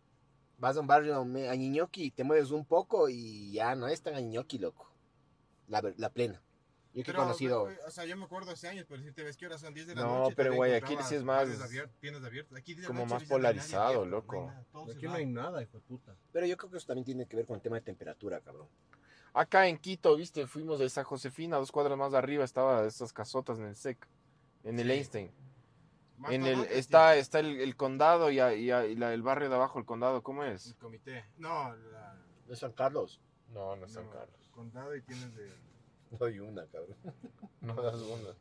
S3: vas a un barrio me- a Ñiñoqui, te mueves un poco y ya no es tan a Ñiñoqui, loco. La, ver- la plena. Yo que he
S4: Pero,
S3: conocido.
S4: O sea, yo me acuerdo hace años, pero decirte, ves que horas son 10 de la
S2: No,
S4: noche.
S2: pero en
S4: todavía
S2: Guayaquil
S4: encontrabas
S2: sí es más-
S4: bares abier- tiendas abiertas. Aquí de la
S2: como
S4: noche
S2: más
S4: dices, no hay nadie
S2: polarizado,
S4: abierto,
S2: loco.
S4: no hay nada, todo
S6: Aquí no
S4: cerrado.
S6: hay nada, hijo de puta.
S3: Pero yo creo que eso también tiene que ver con el tema de temperatura, cabrón.
S2: Acá en Quito, viste, fuimos de San Josefina, dos cuadras más arriba estaba estas casotas en el SEC, en el
S4: Sí.
S2: Einstein.
S4: Más
S2: En el,
S4: tamaño, sí.
S2: está está el, el condado y, a- y a- y la- el barrio de abajo, el condado, ¿cómo
S4: El
S2: es?
S4: comité. No, la.
S3: ¿No es San Carlos? *laughs*
S2: No, no
S4: no, Condado y tienes de.
S3: No hay una, cabrón.
S2: *laughs* No das una.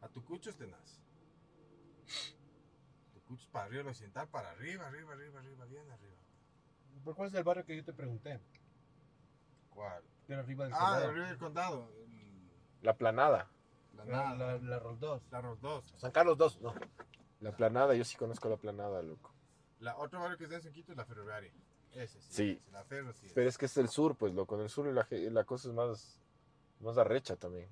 S4: A tu cucho es tenaz. Tu cucho es para arriba, lo occidental para arriba, arriba, arriba, arriba, bien arriba.
S6: ¿Por cuál es el barrio que yo te pregunté?
S4: ¿Cuál?
S6: De arriba del
S4: Ah,
S6: condado.
S4: arriba del condado. Mm,
S2: La planada.
S4: La
S6: La,
S4: nada.
S6: la, la Roldós.
S4: La Ros 2.
S3: San Carlos 2, no.
S2: La planada, yo sí conozco la planada, loco.
S4: La otro barrio que está en San Quito es la ferroviaria. Ese sí.
S2: Sí.
S4: La ferro sí. es.
S2: Pero es que es el sur, pues, loco. En el sur la, ge- la cosa es más, más arrecha también.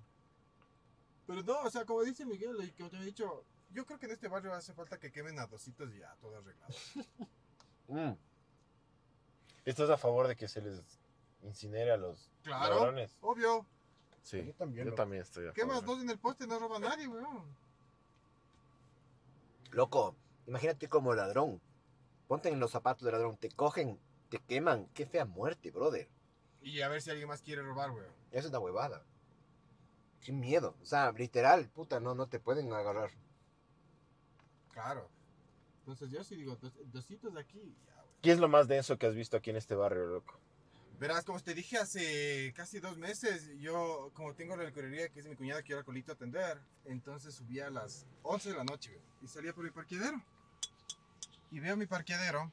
S4: Pero no, o sea, como dice Miguel, y como te he dicho, yo creo que en este barrio hace falta que quemen a dositos y ya, todo arreglado.
S2: ¿Estás a favor de que se les incinere a los
S4: Claro.
S2: ladrones?
S6: *laughs*
S4: Obvio.
S2: Sí, yo
S6: Yo
S2: también,
S6: también, loco.
S2: estoy a favor.
S4: Quemas dos en el poste, no roba nadie, weón.
S3: Loco, imagínate como ladrón. Ponte en los zapatos de ladrón, te cogen, te queman. Qué fea muerte, brother.
S4: Y a ver si alguien más quiere robar, weón.
S3: Eso es una huevada. Qué miedo. O sea, literal, puta, no, no te pueden agarrar.
S4: Claro. Entonces yo sí digo, dos, dositos de aquí, ya, weón.
S2: ¿Qué es lo más denso que has visto aquí en este barrio, loco?
S4: Verás, como te dije hace casi dos meses, yo, como tengo la licorería que es de mi cuñada que yo la colito a atender, entonces subía a las 11 de la noche güey, y salía por mi parqueadero. Y veo mi parqueadero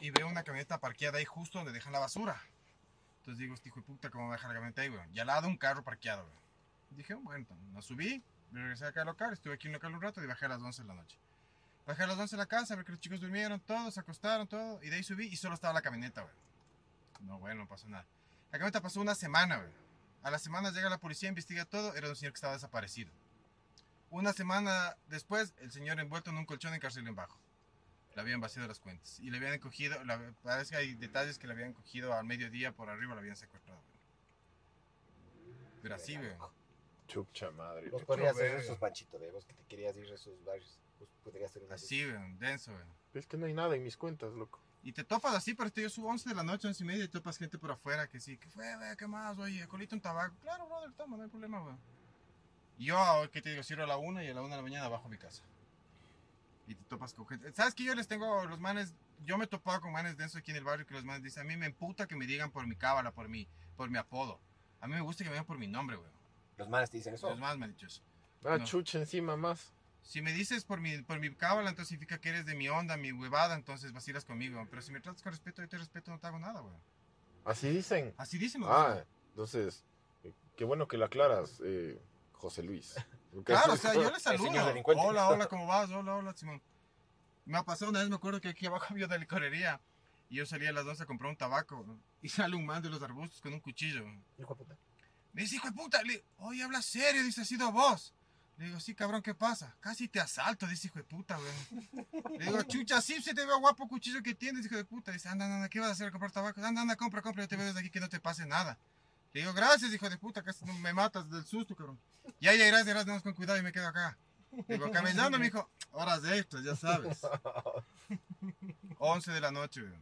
S4: y veo una camioneta parqueada ahí justo donde dejan la basura. Entonces digo, este hijo de puta, ¿cómo va a dejar la camioneta ahí, güey? Y al lado un carro parqueado, güey. Dije, bueno, la subí, me regresé acá al local, estuve aquí en el local un rato y bajé a las 11 de la noche. Bajé a las 11 de la casa, a ver que los chicos durmieron, todos, se acostaron, todo, y de ahí subí y solo estaba la camioneta, güey. No, bueno, no pasó nada. La camioneta pasó una semana, güey. A la semana llega la policía, investiga todo, era un señor que estaba desaparecido. Una semana después, el señor envuelto en un colchón en cárcel en bajo. Le habían vaciado las cuentas y le habían cogido, la- parece que hay detalles que le habían cogido al mediodía por arriba, lo habían secuestrado. güey. Pero así, güey.
S2: Chucha madre.
S3: Vos
S4: Qué
S3: podrías hacer
S4: proverbio.
S3: esos panchitos, de vos que te querías ir a esos barrios. Vos podrías hacer una
S4: Así, güey, denso, güey.
S2: Es que no hay nada en mis cuentas, loco.
S4: Y te topas así, pero yo subo 11 de la noche, 11 y media, y topas gente por afuera que sí, ¿qué fue, güey? ¿Qué más? Oye, colito un tabaco. Claro, brother, toma, no hay problema, güey. Y yo, ah, ¿qué te digo? Cierro a la 1 y a la 1 de la mañana bajo a mi casa. Y te topas con gente. ¿Sabes que yo les tengo los manes? Yo me he topado con manes densos aquí en el barrio que los manes dicen, a mí me emputa que me digan por mi cábala, por mi, por mi apodo. A mí me gusta que me digan por mi nombre, güey.
S3: Los manes te dicen eso.
S4: Los más me han dicho eso.
S2: Ah,
S4: No.
S2: chucha encima más.
S4: Si me dices por mi, por mi cábala, entonces significa que eres de mi onda, mi huevada, entonces vacilas conmigo. Pero si me tratas con respeto, yo te respeto, no te hago nada, güey.
S2: Así dicen.
S4: Así dicen los
S2: Ah, entonces, eh, qué bueno que lo aclaras, eh, José
S4: *laughs*
S2: Luis.
S4: Claro, o sea, yo les
S3: El
S4: saludo.
S3: señor delincuente.
S4: Hola, hola, ¿cómo vas? Hola, hola, Simón. Me ha pasado una vez, me acuerdo que aquí abajo *laughs* había una licorería. Y yo salí a las 12 a comprar un tabaco. ¿no? Y sale un man de los arbustos con un cuchillo.
S3: Hijo de puta.
S4: Me dice, hijo de puta, le, oye, habla serio, dice, ha sido vos. Le digo, sí, cabrón, ¿qué pasa? Casi te asalto, dice, hijo de puta, güey. Le digo, chucha, sí, se te ve guapo cuchillo que tienes, hijo de puta. Dice, anda, anda, anda, ¿qué vas a hacer a comprar tabaco? Anda, anda, compra, compra, yo te veo desde aquí que no te pase nada. Le digo, gracias, hijo de puta, casi no me matas del susto, cabrón. Ya, ya, irás, irás, vamos con cuidado y me quedo acá. Le digo, *laughs* caminando, me dijo, horas extras, ya sabes. *laughs* 11 de la noche, güey.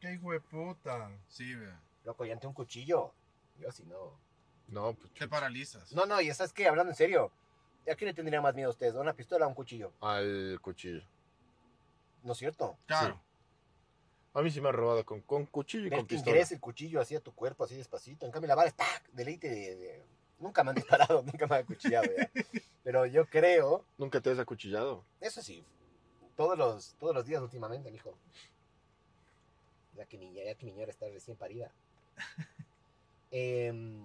S6: Qué hijo de puta.
S4: Sí, güey.
S3: Loco, y ante un cuchillo. Yo así no.
S2: No, pues
S4: Te
S2: chucha.
S4: paralizas.
S3: No, no, y ¿sabes qué? Hablando en serio. ¿A qué le tendría más miedo a ustedes? ¿A una pistola o a un cuchillo?
S2: al cuchillo.
S3: ¿No es cierto?
S4: Claro.
S2: A mí sí me han robado con, con cuchillo y
S3: Pero
S2: con
S3: que
S2: pistola.
S3: ingrese el cuchillo así a tu cuerpo, así despacito. En cambio, la vara es ¡pac! Deleite de, de- Nunca me han disparado, *laughs* nunca me han acuchillado ya. Pero yo creo,
S2: Nunca te has acuchillado.
S3: eso sí, todos los, todos los días últimamente, mijo. Ya que mi, ya que mi ñora está recién parida. Em,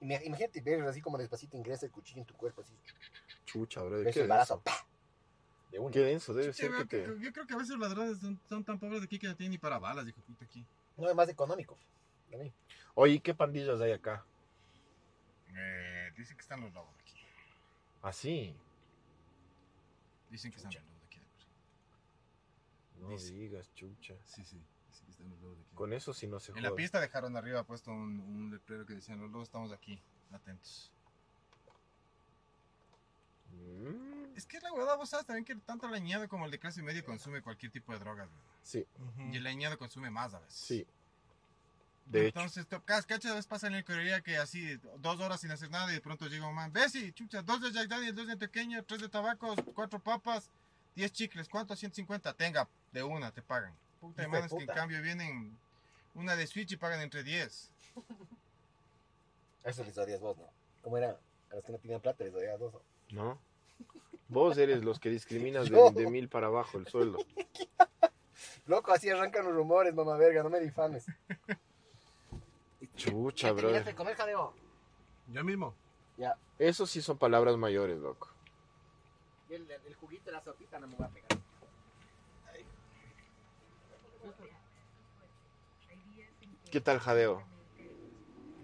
S3: ima- imagínate ver así como despacito ingresa el cuchillo en tu cuerpo, así,
S2: Chucha, bro.
S3: ves
S2: Qué
S3: el
S2: denso.
S3: embarazo, ¡pa! De una.
S2: Qué denso, debe
S4: Chucha,
S2: ser que
S4: veo que-
S2: te...
S4: Yo creo que a veces los ladrones son, son tan pobres de aquí que no tienen ni para balas, dijo puta aquí.
S3: No es más económico. para mí.
S2: Oye, ¿y ¿qué pandillas hay acá?
S4: Eh, dicen que están los lobos de aquí.
S2: Así.
S4: Dicen que están
S2: Chucha.
S4: los lobos de aquí. de
S2: No
S4: acuerdo. Dice.
S2: digas, chucha.
S4: Sí, sí, dicen que están los lobos de aquí.
S2: Con eso sí no se
S4: En la
S2: jode.
S4: pista dejaron arriba puesto un, un letrero que decía, los lobos estamos aquí, atentos.
S2: Mm,
S4: Es que la huevada, vos sabes también que tanto el añado como el de clase media consume cualquier tipo de drogas, güey.
S2: Sí,
S4: Y el añado consume más a veces.
S2: sí. De hecho.
S4: Entonces, te cas- cachas, a veces pasa en la correría que así, dos horas sin hacer nada y de pronto llega un man, ves y chucha, dos de Jack Daniels, dos de pequeño, tres de tabacos, cuatro papas, diez chicles, ¿cuánto? 150, tenga, de una, te pagan. Puta, hay
S3: Hijo de
S4: manes que en
S3: puta.
S4: cambio vienen una de Switch y pagan entre 10.
S3: Eso les odias vos, ¿no? ¿Cómo era? A los que no tenían plata les odias vos. ¿no?
S2: No. Vos eres los que discriminas
S3: *laughs*
S2: de,
S3: Yo.
S2: de mil para abajo el sueldo.
S3: *laughs* Loco, así arrancan los rumores, mamá verga, no me difames.
S2: Chucha, bro.
S3: de comer, Jadeo?
S4: Yo mismo.
S2: Eso sí son palabras mayores, loco.
S8: El, el juguito de la sopita no me voy a pegar.
S2: ¿Qué tal jadeo?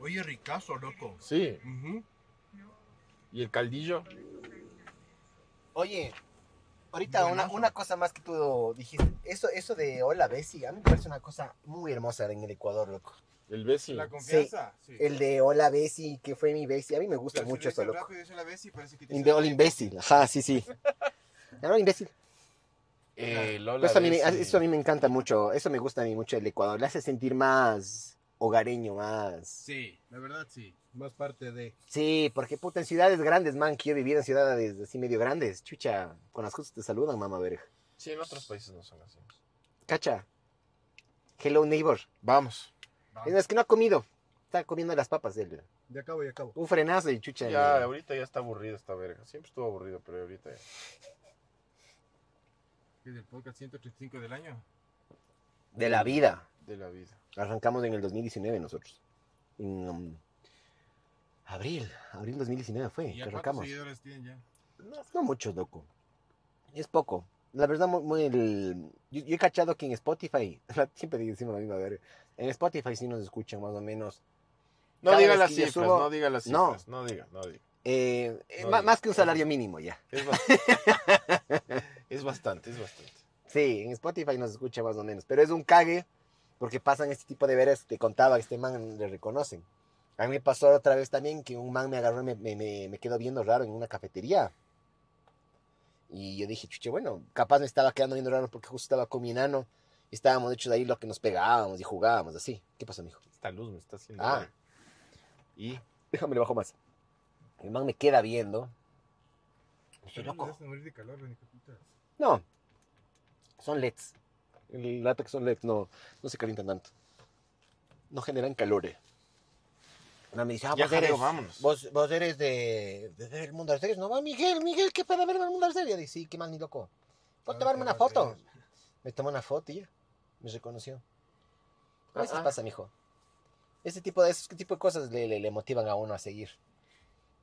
S4: Oye, ricazo, loco.
S2: Sí. ¿Y el caldillo?
S3: Oye, ahorita una,
S4: Buenazo.
S3: una cosa más que tú dijiste. Eso, eso de hola, Bessie, a mí me parece una cosa muy hermosa en el Ecuador, loco.
S2: El Bessi.
S4: La confianza. Sí.
S3: El de hola, Bessie, que fue mi Bessie, a mí me gusta
S4: Pero si
S3: mucho
S4: le
S3: eso,
S4: dices
S3: loco.
S4: rápido y dice la Bessie, parece que te
S3: In
S4: dice-
S3: the all imbécil, ajá, sí,
S4: *laughs*
S3: sí. No, no, imbécil.
S2: Eh, Lola
S3: Pero eso, a mí, me-
S2: Bessi.
S3: eso a mí me encanta mucho, eso me gusta a mí mucho del Ecuador. Le hace sentir más hogareño, más...
S4: Sí, la verdad sí.
S5: Más parte de.
S3: Sí, porque puta, en ciudades grandes, man, que yo vivía en ciudades así medio grandes. Chucha, con las cosas te saludan, mamá verga.
S2: Sí, en otros países no son así.
S3: Cacha. Hello, neighbor.
S2: Vamos.
S3: Es más, que no ha comido. Está comiendo las papas del...
S5: Ya acabo, ya acabo.
S3: Un frenazo y chucha.
S2: Ya,
S3: eh,
S2: ahorita ya está aburrido esta verga. Siempre estuvo aburrido, pero ahorita ya.
S4: Es el podcast 135 del año.
S3: de la vida.
S2: De la vida.
S3: Arrancamos en el 2019 nosotros. En, um, abril. Abril 2019 fue.
S4: ¿Y
S3: Que
S4: ya cuántos
S3: arrancamos.
S4: seguidores tienen ya?
S3: No, no mucho, loco. Es poco. La verdad, muy, muy el- yo, yo he cachado que en Spotify, *laughs* siempre decimos la misma verga, en Spotify sí nos escuchan más o menos,
S2: No
S3: Cada
S2: diga
S3: vez
S2: las
S3: que yo
S2: cifras,
S3: subo-
S2: no diga las
S3: No.
S2: cifras. No, diga, no diga.
S3: eh, eh,
S2: No,
S3: ma-
S2: y-
S3: más que un salario mínimo ya.
S2: Es bastante.
S3: *laughs*
S2: es bastante, es bastante.
S3: Sí, en Spotify nos escucha más o menos, pero es un cague porque pasan este tipo de veras que te contaba, que este man le reconocen. A mí me pasó otra vez también que un man me agarró y me, me, me- me quedó viendo raro en una cafetería. Y yo dije, chuche, bueno, capaz me estaba quedando viendo raro porque justo estaba con mi enano y estábamos de hecho de ahí lo que nos pegábamos y jugábamos así. ¿Qué pasó, mijo?
S2: Esta luz me está haciendo.
S3: Ah.
S2: daño. Y.
S3: Déjame le bajo más. El man me queda viendo. Dije,
S4: Pero
S3: loco.
S4: les hace morir de calor, ven, hijo de puta.
S3: No. Son LEDs. El látex son LEDs, no, no se calientan tanto. No generan calores. No, me dice, ah,
S2: Ya,
S3: vos,
S2: Jareo,
S3: eres,
S2: vámonos.
S3: vos, vos eres de, de ver el mundo al series. No, va, Miguel, Miguel, ¿qué para ver el mundo al series? Yo dije, sí, qué más, ni loco. Ponte a
S4: Ah,
S3: tomarme una
S4: qué
S3: foto.
S4: barbaridad.
S3: Me tomó una foto y ya. Me reconoció. A
S2: Ah,
S3: veces
S2: ah.
S3: pasa, mijo. Ese tipo de, ese tipo de cosas le, le- le motivan a uno a seguir.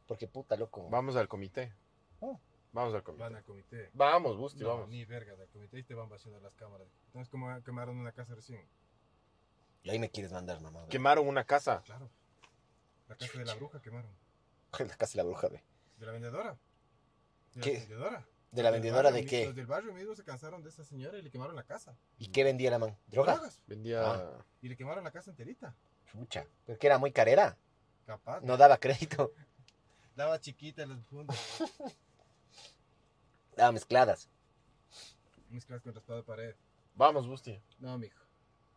S3: Porque puta, loco.
S2: Vamos al comité.
S3: Oh.
S2: Vamos al comité.
S4: Van al comité.
S2: Vamos,
S3: Pues
S2: Busti,
S4: No,
S2: vamos.
S4: ni verga del comité y te van vaciando las cámaras. Entonces, como quemaron una casa recién.
S3: Y ahí me quieres mandar, mamá.
S2: Quemaron una casa.
S4: Claro. La casa de la bruja quemaron.
S3: *laughs* Casi la bruja, ve.
S4: De la vendedora. De
S3: ¿Qué?
S4: La vendedora.
S3: ¿De la
S4: Del
S3: vendedora
S4: barrio
S3: de
S4: mi-
S3: qué?
S4: Los del barrio mismo se cansaron de esa señora y le quemaron la casa.
S3: ¿Y qué vendía la man? ¿Droga?
S4: Drogas.
S2: Vendía.
S3: Ah.
S4: Y le quemaron la casa enterita.
S3: Chucha. Pero que era muy carera.
S4: Capaz.
S3: No daba crédito. *laughs*
S4: Daba chiquita las fundas.
S3: Daba mezcladas.
S4: Mezcladas con raspado de pared.
S2: Vamos, Busti.
S4: No, mijo.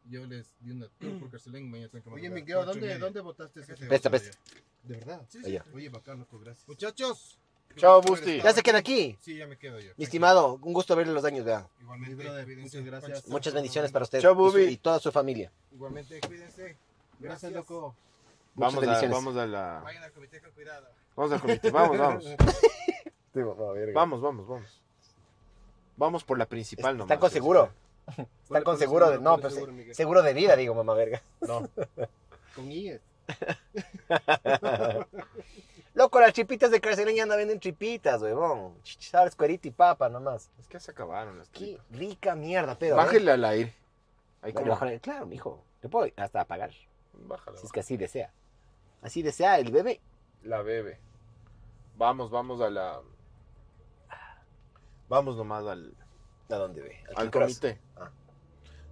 S4: Yo les di una tour por Carcelén y mañana tengo que
S5: Oye,
S4: madrugar.
S5: Miguel,
S4: Ocho y
S5: ¿dónde,
S4: media.
S5: ¿dónde votaste
S4: Es que
S5: ese?
S4: se
S3: Pesta,
S4: va para
S3: pesta.
S5: ¿De verdad?
S4: allá. Sí,
S3: Allá.
S4: sí.
S5: Oye, bacán, loco, gracias.
S4: Muchachos.
S2: Chao,
S4: Qué bueno
S2: Busti.
S4: estar
S3: Ya se queda aquí.
S4: Sí, ya me quedo yo.
S3: Mi estimado, un gusto verle los años, vea.
S4: Igualmente,
S5: Mi brother,
S4: cuídense,
S5: muchas gracias.
S4: Pancho.
S3: Muchas bendiciones para usted
S2: Chao,
S3: y, su-
S2: Bubi.
S3: y toda su familia.
S4: Igualmente, cuídense.
S5: Gracias,
S4: Gracias,
S5: loco.
S9: Muchas
S2: Vamos a,
S9: bendiciones.
S2: vamos a la.
S10: Vayan al comité con cuidado.
S2: Vamos al comité. Vamos, vamos.
S3: *laughs* Digo, no, verga.
S2: Vamos, vamos, vamos. Vamos por la principal nomás.
S3: Están con seguro. Están
S5: Ponle-
S3: con
S5: ponle
S3: seguro de.
S5: seguro,
S3: No,
S5: ponle
S3: pero
S5: seguro,
S3: se-
S5: Miguel.
S3: seguro de vida, digo, mamá verga.
S2: No.
S5: Con IES.
S3: Loco, las tripitas de carceleña no venden tripitas, huevón. Ch- ch- Sabes, cuerita y papa nomás.
S2: Es que se acabaron las
S3: Qué
S2: tripas.
S3: rica mierda, pero. ¿eh?
S2: Bájale al aire. Ahí
S3: Bueno,
S2: como-
S3: bájale. Claro, mijo. Te puedo hasta apagar.
S2: Bájala,
S3: Si es que así desea. Así desea el bebé.
S2: La bebe. Vamos, vamos a la. Vamos nomás al,
S3: ¿A dónde ve?
S2: al
S3: King Cross.
S2: comité.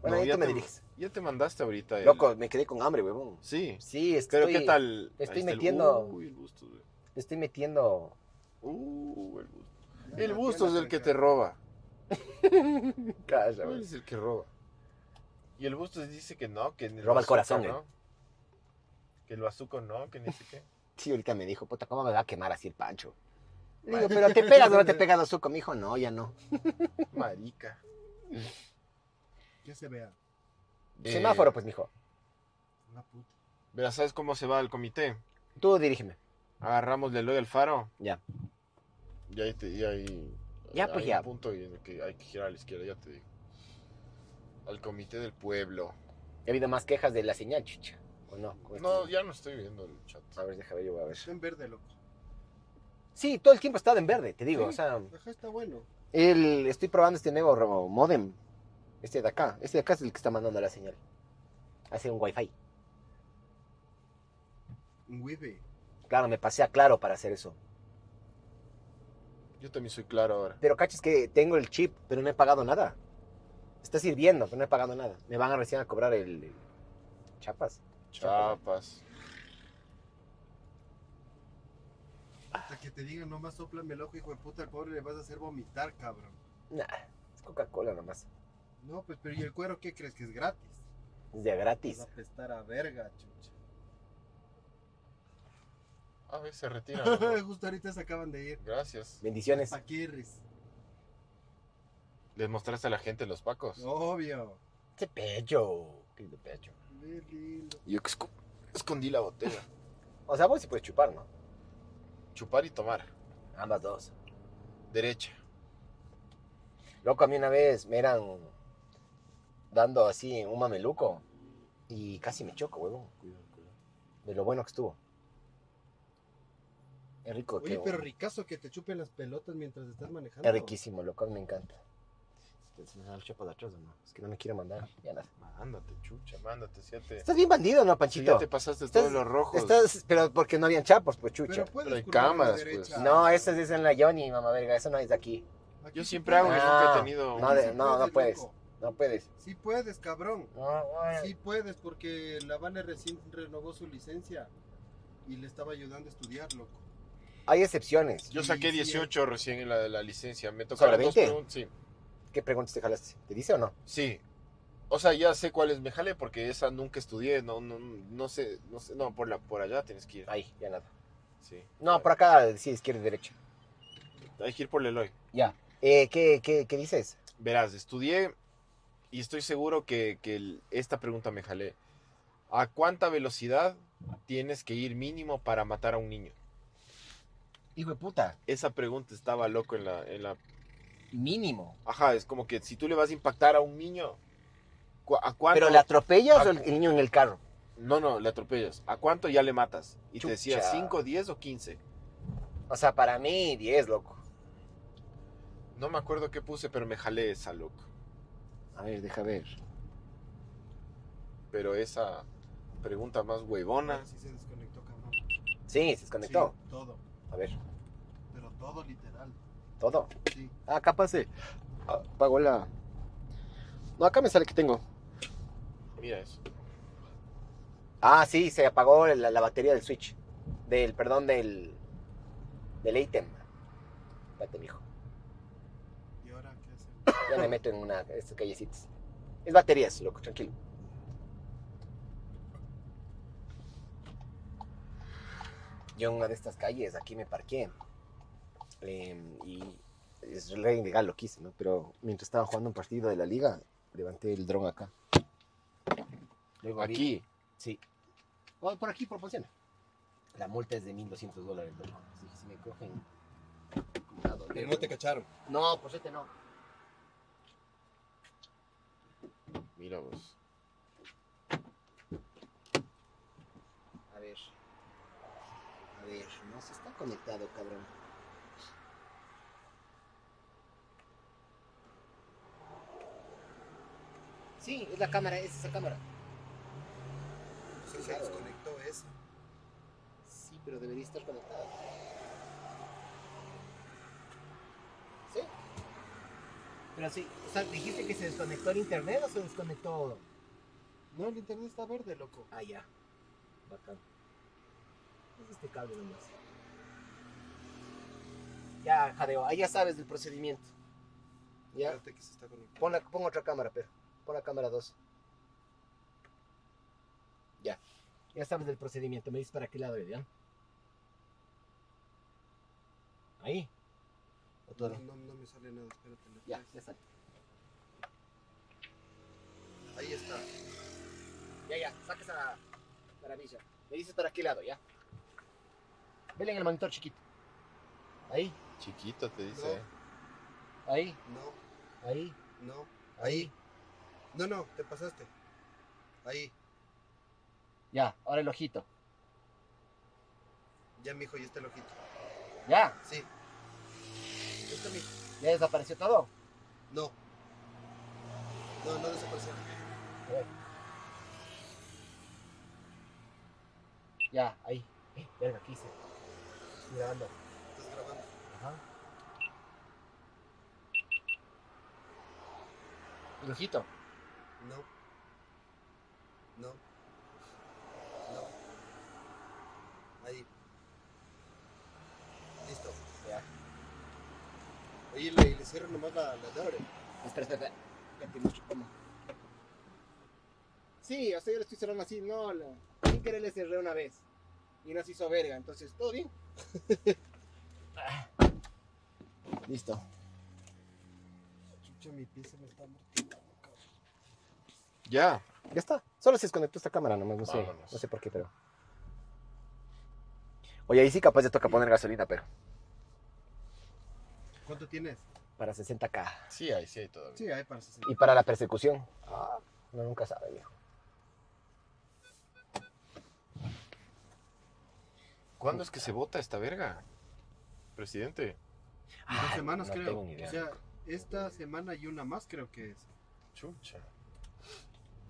S3: Bueno,
S2: No,
S3: ahí
S2: ya
S3: tú me
S2: te-
S3: diriges.
S2: Ya te mandaste ahorita. el-
S3: Loco, me quedé con hambre, huevón.
S2: Sí.
S3: Sí, estoy,
S2: Pero ¿qué tal?
S3: te estoy
S2: Ahí está el-
S3: metiendo-
S2: Uy, el gusto, güey.
S3: le estoy metiendo.
S2: Uh, el busto. El busto es el que te roba.
S3: Calla,
S2: Él es el que roba. Y el busto dice que no, que ni
S3: Roba el corazón,
S2: azúcar,
S3: güey.
S2: ¿no? Que el bazuco no, que ni sé qué.
S3: Sí, ahorita me dijo, puta, ¿cómo me va a quemar así el pancho? Le digo, pero ¿te pegas o
S2: *laughs*
S3: no te pegas, Azuko? Me dijo, no, ya no.
S2: *laughs* Marica.
S5: Que se vea.
S2: Eh,
S3: Semáforo, pues, mijo.
S5: Una puta.
S2: Verás, ¿sabes cómo se va al comité?
S3: Tú dirígeme.
S2: Agarramos de Eloy al faro.
S3: Ya.
S2: Y ahí te, y ahí,
S3: Ya, pues,
S2: hay
S3: ya.
S2: un punto en el que hay que girar a la izquierda, ya te digo. Al comité del pueblo.
S3: Ha habido más quejas de la señal, chicha. ¿O no? ¿Cómo
S2: No,
S3: está?
S2: ya no estoy viendo el chat.
S3: A ver, déjame yo, a ver.
S5: Está
S2: Pues.
S5: en verde, loco.
S3: Sí, todo el tiempo he estado en verde, te digo.
S5: Sí.
S3: O sea,
S5: Ajá, está bueno.
S3: el- estoy probando este nuevo ro- modem. Este de acá. Este de acá es el que está mandando la señal. Hace un wifi.
S5: Un wifi.
S3: Claro, me pasé a Claro para hacer eso.
S2: Yo también soy claro ahora.
S3: Pero cachas que tengo el chip, pero no he pagado nada. Está sirviendo, pero no he pagado nada. Me van a recién a cobrar el, el chapas.
S2: Chapas.
S5: Hasta que te digan, nomás soplame el ojo, hijo de puta, al pobre le vas a hacer vomitar, cabrón.
S3: Nah, es Coca-Cola nomás.
S5: No, pues, pero ¿y el cuero qué crees? Que es gratis.
S3: Es de
S5: Vas a
S3: gratis.
S5: apestar a verga, chucha.
S2: A ver, se retira. *laughs* ¿no?
S5: *laughs* Justo ahorita se acaban de ir.
S2: Gracias.
S3: Bendiciones.
S5: Paquirris.
S2: ¿Les mostraste a la gente los pacos?
S5: Obvio.
S3: Qué pecho. Qué pecho.
S5: Qué lindo.
S2: Yo que esco- escondí la botella.
S3: O sea, vos sí puedes chupar, ¿no?
S2: Chupar y tomar.
S3: Ambas dos.
S2: Derecha.
S3: Loco, a mí una vez me eran dando así un mameluco y casi me choco, huevón. De lo bueno que estuvo. Es rico.
S5: Oye,
S3: que-
S5: pero ricazo que te chupen las pelotas mientras estás manejando.
S3: Es riquísimo, loco, me encanta. ¿Se me da el chapo de atrás o no? Es que no me quiero mandar. Ah, Ya nada.
S2: Mándate, chucha, mándate. Si ya te,
S3: Estás bien bandido, ¿no,
S2: si
S3: Panchito?
S2: ya te pasaste
S3: Estás-
S2: todos los rojos.
S3: Estás, pero porque no habían chapos, pues chucha.
S5: Pero puedes
S2: Pero hay
S5: curvar a la
S2: cámaras,
S5: derecha.
S2: pues.
S3: No, esa es en la Johnny, mamá verga, eso no es de aquí.
S5: Aquí
S2: Yo
S5: sí
S2: siempre hago, yo
S5: puedes. Ah,
S2: nunca he
S3: No,
S2: tenido.
S3: no, de-
S5: Sí
S3: no puedes.
S5: loco.
S3: No puedes.
S5: Sí puedes, cabrón.
S3: No, no,
S5: Sí puedes, porque la Vane recién renovó su licencia y le estaba ayudando a estudiar, loco.
S3: Hay excepciones.
S2: Yo
S5: Sí,
S2: saqué
S5: sí, eh.
S2: 18 recién en la de la licencia. Me tocaron
S3: ¿Sobre
S2: dos
S3: 20?
S2: preguntas. Sí,
S3: ¿Qué preguntas te jalaste? ¿Te dice o no?
S2: sí. O sea, ya sé cuáles me jalé porque esa nunca estudié. No, no, no sé, no sé. No, por, la, por allá tienes que ir.
S3: Ahí, ya nada.
S2: Sí.
S3: No, por acá, sí, izquierda y derecha.
S2: Hay que ir por Leloy.
S3: Ya. Eh, ¿qué, qué, ¿Qué dices?
S2: Verás, estudié y estoy seguro que, que el- esta pregunta me jalé. ¿A cuánta velocidad tienes que ir mínimo para matar a un niño?
S3: Hijo de puta,
S2: Esa pregunta estaba loco en la, en la...
S3: mínimo.
S2: Ajá, es como que si tú le vas a impactar a un niño, ¿cu- ¿a cuánto?
S3: ¿Pero le atropellas
S2: Ah.
S3: o el, el niño en el carro?
S2: No, no, le atropellas. ¿A cuánto ya le matas? Y te decía
S3: Chucha.
S2: 5, 10 o 15.
S3: O sea, para mí, 10, loco.
S2: No me acuerdo qué puse, pero me jalé esa, loco.
S3: A ver, deja ver.
S2: Pero esa pregunta más huevona.
S5: Sí se desconectó, cabrón.
S3: Sí, se desconectó.
S5: Sí, todo.
S3: A ver,
S5: Pero todo literal.
S3: todo.
S5: Sí.
S3: Ah, capaz se apagó la. No, acá me sale que tengo.
S2: Mira eso.
S3: Ah, sí, se apagó la, la batería del Switch. Del, perdón, del. Del ítem. Espérate, mijo.
S5: ¿Y ahora qué hacemos?
S3: Ya me meto en una de estas callecitas. Es baterías, loco, tranquilo. Yo en una de estas calles, aquí me parqué. Em, y es re ilegal lo que hice, ¿no? Pero mientras estaba jugando un partido de la liga, levanté el dron acá. Luego abrí-
S2: Aquí.
S3: Sí. O por aquí, por Ponciana. La multa es de 1200 dólares, loco. Así que si me cogen. cuidado,
S5: Pero
S3: loco.
S5: no te cacharon.
S3: No, por suerte no.
S2: Mira vos.
S3: A ver. A ver, no se está conectado, cabrón. Sí, es la cámara, es esa cámara.
S5: Se
S3: claro.
S5: desconectó esa.
S3: Sí, pero debería estar conectada. ¿Sí? Pero sí, o sea, dijiste que se desconectó el internet o se desconectó.
S5: No, el internet está verde, loco.
S3: Ah, ya. Bacán. Es este cable nomás. Ya, jadeo. Ahí ya sabes del procedimiento. Ya.
S5: Espérate que se está conectando.
S3: Pon, la- pon otra cámara, pero. Pon la cámara 2. Ya. Ya sabes del procedimiento. Me dices para qué lado es, ¿ya? Ahí. O
S5: No,
S3: todo.
S5: no, no me sale nada, espérate. ¿no?
S3: Ya, ya sale.
S5: Ahí está.
S3: Ya, ya. Saca esa maravilla. Me dices para qué lado, ¿ya? Vele en el monitor chiquito. Ahí,
S2: Chiquito te dice.
S3: ahí,
S5: No,
S3: ahí.
S5: no. Ahí. No, no, te pasaste. Ahí.
S3: Ya, ahora el ojito.
S5: Ya, mijo, ya está el ojito.
S3: Ya,
S5: Sí. Ya está, mijo.
S3: ya desapareció todo.
S5: No. No, no desapareció.
S3: Ya, ahí. Eh, verga, ¿qué hice? Estoy grabando.
S5: Estás grabando.
S3: Ajá. El ojito.
S5: No. No. No. Ahí. Listo.
S3: Ya.
S5: Oye, le, le cierro nomás la, la de ahora.
S3: Espera, espera, espera. Ya te muestro cómo. Sí, o sea, yo le estoy cerrando así, no, la- sin querer le cerré una vez. Y no se hizo verga, entonces, todo bien. Listo.
S5: Chucha, mi pie se me está mortificando, cabrón.
S2: Ya.
S3: Ya está. Solo se desconectó esta cámara nomás, no sé,
S2: Vámonos.
S3: no sé por qué, pero. Oye, ahí sí capaz ya toca poner gasolina, pero.
S5: ¿Cuánto tienes?
S3: Para 60k.
S2: Sí hay, sí hay todavía.
S5: Sí, ahí para 60.
S3: Y para la persecución. Ah, no nunca sabe, viejo.
S2: ¿Cuándo es que se vota esta verga? Presidente.
S5: En dos semanas,
S3: no
S5: creo.
S3: tengo ni idea.
S5: O sea, esta semana y una más, creo que es.
S2: Chucha.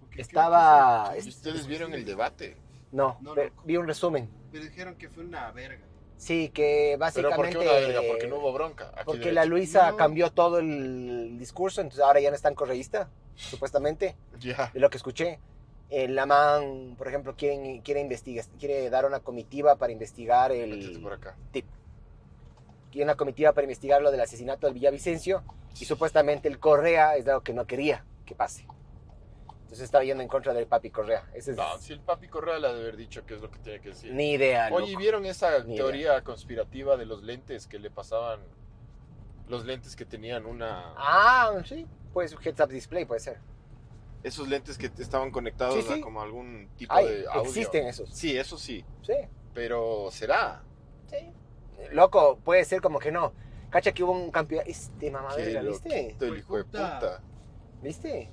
S5: Porque
S3: Estaba. este,
S5: creo que
S2: ¿Y
S5: sí.
S2: ustedes vieron el debate?
S3: No,
S5: No,
S3: pe-
S5: loco.
S3: vi un resumen.
S5: Pero dijeron que fue una verga.
S3: Sí, que
S2: Pero ¿por
S3: básicamente.
S2: qué una verga? Porque no hubo bronca. Aquí
S3: porque la
S2: derecho.
S3: Luisa
S5: No.
S3: cambió todo el discurso, entonces ahora ya no es tan correísta, supuestamente,
S2: *laughs* Ya.
S3: de lo que escuché. El Lamán, por ejemplo, quieren, quiere, investigar, quiere dar una comitiva para investigar
S2: Métete
S3: el,
S2: por acá.
S3: y una comitiva para investigar lo del asesinato del Villavicencio y supuestamente el Correa es algo que no quería que pase. Entonces estaba yendo en contra del papi Correa. Ese es
S2: No, si el papi Correa le ha de haber dicho qué es lo que tiene que decir.
S3: ni idea.
S2: Oye, ¿y
S3: loco.
S2: ¿vieron esa
S3: Ni
S2: teoría conspirativa de los lentes que le pasaban? Los lentes que tenían una...
S3: Ah, sí. Pues heads up display puede ser.
S2: Esos lentes que estaban conectados
S3: Sí, sí.
S2: a como algún tipo
S3: Ay,
S2: de audio.
S3: existen esos.
S2: Sí, eso sí.
S3: Sí,
S2: Pero ¿será?
S3: sí. Loco, puede ser como que no. Cacha que hubo un campeón. Este mamadera,
S2: Qué
S3: ¿viste?
S2: loquito el hijo de
S5: Puta.
S2: puta.
S3: ¿Viste?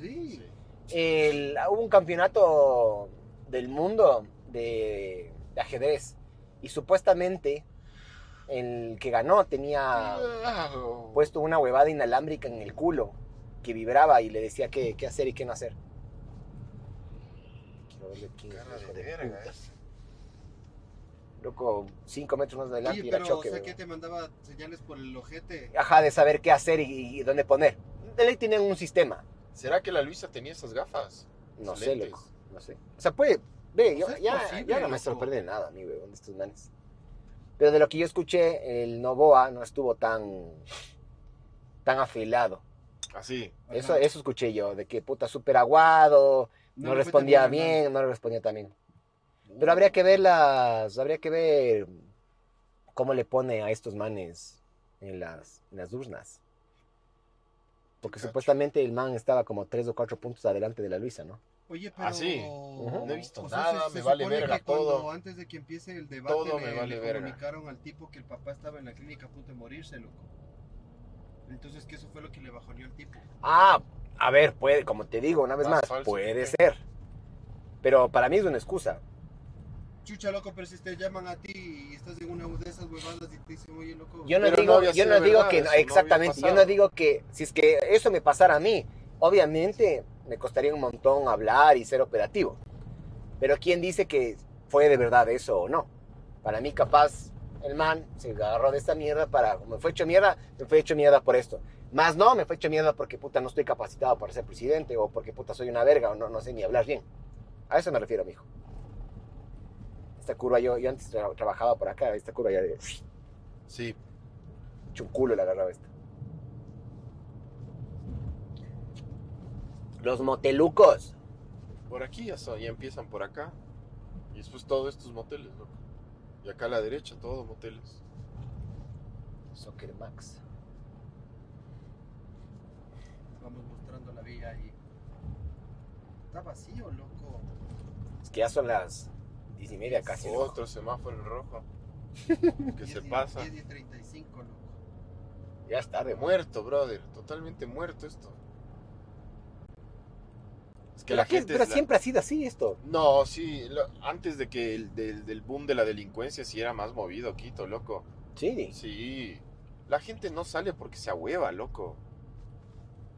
S5: Sí.
S3: El- hubo un campeonato del mundo de, de ajedrez y supuestamente el que ganó tenía
S2: Claro.
S3: puesto una huevada inalámbrica en el culo que vibraba y le decía qué, qué hacer y qué no hacer. Quiero verle aquí,
S2: Cara de
S3: hijo de
S2: verga,
S4: eh.
S3: puta.
S2: ese.
S3: Loco, cinco metros más adelante
S5: Oye,
S3: y era
S5: pero,
S3: choque.
S5: o sea,
S3: huevón.
S5: que te mandaba señales por el ojete.
S3: Ajá, de saber qué hacer y, y dónde poner. De ley tienen un sistema.
S2: ¿Será que la Luisa tenía esas gafas?
S3: No
S2: Esos
S3: sé,
S2: lentes.
S3: loco. No sé. O sea, puede. Ve, yo,
S5: sea, Pues es
S3: ya,
S5: posible,
S3: ya no me
S5: loco.
S3: sorprende nada a mí, weón, de estos manes. Pero de lo que yo escuché, el Novoa no estuvo tan. tan afilado.
S2: Así.
S5: Ajá.
S3: Eso, eso escuché yo, de que puta súper aguado, no,
S5: le fue
S3: respondía
S5: tan
S3: bien, no respondía tan bien. Pero habría que ver las. habría que ver. cómo le pone a estos manes en las, en las urnas. Porque
S2: Cacho.
S3: supuestamente el man estaba como tres o cuatro puntos adelante de la Luisa, ¿no?
S5: Oye, pero.
S2: Ah, sí.
S5: No
S2: No he visto nada, me vale verga todo.
S5: Antes de que empiece el debate,
S2: Todo
S5: le,
S2: me vale
S5: le
S2: verga.
S5: comunicaron al tipo que el papá estaba en la clínica a punto de morirse, loco. Entonces, que eso fue lo que le bajoneó al tipo.
S3: Ah, a ver, puede, como te digo, una vez
S2: Más
S3: más,
S2: falso,
S3: puede
S2: ¿no?
S3: ser. Pero para mí es una excusa.
S5: Chucha, loco, pero si te llaman a ti y estás en una de esas huevadas y te dicen, oye, loco.
S3: Yo no
S2: Pero no
S3: digo,
S2: había
S3: yo
S2: sido
S3: no digo
S2: verdad,
S3: que
S2: eso no había
S3: exactamente, yo no
S2: pasado.
S3: digo que si es que eso me pasara a mí, obviamente me costaría un montón hablar y ser operativo. Pero quién dice que fue de verdad eso o no. Para mí capaz el man se agarró de esta mierda para me fue hecho mierda, me fue hecho mierda por esto. Más no, me fue hecho mierda porque puta no estoy capacitado para ser presidente o porque puta soy una verga o no, no sé ni hablar bien. A eso me refiero, mijo. Esta curva yo, yo antes tra- trabajaba por acá, esta curva ya de
S2: Sí,
S3: hecho un culo le agarraba esta. Los motelucos.
S2: por aquí ya, son, ya empiezan por acá. Y después todos estos moteles, loco. Y acá a la derecha, todos moteles.
S3: Soccer Max.
S5: Vamos mostrando la villa ahí. Está vacío, loco.
S3: Es que ya son las diez y media casi. ¿no?
S2: Otro semáforo en rojo.
S3: *laughs*
S2: que se
S5: 10 y-
S2: pasa.
S5: 10 y 35, loco.
S3: Ya es tarde, muerto.
S2: Muerto, brother. Totalmente muerto esto. Es
S3: Pero, aquí es- pero
S2: es la-
S3: siempre ha sido así esto.
S2: No, sí, lo- antes de que el del, del boom de la delincuencia sí era más movido, Quito, loco.
S3: Sí.
S2: Sí, la gente no sale porque se ahueva, loco.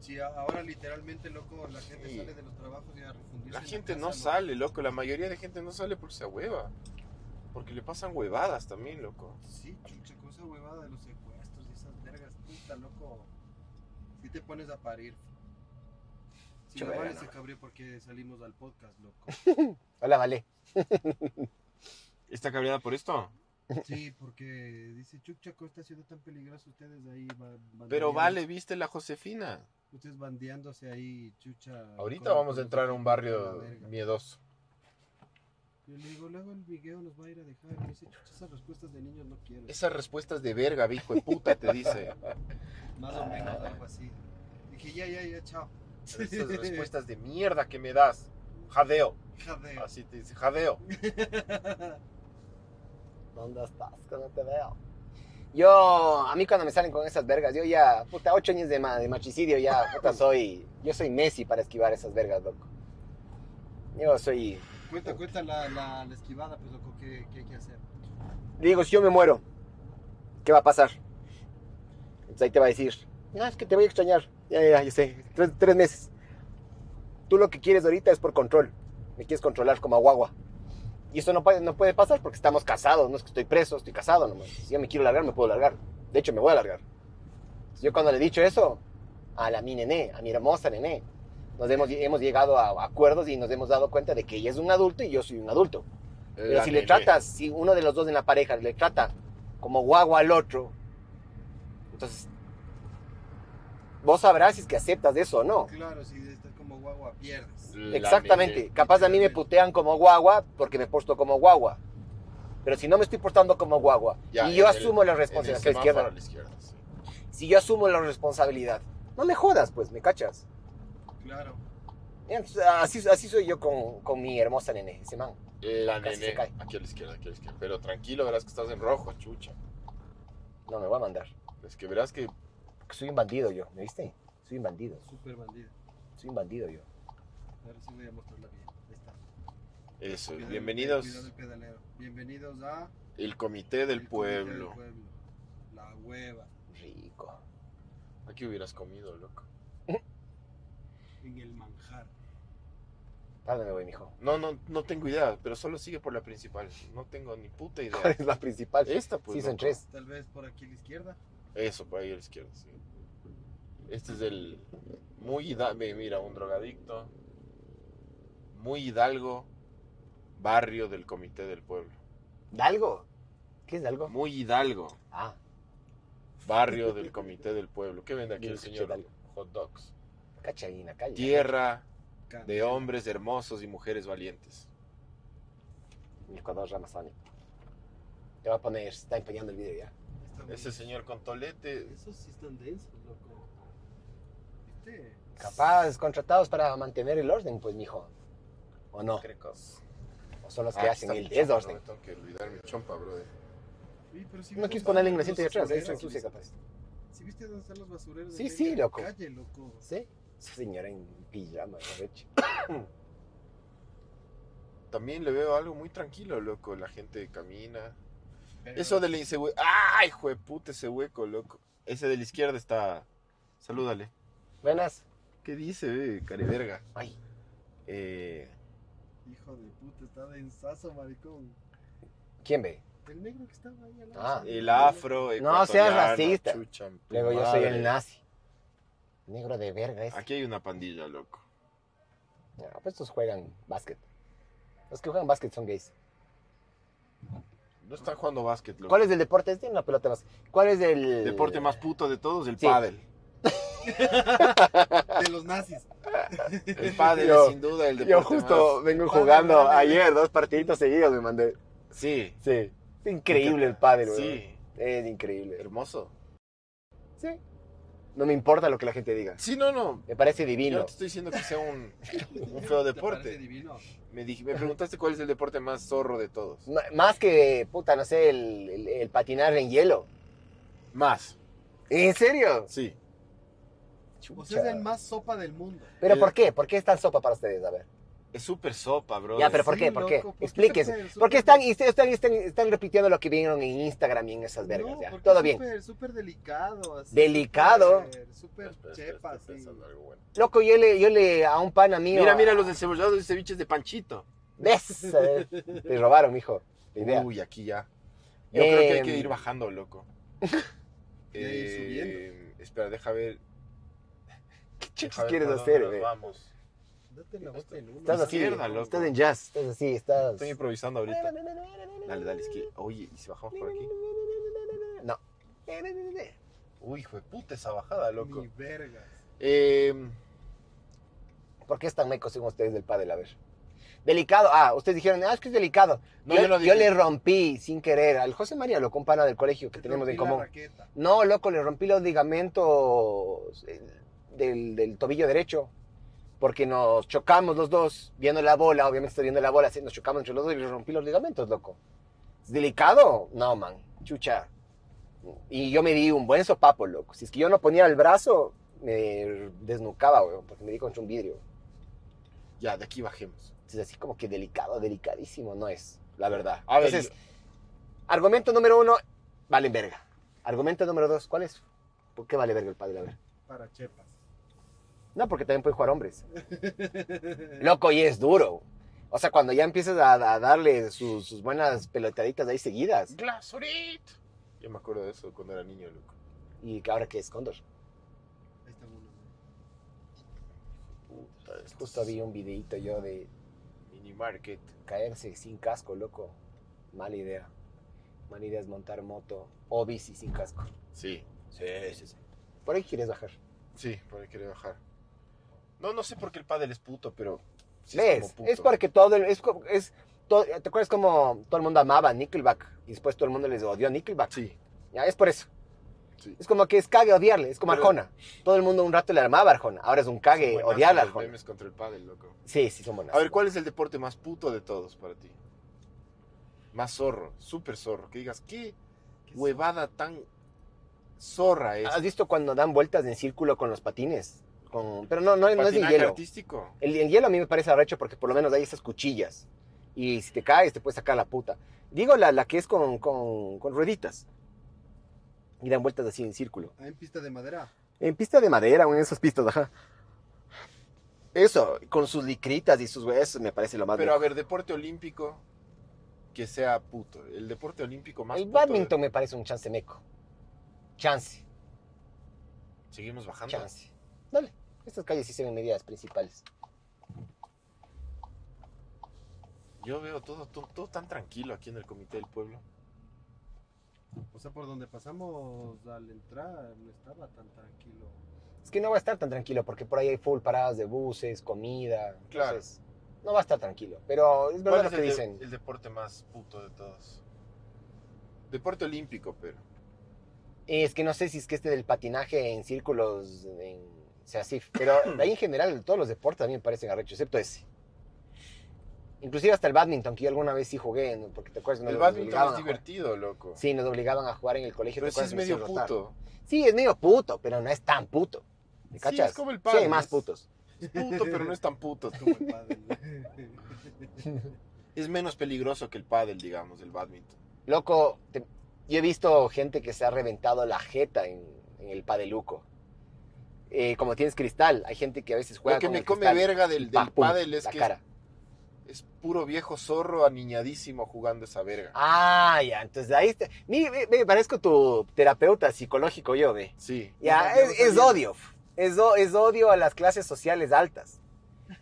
S5: Sí, a- ahora literalmente, loco, la gente
S2: Sí.
S5: sale de los trabajos y a refundirse.
S2: La
S5: en
S2: gente
S5: casa,
S2: no sale, loco. La mayoría de gente no sale porque se ahueva. Porque le pasan huevadas también, loco.
S5: Sí, chucha, con esa huevada de los secuestros y esas vergas, puta, loco. Si te pones a parir. Si
S3: Chucha,
S5: no vale,
S3: no.
S5: se cabrió porque salimos al podcast,
S2: *laughs*
S5: loco.
S3: Hola, vale.
S2: ¿Está cabreada por esto?
S5: Sí, porque dice, chucha, con esta ciudad tan peligrosa, ustedes ahí va- bandeando-
S2: Pero vale, viste la Josefina.
S5: Ustedes bandeándose ahí, chucha.
S2: Ahorita
S5: con-
S2: vamos a
S5: con
S2: entrar a un barrio
S5: la verga.
S2: miedoso.
S5: Yo le digo, luego el Miguel nos va a ir a dejar. Y dice, chucha, esas respuestas de niños no quiero.
S2: Esas respuestas de verga, hijo de puta, te dice.
S5: Más o menos algo así. Dije, ya, ya, ya, chao.
S2: *laughs* Esas respuestas de mierda que me das. Jadeo.
S5: Jadeo.
S2: Así te dice, jadeo.
S3: ¿Dónde estás? Que no te veo. Yo, a mí cuando me salen con esas vergas, yo ya, puta, ocho años de, ma- de machicidio, ya, *laughs* puta, soy, yo soy Messi para esquivar esas vergas, loco. Yo soy,
S5: Cuenta, cuenta la, la, la esquivada, pues loco, ¿qué, qué hay que hacer?
S3: digo, si yo me muero, ¿qué va a pasar? Entonces ahí te va a decir, no, es que te voy a extrañar, ya, ya, ya sé, tres, tres meses. Tú lo que quieres ahorita es por control, me quieres controlar como aguagua. Y eso no, puede- no puede pasar porque estamos casados, no es que estoy preso, estoy casado nomás. Si yo me quiero largar, me puedo largar. De hecho, me voy a largar. Entonces, yo cuando le he dicho eso, a la mi nené, a mi hermosa nené, nos hemos, hemos llegado a acuerdos y nos hemos dado cuenta de que ella es un adulto y yo soy un adulto. Pero
S2: La
S3: si le
S2: nene.
S3: tratas, si uno de los dos en la pareja le trata como guagua al otro, entonces vos sabrás si es que aceptas de eso o no.
S5: Claro, si estás como guagua, pierdes.
S2: La
S3: Exactamente.
S2: nene.
S3: Capaz a mí me putean como guagua porque me porto como guagua. Pero si no me estoy portando como guagua
S2: Ya,
S3: y yo
S2: en el-
S3: asumo la
S2: En el
S3: responsabilidad,
S2: semáforo
S3: izquierda,
S2: a la izquierda, sí.
S3: si yo asumo la responsabilidad, no me jodas, pues, ¿me cachas?
S5: Claro.
S3: Entonces, así, así soy yo con, con mi hermosa nene, ese man.
S2: La
S3: Casi se
S2: nene.
S3: cae.
S2: Aquí a la izquierda, aquí a la izquierda. Pero tranquilo, verás que estás en rojo, chucha.
S3: No me voy a mandar.
S2: Es que verás que
S3: porque soy un bandido yo, ¿me viste? Soy un bandido,
S5: Súper bandido.
S3: soy un bandido yo.
S5: Ahora sí voy a mostrarla bien. Ahí está.
S2: eso.
S5: Cuidado,
S2: Pues, Bienvenidos
S5: Cuidado el pedalero. Bienvenidos a...
S2: el comité del
S5: el Comité
S2: pueblo.
S5: del pueblo. La hueva.
S3: Rico.
S2: Aquí hubieras comido, loco.
S5: En el manjar.
S3: ¿A dónde me voy, mijo?
S2: No, no, no tengo idea, pero solo sigue por la principal. No tengo ni puta
S3: ¿Cuál
S2: *laughs* idea.
S3: *laughs* es la principal?
S2: Esta, pues.
S3: sí, son
S2: loco.
S3: tres.
S5: Tal vez por aquí a la izquierda.
S2: Eso, por ahí a la izquierda, sí. Este es el muy hidalgo, mira, un drogadicto. Muy hidalgo, barrio del comité del pueblo.
S3: ¿Dalgo? ¿Qué es Dalgo?
S2: Muy hidalgo,
S3: Ah,
S2: barrio *laughs* del comité del pueblo. ¿Qué vende aquí
S3: Bien,
S2: el señor?
S3: Hidalgo.
S2: Hot dogs.
S3: cacha ahí en la calle. ¿eh?
S2: Tierra
S5: Can-
S2: de hombres hermosos y mujeres valientes.
S3: Mi Ecuador Ramazani. Te va a poner, se está empeñando el video ya.
S5: Está muy-
S2: Ese señor con tolete,
S5: Esos sí están densos, loco. ¿Viste?
S3: Capaz, contratados para mantener el orden, pues, mijo. ¿O no?
S2: Crecos.
S3: ¿O son los
S2: Ah,
S3: que
S2: aquí
S3: hacen
S2: está mi
S3: el
S2: chompa, bro,
S3: desorden?
S2: Tengo que olvidar mi chompa, brother.
S5: Uy, pero sí
S3: No
S5: me
S3: quieres
S5: gusta,
S3: ponerle
S5: ¿no?
S3: ingrediente de
S5: Los
S2: ¿eh?
S3: atrás, ahí se
S5: basureros,
S3: ensucia
S5: ¿viste?
S3: capaz.
S5: ¿Sí viste dónde están los basureros? de
S3: Sí,
S5: media
S3: sí, loco.
S5: Calle, loco.
S3: ¿Sí? Esa señora en pijama, la leche.
S2: También le veo algo muy tranquilo, loco. La gente camina.
S5: Pero-
S2: Eso de la inseguridad. ¡Ay, hijo de puta, ese hueco, loco! Ese de la izquierda está. Salúdale.
S3: Buenas.
S2: ¿Qué dice, eh, careverga?
S3: Ay.
S2: Eh,
S5: Hijo de puta, está densazo, maricón.
S3: ¿Quién ve?
S5: El negro que estaba ahí al
S3: Ah,
S5: sí,
S2: el
S5: negro.
S2: afro.
S3: No seas
S2: ecuatoriano,
S3: racista.
S2: chucha, tu
S3: Luego yo soy el
S2: madre.
S3: nazi. Negro de verga este. ese.
S2: Aquí hay una pandilla, loco.
S3: No, pues estos juegan básquet. Los que juegan básquet son gays.
S2: No están jugando básquet, loco.
S3: ¿Cuál es el deporte? Este tiene una pelota más. ¿Cuál es el
S2: deporte más puto de todos? El
S3: Sí.
S2: pádel.
S5: De
S3: *laughs*
S5: los nazis.
S2: El pádel
S3: Yo-
S2: es sin duda el deporte
S3: Yo justo
S2: más-
S3: vengo
S5: Pádel,
S3: jugando
S5: pádel.
S3: ayer, dos partiditos seguidos me mandé.
S2: Sí.
S3: Sí. Es increíble el pádel, güey.
S2: Sí.
S3: Es increíble.
S2: Hermoso.
S3: Sí. No me importa lo que la gente diga.
S2: Sí, no, no.
S3: Me parece
S2: Yo
S3: divino.
S2: no te estoy diciendo que sea un, *laughs* un feo
S5: ¿Te parece
S2: deporte.
S5: divino?
S2: Me, dij- me preguntaste cuál es el deporte más zorro de todos.
S3: M- Más que, puta, no sé, el, el- el patinar en hielo.
S2: Más.
S3: ¿En serio?
S2: Sí.
S5: O sea, es
S3: Chucha.
S5: el más sopa del mundo.
S3: ¿Pero
S2: el-
S3: por qué? ¿Por qué es tan sopa para ustedes? A ver.
S2: Es súper sopa, bro.
S3: Ya, pero ¿por
S5: Sí,
S3: qué? ¿Por qué?
S5: loco, ¿por qué
S3: Explíquense.
S5: súper,
S3: Porque
S5: súper?
S3: están, y ustedes están, están, están repitiendo lo que vieron en Instagram y en esas vergas.
S5: No,
S3: ya.
S5: porque
S3: Todo
S5: es
S3: bien.
S5: súper- Súper delicado. así,
S3: ¿Delicado?
S5: súper-
S2: Espera,
S5: Súper
S2: espera, espera,
S5: chepa,
S2: estoy
S5: sí.
S2: pensando algo bueno.
S3: Loco, yo le, yo le a un pan amigo.
S2: Mira, mira los encebollados y ceviches de Panchito.
S3: ¿Ves?
S2: *laughs*
S3: Eh, Te robaron, mijo. La idea.
S2: Uy, aquí ya. Yo creo que hay que
S3: Em.
S2: ir bajando, loco.
S3: *laughs*
S2: Eh,
S5: Y ahí subiendo.
S2: Espera, deja ver.
S3: ¿Qué
S2: deja
S3: chuchas
S2: ver
S3: quieres
S2: para dónde
S3: hacer,
S2: nos
S3: güey?
S2: Vamos.
S5: Date la vuelta en uno.
S3: eh. Estás así.
S2: Izquierda, loco.
S3: Estás en jazz. Estás así, estás.
S2: Estoy improvisando ahorita. Dale, dale, izquierda. Oye, ¿y si bajamos por aquí?
S3: No.
S2: Uy, hijo de puta esa bajada, loco.
S5: Ni vergas.
S2: Eh,
S3: ¿Por qué es tan meco según ustedes del pádel? A ver. Delicado. Ah, ustedes dijeron, ah, es que es delicado.
S2: No,
S3: yo,
S2: yo no
S3: yo
S2: dije.
S3: le rompí sin querer al José María, lo compana del colegio que tenemos en
S5: Rompí la
S3: común.
S5: raqueta.
S3: No, loco, le rompí los ligamentos eh, del, del tobillo derecho. Porque nos chocamos los dos, viendo la bola, obviamente estoy viendo la bola, así, nos chocamos entre los dos y le rompí los ligamentos, loco. ¿Es delicado? No, man, chucha. Y yo me di un buen sopapo, loco. Si es que yo no ponía el brazo, me desnucaba, weón, porque me di contra un vidrio.
S2: ya, de aquí bajemos.
S3: Entonces, así como que delicado, delicadísimo no es, la verdad.
S2: A ver,
S3: Entonces, argumento número uno, valen verga. Argumento número dos, ¿cuál es? ¿Por qué vale verga el padre? A ver.
S5: Para chepas.
S3: No, porque también pueden jugar
S2: *laughs*
S3: hombres. Loco, y es duro. O sea, cuando ya empiezas a, a darle sus, sus buenas pelotaditas ahí seguidas.
S2: ¡Glasurit! Yo me acuerdo de eso cuando era niño, loco.
S3: Y que ahora que es cóndor.
S5: Ahí está uno.
S2: Puta, estos
S3: Justo vi un videito yo de
S2: Mini market.
S3: caerse sin casco, loco. Mala idea. Mala idea es montar moto o bici sin casco.
S2: Sí.
S3: Sí, sí, sí. Por ahí quieres bajar.
S2: Sí, por ahí quería bajar. No, no sé por qué el padre es puto, pero. sí
S3: ¿Ves?
S2: como
S3: Es,
S2: puto.
S3: porque todo el- es, co- es todo- ¿Te acuerdas cómo todo el mundo amaba a Nickelback? Y después todo el mundo les odió a Nickelback.
S2: Sí,
S3: Ya, es por eso.
S2: sí.
S3: Es como que es cague odiarle, es como
S2: Pero-
S3: Arjona. Todo el mundo un rato le armaba a Arjona, ahora es un cague
S2: Buenazo
S3: odiar a
S2: los
S3: Arjona.
S2: memes contra el pádel, loco.
S3: Sí, sí, son buenas.
S2: A ver, ¿cuál es el deporte más puto de todos para ti? Más zorro, súper zorro. Que digas, ¿qué, huevada tan zorra es?
S3: ¿Has visto cuando dan vueltas en círculo con los patines? Con... Pero no, no, no es en
S2: ¿Patinaje
S3: hielo.
S2: artístico?
S3: El, el hielo a mí me parece arrecho porque por lo menos hay esas cuchillas. Y si te caes, te puedes sacar la puta. Digo la, la que es con, con, con rueditas. Y dan vueltas así en círculo.
S5: Ah, en pista de madera.
S3: En pista de madera o en esas pistas, ajá. Eso, con sus licritas y sus huesos, me parece lo más
S2: Pero a
S3: rico.
S2: ver, deporte olímpico que sea puto. El deporte olímpico más
S3: El
S2: puto de-
S3: badminton me parece un chance meco. Chance,
S2: Seguimos bajando.
S3: chance. Dale, estas calles sí se ven medidas principales.
S2: Yo veo todo, todo, todo tan tranquilo aquí en el Comité del Pueblo.
S5: O sea, por donde pasamos al entrar no estaba tan tranquilo.
S3: Es que no va a estar tan tranquilo porque por ahí hay full paradas de buses, comida.
S2: Claro.
S3: Entonces, no va a estar tranquilo. Pero es verdad
S2: ¿Cuál
S3: lo
S2: es
S3: que
S2: el, de-
S3: dicen.
S2: el deporte más puto de todos? Deporte olímpico, pero.
S3: Es que no sé si es que este del patinaje en círculos, en,
S2: *clears throat*
S3: o sea, sí, pero de ahí en general todos los deportes a mí me parecen arrechos, excepto ese. Inclusive hasta el badminton, que yo alguna vez sí jugué, ¿no? porque te acuerdas, nos
S2: El
S3: nos
S2: badminton
S3: obligaban
S2: es
S3: a jugar.
S2: divertido, loco.
S3: Sí, nos obligaban a jugar en el colegio.
S2: pero
S3: ¿te
S2: sí
S3: acuerdas?
S2: es
S3: Me
S2: medio
S3: hacían rotar.
S2: puto.
S3: Sí, es medio puto, pero no es tan puto. ¿Me
S2: Sí,
S3: cachas?
S2: es como el
S3: Sí, hay
S2: pádel,
S3: más
S2: es-
S3: putos.
S2: Es puto, pero no es tan
S3: *laughs*
S2: puto.
S5: Como el padre.
S2: Es menos peligroso que el pádel, digamos, el badminton.
S3: Loco, te- yo he visto gente que se ha reventado la jeta en, en el padeluco. Eh, como tienes cristal, hay gente que a veces juega
S2: Lo que
S3: con
S2: me
S3: el
S2: come
S3: cristal.
S2: verga del,
S3: Pa,
S2: del
S3: pum,
S2: pádel es
S3: la
S2: que
S3: cara.
S2: es puro viejo zorro aniñadísimo jugando esa verga.
S3: Ah, ya, entonces ahí está. Mi, me, me parezco tu terapeuta psicológico yo, ve.
S2: Sí.
S3: Ya,
S5: Ya, ya
S3: es,
S5: lo
S3: es
S5: sabía.
S3: odio. Es, o- es odio a las clases sociales altas.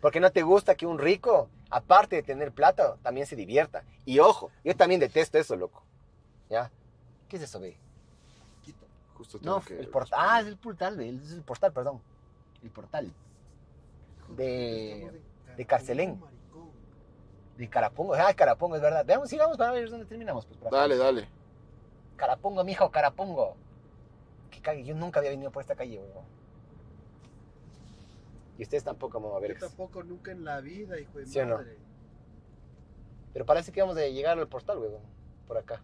S3: Porque no te gusta que un rico, aparte de tener plata, también se divierta. Y ojo, yo también detesto eso, loco. ¿Ya? ¿Qué es eso, ve?
S5: Quito.
S2: Justo tengo
S3: No,
S2: que
S3: el portal. Ah, es el portal, ve, es el portal, perdón. El portal. De,
S5: Estamos en
S3: de Carcelén.
S5: maricón.
S3: de Carapongo. Ah, Carapongo, es verdad. Veamos, sigamos para ver dónde terminamos. Pues, por acá.
S2: Dale, dale.
S3: Carapongo, mijo, Carapongo. Que cague, yo nunca había venido por esta calle, weón. Y ustedes tampoco, mamá
S2: pues.
S5: Yo
S3: vergas.
S5: tampoco nunca en la vida, hijo de
S3: ¿Sí o no?
S5: madre.
S3: Pero parece que vamos a llegar al portal, weón. Por acá.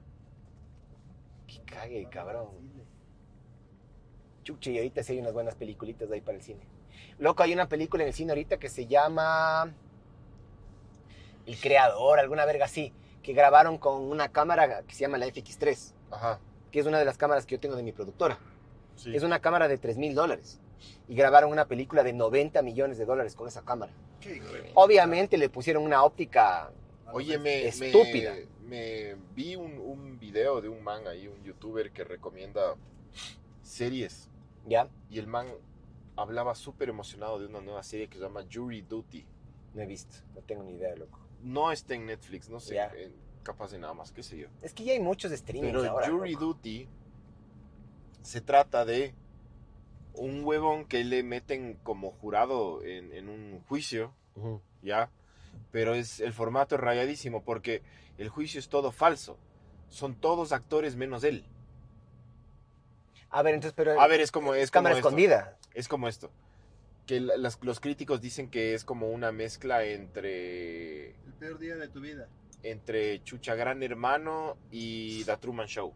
S3: Que cague,
S5: Vamos al
S3: cabrón.
S5: cine.
S3: Chuche, y ahorita sí hay unas buenas peliculitas de ahí para el cine. Loco, hay una película en el cine ahorita que se llama El Creador, alguna verga así. Que grabaron con una cámara que se llama la FX3.
S2: Ajá.
S3: Que es una de las cámaras que yo tengo de mi productora.
S2: Sí.
S3: Es una cámara de 3 mil dólares. Y grabaron una película de 90 millones de dólares con esa cámara.
S5: Qué hijo de-
S3: Obviamente le pusieron una óptica.
S5: A lo
S2: Oye,
S5: mejor
S2: me, me-
S3: Estúpida.
S2: me vi un, un video de un man ahí, un youtuber que recomienda series.
S3: ¿Ya?
S2: Y el man hablaba súper emocionado de una nueva serie que se llama Jury Duty.
S3: No he visto. No tengo ni idea, loco.
S2: No está en Netflix, no sé,
S3: Ya.
S2: en- capaz de nada más, qué sé yo.
S3: Es que ya hay muchos streamings
S2: Pero
S3: ahora.
S2: Jury
S3: loco.
S2: Duty se trata de un huevón que le meten como jurado en, en un juicio,
S3: Ujú.
S2: ¿ya? Pero es el formato es rayadísimo porque el juicio es todo falso. Son todos actores menos él.
S3: A ver, entonces, pero.
S2: A ver, es como es como
S3: cámara
S2: esto.
S3: escondida.
S2: Es como esto. Que la- las- los críticos dicen que es como una mezcla entre
S5: El peor día de tu vida.
S2: entre Chucha Gran Hermano y The Truman Show.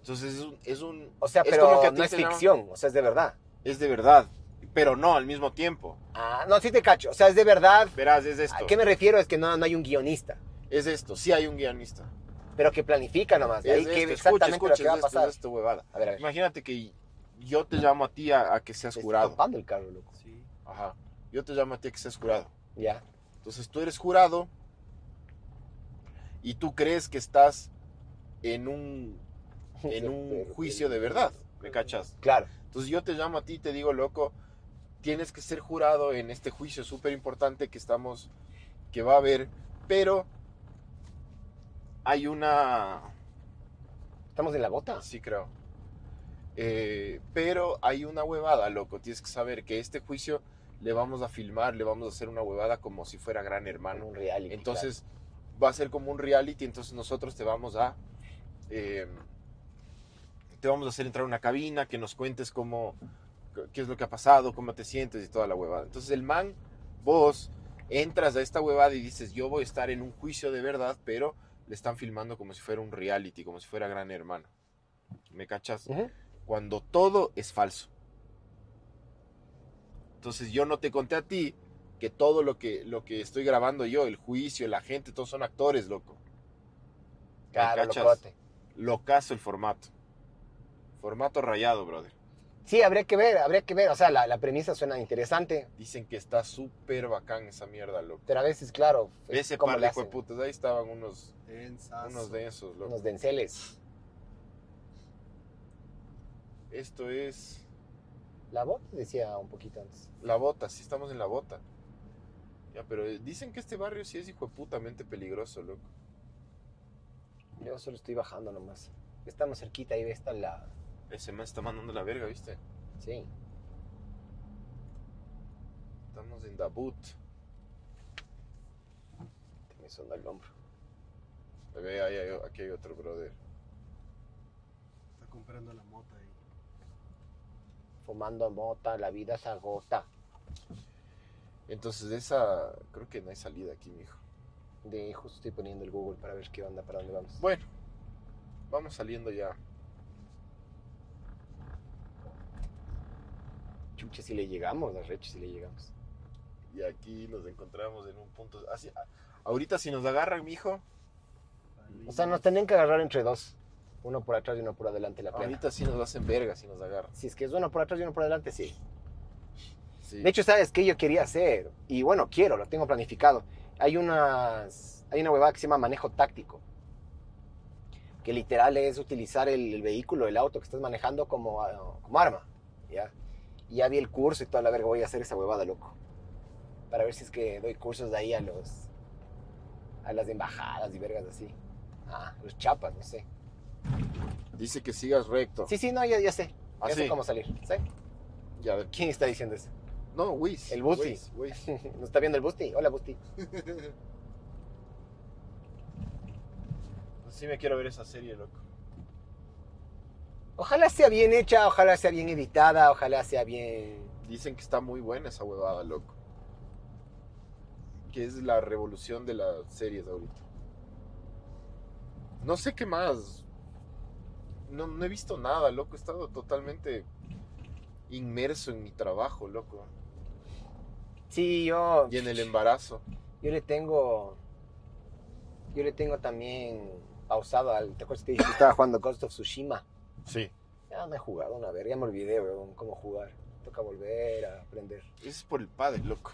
S2: Entonces es un, es un-
S3: O sea,
S2: es
S3: pero
S2: como que a ti
S3: no es
S2: te llaman-
S3: ficción. O sea, es de verdad.
S2: es de verdad, pero no al mismo tiempo.
S3: Ah, no, sí te cacho. O sea, es de verdad.
S2: Verás, es esto.
S3: ¿A qué me refiero? Es que no, no hay un guionista.
S2: Es esto, sí hay un guionista.
S3: Pero que planifica nomás.
S2: Es
S3: Ahí
S2: esto,
S3: que
S2: escucha,
S3: exactamente
S2: escucha,
S3: lo que va a
S2: es esto,
S3: pasar.
S2: es esto, huevada.
S3: A ver, a ver.
S2: Imagínate que yo te llamo a ti a, a que seas
S3: Estoy
S2: jurado.
S3: topando el carro, loco.
S5: Sí.
S2: Ajá. Yo te llamo a ti a que seas jurado.
S3: Ya.
S2: Entonces tú eres jurado y tú crees que estás en
S3: *laughs*
S2: un, *laughs* en un juicio de verdad. ¿Me cachas?
S3: Este, Claro.
S2: Entonces yo te llamo a ti y te digo, loco, tienes que ser jurado en este juicio súper importante que estamos, que va a haber, pero hay una,
S3: ¿Estamos en la bota?
S2: sí creo, Eh, pero hay una huevada, loco, tienes que saber que este juicio le vamos a filmar, le vamos a hacer una huevada como si fuera gran
S3: en
S2: hermano.
S3: un reality.
S2: Entonces va a ser como un reality, entonces nosotros te vamos a... eh, te vamos a hacer entrar a una cabina, que nos cuentes cómo, qué es lo que ha pasado, cómo te sientes y toda la huevada. Entonces el man, vos, entras a esta huevada y dices, yo voy a estar en un juicio de verdad, pero le están filmando como si fuera un reality, como si fuera Gran Hermano. ¿Me cachas?
S3: Ujú.
S2: Cuando todo es falso. Entonces yo no te conté a ti que todo lo que, lo que estoy grabando yo, el juicio, la gente, todos son actores, loco. ¿Me
S3: claro,
S2: cachas?
S3: locote.
S2: Locazo el formato. Formato rayado, brother.
S3: Sí, habría que ver, habría que ver. O sea, la, la premisa suena interesante,
S2: Dicen que está súper bacán esa mierda, loco.
S3: pero a veces, claro,
S2: Ve ese
S3: como
S2: par
S3: le
S2: de
S3: hacen,
S2: putas. Ahí estaban unos,
S5: Tensazo.
S2: unos de esos, loco.
S3: unos denceles.
S2: Esto es
S3: La bota decía un poquito antes.
S2: la bota, sí estamos en la bota. Ya, pero eh, dicen que este barrio sí es hijo de putamente peligroso, loco.
S3: Yo solo estoy bajando nomás. Estamos cerquita y ve está la.
S2: Ese man está mandando la verga, ¿viste?
S3: Sí.
S2: Estamos en Dabut.
S3: te Me sonó el hombro.
S2: Ve, ahí hay- aquí hay otro brother.
S5: Está comprando la mota ahí.
S3: Fumando mota, la vida se agota.
S2: Entonces, de esa, creo que no hay salida aquí, mijo.
S3: De justo estoy poniendo el Google para ver qué onda, para dónde vamos.
S2: Bueno, vamos saliendo ya.
S3: Chucha, si le llegamos, a Reche, si le llegamos.
S2: Y aquí nos encontramos en un punto. Así, a- ahorita, si nos agarran, mijo,
S3: O sea, nos tendrían que agarrar entre dos. Uno por atrás y uno por adelante, la plena.
S2: ahorita sí nos hacen verga si nos agarran.
S3: Si es que es uno por atrás y uno por adelante, sí.
S2: Sí.
S3: De hecho, ¿sabes qué yo quería hacer? Y bueno, quiero, lo tengo planificado. Hay unas, hay una huevada que se llama manejo táctico. Que literal es utilizar el, el vehículo, el auto que estás manejando como, ah, como arma. ¿ya? Y ya vi el curso y toda la verga, voy a hacer esa huevada, loco. Para ver si es que doy cursos de ahí a los... A las embajadas y vergas así. Ah, los chapas, no sé.
S2: Dice que sigas recto.
S3: Sí, sí, no, ya, ya sé. Ya sé
S2: Así.
S3: cómo salir. ¿Sí?
S2: Ya, de-
S3: ¿Quién está diciendo eso? *laughs*
S2: no, Wiz.
S3: El Busti.
S2: Wiz,
S3: *laughs*
S2: Wiz.
S3: ¿Nos está viendo el Busti? Hola, Busti.
S2: Pues Sí me quiero ver esa serie, loco.
S3: Ojalá sea bien hecha, ojalá sea bien editada, ojalá sea bien...
S2: Dicen que está muy buena esa huevada, loco. Que es la revolución de las series ahorita. No sé qué más. No, no he visto nada, loco. He estado totalmente inmerso en mi trabajo, loco.
S3: Sí, yo,
S2: Y en el embarazo.
S3: yo le tengo... Yo le tengo también pausado al... ¿Te acuerdas
S2: *coughs*
S3: que te dije que estaba jugando Ghost of Tsushima?
S2: Sí.
S3: Ya no he jugado una verga, ya me olvidé, weón, cómo jugar. Toca volver a aprender.
S2: Es por el padre, loco.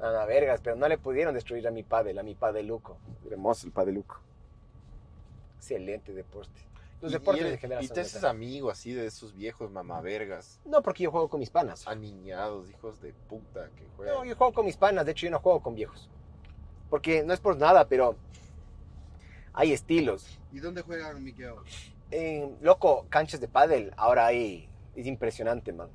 S3: A la vergas, pero Ah, no le pudieron destruir a mi padre, a mi padeluco. Hermoso el padeluco. Excelente deporte. Los
S2: Y-
S3: deportes
S2: y,
S3: de
S2: eres- y
S3: generación.
S2: te haces
S3: Z.
S2: amigo así de esos viejos mamavergas.
S3: No, porque yo juego con mis panas.
S2: Aniñados, hijos de puta que juegan.
S3: No, yo juego con mis panas, de hecho yo no juego con viejos. Porque no es por nada, pero hay estilos.
S5: ¿Y dónde juegan, Miquel?
S3: En, loco, canchas de pádel, ahora hay, es impresionante, man.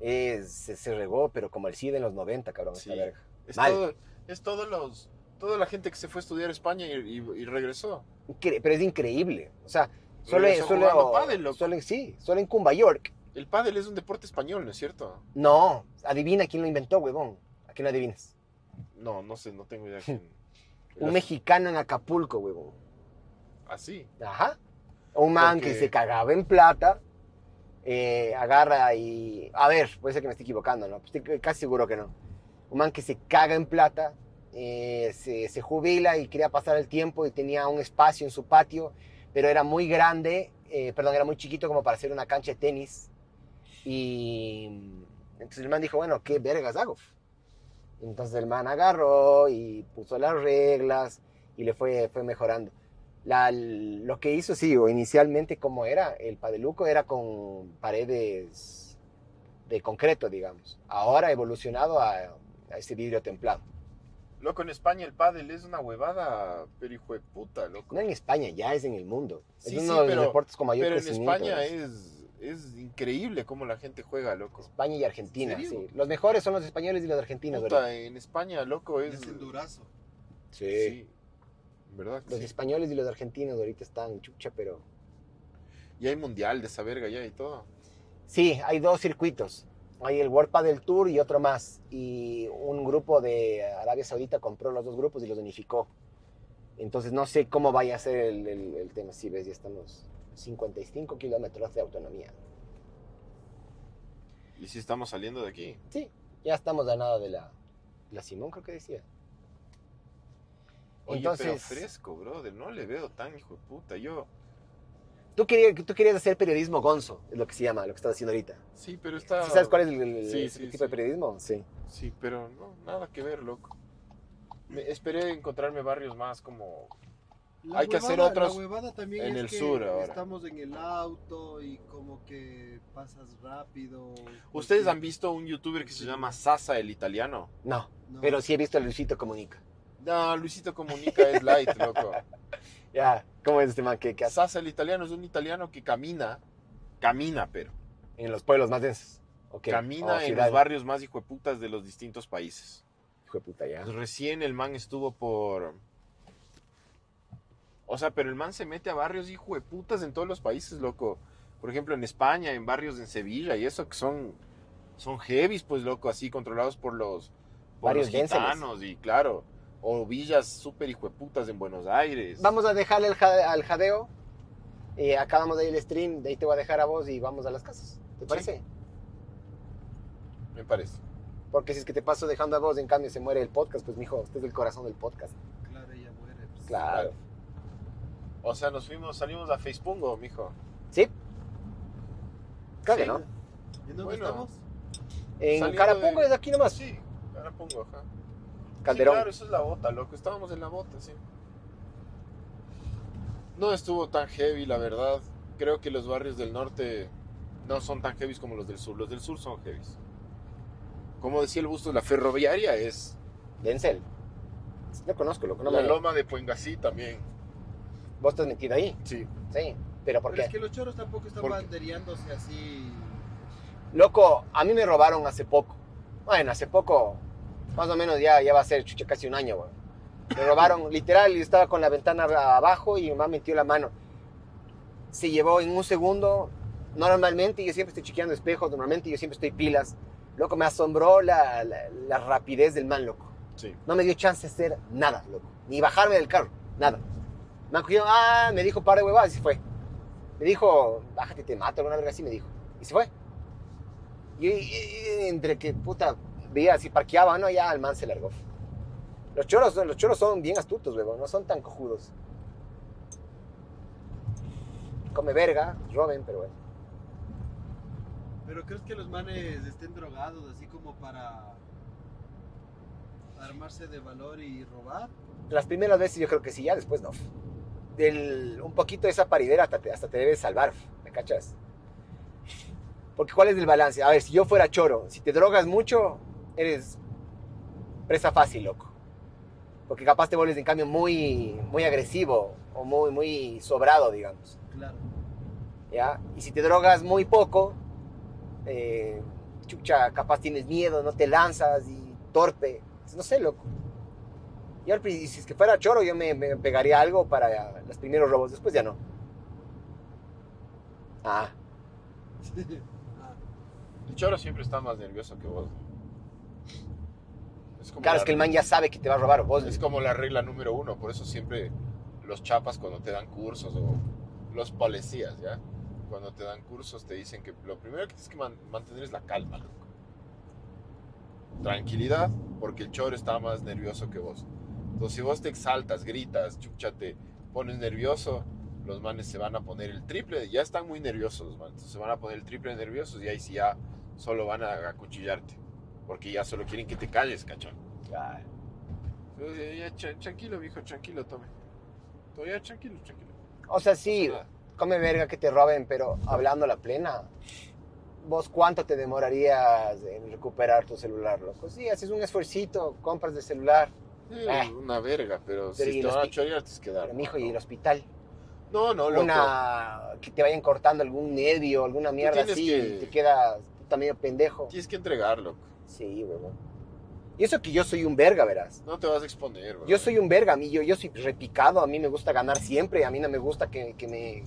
S3: Es- se, se regó, pero como el CID en los 90, cabrón, esta
S2: Sí.
S3: verga.
S2: Es
S3: Mal.
S2: todo, es todos los, toda la gente que se fue a estudiar a España y, y- y regresó.
S3: Incre- pero es increíble, o sea, solo,
S2: Regresó
S3: solo,
S2: jugando pádel, loco.
S3: solo en- sí, solo en Cumba York.
S2: El pádel es un deporte español, ¿no es cierto?
S3: No, adivina quién lo inventó, huevón. ¿A quién lo adivinas?
S2: No, no sé, no tengo
S3: *laughs*
S2: idea. quién-
S3: Un mexicano en Acapulco, huevón.
S2: Así.
S3: Ajá. Un man
S2: Porque-
S3: que se cagaba en plata, eh, agarra y... A ver, puede ser que me esté equivocando, ¿no? Pues Estoy c- casi seguro que no. Un man que se caga en plata, eh, se, se jubila y quería pasar el tiempo y tenía un espacio en su patio, pero era muy grande, eh, perdón, era muy chiquito como para hacer una cancha de tenis. Y entonces el man dijo, bueno, ¿qué vergas hago? Entonces el man agarró y puso las reglas y le fue, fue mejorando. La- lo que hizo, sí, o inicialmente como era, el padeluco era con paredes de concreto, digamos. Ahora ha evolucionado a, a ese vidrio templado.
S2: Loco, en España el pádel es una huevada, pero hijo de puta, loco.
S3: No en España, ya es en el mundo.
S2: Sí,
S3: es
S2: sí,
S3: uno de
S2: pero-
S3: los deportes con mayor
S2: Pero en
S3: crecimiento.
S2: España
S3: ¿no?
S2: es, es increíble cómo la gente juega, loco.
S3: España y Argentina,
S2: ¿En serio?
S3: sí. Los mejores son los españoles y los argentinos, ¿verdad?
S2: Puta, en España, loco, es...
S5: Es el durazo.
S3: Sí.
S2: Sí. ¿Verdad? que
S3: Los
S2: sí?
S3: españoles y los argentinos ahorita están chucha, pero...
S2: Y hay mundial de esa verga ya y todo.
S3: Sí, hay dos circuitos. Hay el World del Tour y otro más. Y un grupo de Arabia Saudita compró los dos grupos y los unificó. Entonces no sé cómo vaya a ser el, el- el tema. Si ves, ya estamos 55 kilómetros de autonomía.
S2: Y si estamos saliendo de aquí.
S3: Ya estamos a nada de la, la Simón, creo que decía.
S2: Oye, pero
S3: Entonces-
S2: fresco, brother. No le veo tan hijo de puta. Yo...
S3: Tú querías, tú querías hacer periodismo gonzo, es lo que se llama, lo que estás haciendo ahorita.
S2: Sí, pero está...
S3: ¿Sí ¿Sabes cuál es el, el-
S2: Sí,
S3: ese
S2: sí,
S3: tipo
S2: sí.
S3: de periodismo? Sí.
S2: Sí, pero no, nada que ver, loco. Me- esperé encontrarme barrios más como... Hay que hacer otros
S5: La huevada también
S2: en
S5: es
S2: el
S5: que
S2: sur ahora.
S5: Estamos en el auto y como que pasas rápido.
S2: ¿Ustedes han visto un youtuber que se llama Sasa el italiano?
S3: No,
S5: No.
S3: pero sí he visto a Luisito Comunica.
S2: No, Luisito Comunica es light,
S3: *laughs*
S2: loco.
S3: Ya, ¿cómo es este man que, que hace
S2: Sasa el italiano es un italiano que camina, camina, pero
S3: en los pueblos más densos? Ok.
S2: camina
S3: O
S2: en los
S3: ciudades.
S2: barrios más hijueputas de los distintos países.
S3: Hijo de puta, ya.
S2: Recién el man estuvo por... O sea, pero el man se mete a barrios hijueputas en todos los países, loco. por ejemplo, en España, en barrios en Sevilla y eso, que son, son heavies, pues loco, así controlados por los, por
S3: Barrios
S2: los
S3: denseles.
S2: gitanos y claro, o villas súper hijueputas en Buenos Aires.
S3: Vamos a dejarle al, ja- al jadeo. Eh, acabamos de ir el stream, de ahí te voy a dejar a vos y vamos a las casas. ¿Te parece?
S2: Me parece.
S3: Porque si es que te paso dejando a vos, en cambio se muere el podcast, pues mijo, usted es el corazón del podcast.
S5: Claro, ella muere. pues.
S3: Claro.
S2: O sea, nos fuimos, salimos a Facepungo, mijo.
S3: ¿Sí? Claro que
S2: Sí.
S3: no.
S5: ¿Y en dónde
S2: Bueno.
S5: estamos?
S3: En
S2: Saliendo
S3: Carapungo
S2: de-
S3: es aquí nomás.
S2: Sí, ahora pongo, ajá.
S3: Calderón.
S2: Sí, claro, eso es la bota, loco. Estábamos en la bota, sí. No estuvo tan heavy, la verdad. Creo que los barrios del norte no son tan heavy como los del sur. Los del sur son heavy. Como decía el busto, la ferroviaria es.
S3: Denzel. Lo conozco, loco. No
S2: la
S3: me...
S2: loma de Puengasí también.
S3: Vos estás metido ahí.
S2: Sí.
S3: Sí. Pero ¿por
S5: Pero
S3: qué?
S5: es que los choros tampoco están
S2: ¿Por qué?
S5: bandereándose así.
S3: Loco, a mí me robaron hace poco. Bueno, hace poco, más o menos ya, ya va a ser chucha, casi un año, güey. Me robaron, *laughs* literal, yo estaba con la ventana abajo y mi mamá metió la mano. Se llevó en un segundo. Normalmente yo siempre estoy chequeando espejos, normalmente yo siempre estoy pilas. Loco, me asombró la, la- la rapidez del man, loco.
S2: Sí.
S3: No me dio chance de hacer nada, loco. Ni bajarme del carro, nada. Me acogió, ah, me dijo, par de huevadas y se fue. Me dijo, bájate, te mato, alguna verga así, me dijo. Y se fue. Y, y- y entre que puta veía si parqueaba o no, ya el man se largó. Los choros, son- los choros son bien astutos, huevón, no son tan cojudos. Come verga, roben, pero bueno.
S5: Pero crees que los manes estén drogados así como para armarse de valor y robar?
S3: Las primeras veces yo creo que sí, ya después no. Del, un poquito de esa paridera hasta te, hasta te debe salvar, ¿me cachas? Porque ¿cuál es el balance? A ver, si yo fuera choro, si te drogas mucho, eres presa fácil, loco. Porque capaz te vuelves en cambio muy, muy agresivo o muy, muy sobrado, digamos.
S5: Claro.
S3: ¿ya? Y si te drogas muy poco, eh, chucha, capaz tienes miedo, no te lanzas y torpe. Pues, No sé, loco. Yo al pri- si es que fuera choro, yo me, me pegaría algo para los primeros robos, después ya no. Ah,
S5: *laughs* Ah,
S2: El choro siempre está más nervioso que vos. Es como
S3: claro,
S2: la-
S3: es que el man ya sabe que te va a robar, vos
S2: Es como la regla número uno, por eso siempre los chapas cuando te dan cursos o los policías, ¿ya? Cuando te dan cursos te dicen que lo primero que tienes que man- mantener es la calma, loco. Tranquilidad, porque el choro está más nervioso que vos. Entonces si vos te exaltas, gritas, chuchate, pones nervioso, los manes se van a poner el triple, ya están muy nerviosos los manes, entonces se van a poner el triple nerviosos y ahí sí ya solo van a acuchillarte, porque ya solo quieren que te calles, cachón. Eh, ya, cha- tranquilo, mijo, tranquilo, tome. Todavía tranquilo, tranquilo.
S3: O sea, sí,
S2: Ah,
S3: come verga que te roben, pero hablando la plena, ¿vos cuánto te demorarías en recuperar tu celular, loco? Sí, haces un esfuercito, compras de celular,
S2: eh,
S3: Ah.
S2: una verga, pero,
S3: Pero
S2: si
S3: y
S2: te
S3: los
S2: van a
S3: pi-
S2: chorear, tienes que dar.
S3: pero mijo,
S2: mano.
S3: y el hospital.
S2: No, no, loco.
S3: una que te vayan cortando algún nervio, alguna mierda
S2: tienes
S3: así,
S2: que-
S3: y te queda puta, medio pendejo.
S2: Tienes que entregar, loco.
S3: Sí, huevón. Y eso que yo soy un verga, verás.
S2: No te vas a exponer, bro.
S3: Yo soy un verga, a mí yo, yo soy repicado, a mí me gusta ganar siempre, a mí no me gusta que, que me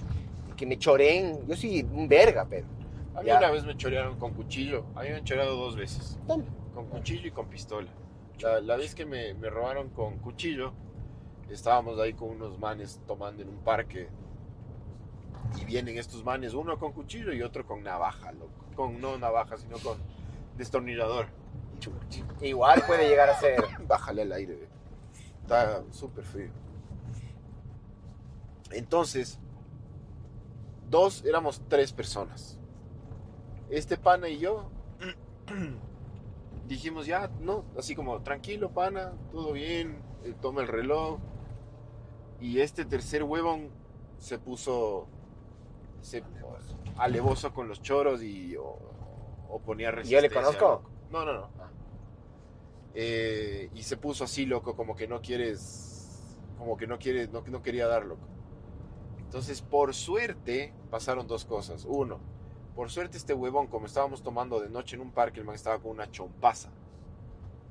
S3: que me choreen. Yo soy un verga, pero
S2: A mí
S3: ya.
S2: una vez me chorearon con cuchillo. A mí me han choreado dos veces.
S3: Toma.
S2: Con cuchillo y con pistola. La, la vez que me, me robaron con cuchillo, estábamos ahí con unos manes tomando en un parque. Y vienen estos manes, uno con cuchillo y otro con navaja, loco. Con no navaja, sino con destornillador.
S3: igual puede llegar a ser.
S2: Bájale al aire, ve. Está súper frío. Entonces, dos, éramos tres personas. Este pana y yo *clears throat* dijimos ya, no, así como tranquilo, pana, todo bien, eh, toma el reloj. Y este tercer huevón se puso se, alevoso con los choros y o, o ponía
S3: ¿Yo le
S2: resistencia.
S3: conozco? Ah.
S2: loco. No, no, no. Eh, y se puso así, loco, como que no quieres, como que no quieres, no, no quería dar, loco. Entonces, por suerte, pasaron dos cosas. Uno, por suerte este huevón, como estábamos tomando de noche en un parque, el man estaba con una chompaza.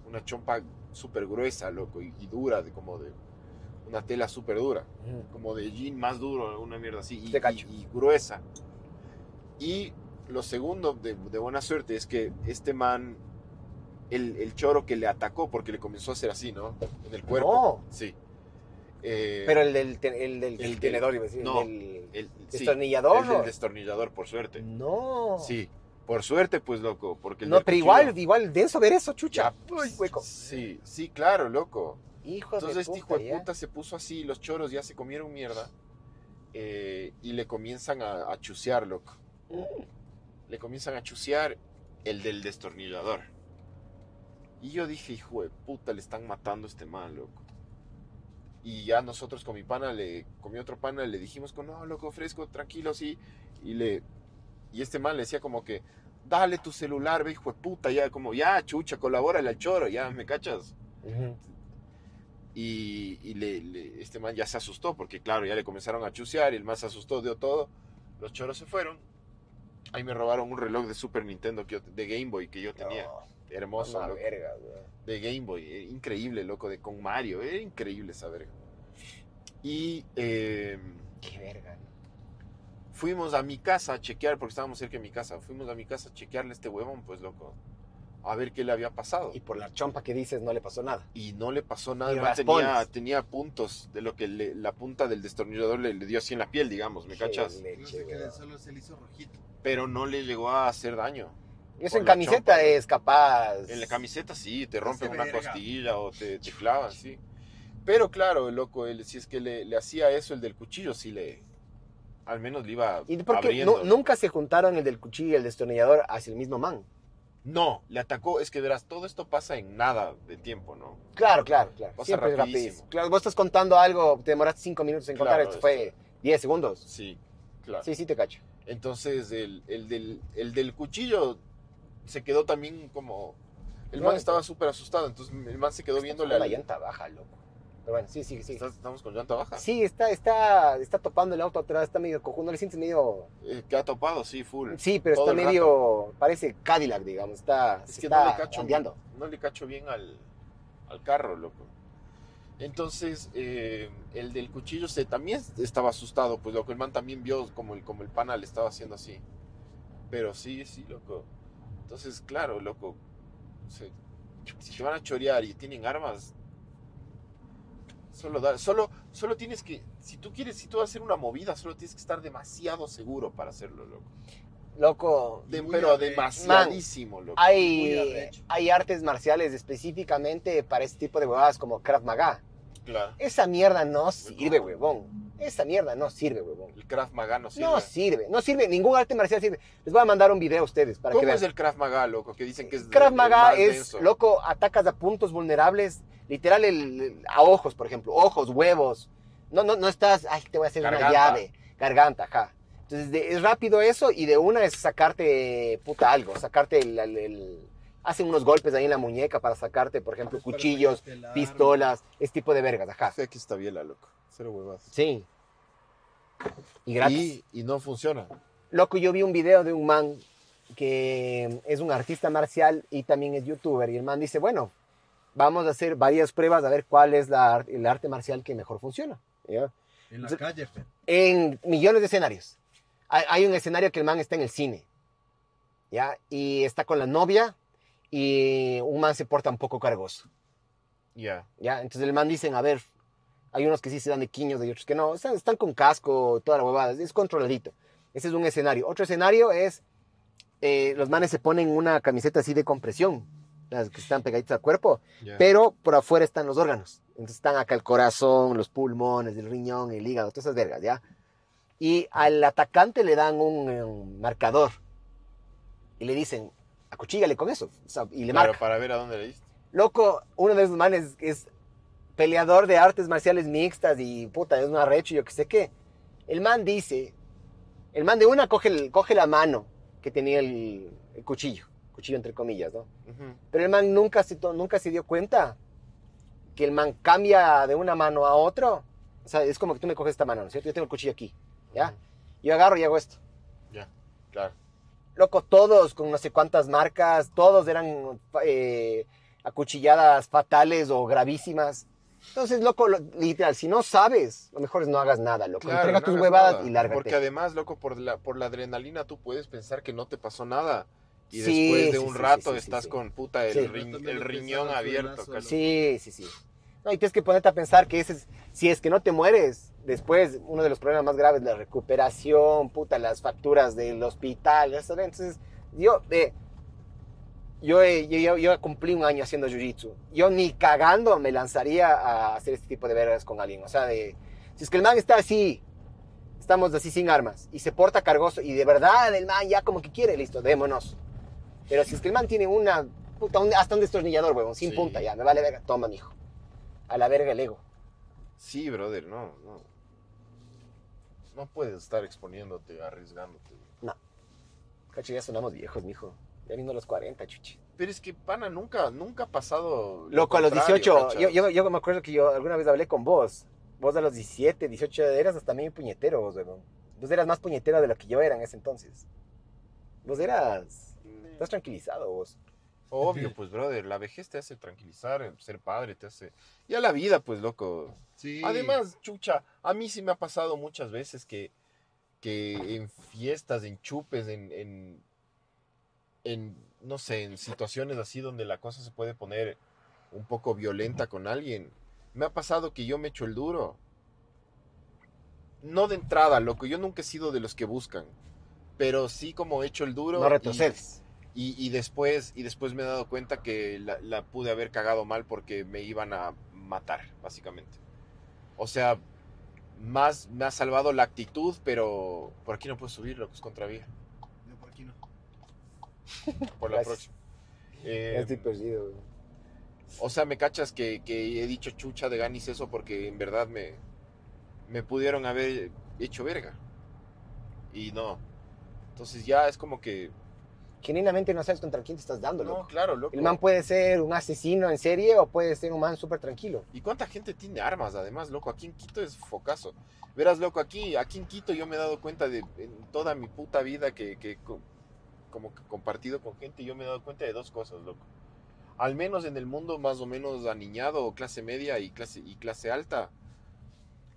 S2: Una chompa súper gruesa, loco, y, y dura, de como de una tela súper dura. Como de jean más duro, una mierda así, y,
S3: Te cacho.
S2: y- y gruesa. Y lo segundo de, de buena suerte es que este man, el, el choro que le atacó, porque le comenzó a hacer así, ¿no? En el *laughs* cuerpo. Sí. Eh,
S3: Pero el del, te- el del
S2: El del-
S3: tenedor, iba a decir,
S2: no,
S3: el del
S2: el, sí,
S3: destornillador.
S2: el del destornillador, por suerte.
S3: No.
S2: Sí, por suerte, pues, loco. Porque el
S3: No,
S2: del
S3: pero
S2: cuchillo-
S3: igual, igual, denso ver eso, chucha.
S2: Ya, pues,
S3: Uy, hueco.
S2: Sí, sí, claro, loco.
S3: Hijo
S2: Entonces
S3: de
S2: este
S3: puta,
S2: hijo de
S3: ya.
S2: puta se puso así, los choros ya se comieron mierda eh, y le comienzan a, a chusear, loco.
S3: Mm.
S2: Le comienzan a chusear el del destornillador. Y yo dije, hijo de puta, le están matando a este man, loco. Y ya nosotros con mi pana, le, con mi otro pana, le dijimos, con, no, loco, fresco, tranquilo, sí. Y, le, y este man le decía como que, dale tu celular, ve, hijo de puta, ya, como, ya, chucha, colabórale al choro, ya, ¿me cachas?
S3: Ujú.
S2: y, y le, le- este man ya se asustó, porque claro, ya le comenzaron a chusear y el man se asustó, dio todo. Los choros se fueron. Ahí me robaron un reloj de Super Nintendo que yo- de Game Boy que yo tenía.
S3: No,
S2: Hermoso,
S3: una
S2: loco.
S3: verga, güey.
S2: De Game Boy. eh, increíble, loco, de con Mario. Era increíble esa verga. Y eh,
S3: Qué verga. ¿no?
S2: fuimos a mi casa a chequear, porque estábamos cerca de mi casa. Fuimos a mi casa a chequearle a este huevón, pues loco. A ver qué le había pasado.
S3: Y por la chompa que dices, no le pasó nada.
S2: y no le pasó nada.
S3: Ni
S2: el man
S3: raspones.
S2: tenía, tenía puntos de lo que le- la punta del destornillador le, le dio así en la piel, digamos, Pues, ¿me
S3: Qué
S2: cachas?
S5: No
S3: leche,
S5: sé
S3: güey.
S5: qué, solo se le hizo rojito.
S2: Pero no le llegó a hacer daño.
S3: Eso
S2: por
S3: en
S2: la
S3: camiseta
S2: chompa,
S3: es capaz.
S2: En la camiseta sí, te
S5: Ese
S2: rompen una
S5: verga.
S2: costilla o te, te clavan, sí. Pero claro, el loco, él, si es que le, le hacía eso, el del cuchillo sí le... Al menos le iba
S3: ¿Y por qué
S2: abriendo.
S3: nu- nunca se juntaron el del cuchillo y el destornillador hacia el mismo man?
S2: No, le atacó. Es que verás, todo esto pasa en nada de tiempo, ¿no?
S3: Claro, claro, claro.
S2: Pasa
S3: Siempre es
S2: rapidísimo.
S3: rapidísimo. Claro, vos estás contando algo, te demoraste cinco minutos en contar,
S2: Claro,
S3: esto fue 10 segundos.
S2: Sí, claro.
S3: Sí, sí te cacho.
S2: Entonces, el, el del, el del cuchillo se quedó también como. El
S3: No,
S2: man estaba súper asustado, entonces el man se quedó viéndole
S3: Con la
S2: al-
S3: llanta baja, loco. Pero bueno, sí, sí, sí.
S2: Estás- Estamos con llanta baja.
S3: Sí, está, está, está topando el auto atrás, está medio cojudo, no le sientes medio...
S2: Eh, que ha topado, sí, full.
S3: Sí, pero
S2: Todo
S3: está
S2: el rato.
S3: medio, parece Cadillac, digamos, está,
S2: Es
S3: se
S2: que no
S3: está
S2: le cacho,
S3: ondeando.
S2: no le cacho bien al, al carro, loco. Entonces, eh, el del cuchillo se, también estaba asustado, pues loco, el man también vio como el, como el pana le estaba haciendo así. Pero sí, sí, loco. Entonces, claro, loco, se- si te van a chorear y tienen armas, solo, da- solo, solo tienes que, si tú quieres, si tú vas a hacer una movida, solo tienes que estar demasiado seguro para hacerlo, loco.
S3: Loco,
S2: De-
S5: Muy
S2: pero
S5: arre-
S2: demasiadísimo, loco.
S5: Muy
S3: hay,
S5: arrecho.
S3: hay artes marciales específicamente para este tipo de huevadas como Krav Maga.
S2: Claro.
S3: Esa mierda no sirve, huevón. Esa mierda no sirve, huevón.
S2: El Krav Maga no sirve.
S3: No sirve, no sirve, ningún arte marcial sirve. Les voy a mandar un video a ustedes para que
S2: ¿Cómo
S3: vean.
S2: es el Krav Maga, loco? Que dicen que es
S3: Krav
S2: el- el
S3: Maga
S2: más
S3: es,
S2: denso.
S3: loco, atacas a puntos vulnerables, literal el- el- a ojos, por ejemplo, ojos, huevos. No, no, no estás, ay, te voy a hacer
S2: Garganta.
S3: una llave, garganta, ajá. Entonces de- es rápido eso y de una es sacarte, puta, algo, sacarte el, el- el- Hacen unos golpes ahí en la muñeca para sacarte, por ejemplo,
S5: Pues para
S3: cuchillos,
S5: meterle el arma.
S3: pistolas, ese tipo de vergas, ajá.
S2: Sí, aquí está Biela, loco. Cero huevas.
S3: Sí. Y gratis.
S2: Y, y no funciona.
S3: Loco, yo vi un video de un man que es un artista marcial y también es youtuber. Y el man dice, bueno, vamos a hacer varias pruebas a ver cuál es la, ar- el arte marcial que mejor funciona. ¿ya?
S5: En la
S3: Se-
S5: calle, fe.
S3: En millones de escenarios. Hay, hay un escenario que el man está en el cine. ¿ya? Y está con la novia y un man se porta un poco cargoso.
S2: Ya.
S3: ¿ya? Entonces el man dicen, a ver, hay unos que sí se dan de quiños, hay otros que no. Están, están con casco, toda la huevada, es controladito. Ese es un escenario. Otro escenario es, eh, los manes se ponen una camiseta así de compresión, las que están pegaditas al cuerpo,
S2: ya.
S3: pero por afuera están los órganos. Entonces están acá el corazón, los pulmones, el riñón, el hígado, todas esas vergas, ¿ya? Y al atacante le dan un, eh, un marcador y le dicen, acuchígale con eso. o sea, y le
S2: Claro,
S3: marca.
S2: para ver a dónde le diste.
S3: Loco, uno de esos manes es peleador de artes marciales mixtas y puta, es un arrecho, yo que sé qué. El man dice, el man de una coge, el- coge la mano que tenía el, el cuchillo, cuchillo entre comillas, ¿no?
S2: Ujú.
S3: Pero el man nunca se, to- nunca se dio cuenta que el man cambia de una mano a otro. O sea, es como que tú me coges esta mano, ¿no es cierto? Yo tengo el cuchillo aquí, ¿ya? Yo agarro y hago esto
S2: Claro.
S3: loco, todos con no sé cuántas marcas, todos eran eh, acuchilladas fatales o gravísimas. Entonces, loco, lo- literal, si no sabes, lo mejor es no hagas nada, loco.
S2: Claro,
S3: Entrega
S2: no
S3: tus
S2: hagas
S3: huevadas
S2: nada.
S3: y lárgate.
S2: Porque además, loco, por la, por la adrenalina tú puedes pensar que no te pasó nada. Y
S3: Sí,
S2: después de
S3: sí,
S2: un
S3: sí, sí,
S2: rato
S3: sí,
S2: estás
S3: sí.
S2: con puta el,
S3: Sí.
S2: riñ-
S5: Yo
S2: el
S5: también lo
S2: riñón
S5: pensaba,
S2: abierto.
S5: suelazo,
S2: cabrón.
S5: loco.
S3: Sí, sí, sí. No, y tienes que ponerte a pensar que ese es- si es que no te mueres, después uno de los problemas más graves, la recuperación, puta, las facturas del hospital, eso, ¿no? entonces yo, eh, yo, eh, yo, yo- yo cumplí un año haciendo jiu-jitsu. Yo ni cagando me lanzaría a hacer este tipo de vergas con alguien. O sea, de, si es que el man está así, estamos así sin armas, y se porta cargoso, y de verdad el man ya como que quiere, listo, démonos. Pero si es que el man tiene una, puta, un- hasta un destornillador, huevón, sin
S2: Sí.
S3: punta, ya, me vale verga, toma, mijo. A la verga el ego.
S2: Sí, brother, no, no. No puedes estar exponiéndote, arriesgándote.
S3: Cacho, ya sonamos viejos, mijo. Ya vino los 40, chuchi.
S2: Pero es que, pana, nunca, nunca ha pasado. lo
S3: Loco, a los
S2: contrario,
S3: 18,
S2: ¿cachas?
S3: yo, yo, yo me acuerdo que yo alguna vez hablé con vos. Vos a los 17, 18 eras hasta medio puñetero, vos, weón. Vos eras más puñetero de lo que yo era en ese entonces. Vos eras... Estás tranquilizado, vos.
S2: Obvio, pues, brother, la vejez te hace tranquilizar, eh, ser padre te hace. Ya la vida, pues, loco.
S5: Sí.
S2: Además, chucha, a mí sí me ha pasado muchas veces que, que en fiestas, en chupes, en, en, en, no sé, en situaciones así donde la cosa se puede poner un poco violenta con alguien. Me ha pasado que yo me echo el duro. No de entrada, loco, yo nunca he sido de los que buscan. Pero sí como he hecho el duro.
S3: No
S2: y-
S3: retrocedes.
S2: y, y después, y después me he dado cuenta que la, la pude haber cagado mal porque me iban a matar, básicamente. O sea, más me ha salvado la actitud, pero por aquí no puedo subir, lo que es contravía.
S5: No, por aquí no.
S2: Por la
S3: Gracias.
S2: próxima. Eh,
S3: Ya estoy perdido, weón.
S2: o sea, me cachas que, que he dicho chucha de ganis eso porque en verdad me, me pudieron haber hecho verga. Y no. Entonces ya es como que.
S3: Genuinamente no sabes contra quién te estás dando,
S2: No,
S3: loco.
S2: claro, loco.
S3: El man puede ser un asesino en serie o puede ser un man súper tranquilo.
S2: ¿Y cuánta gente tiene armas? Además, loco, aquí en Quito es focazo. Verás, loco, aquí, aquí en Quito yo me he dado cuenta de en toda mi puta vida que, que co- como que compartido con gente, yo me he dado cuenta de dos cosas, loco. Al menos en el mundo más o menos aniñado, o clase media y clase, y clase alta,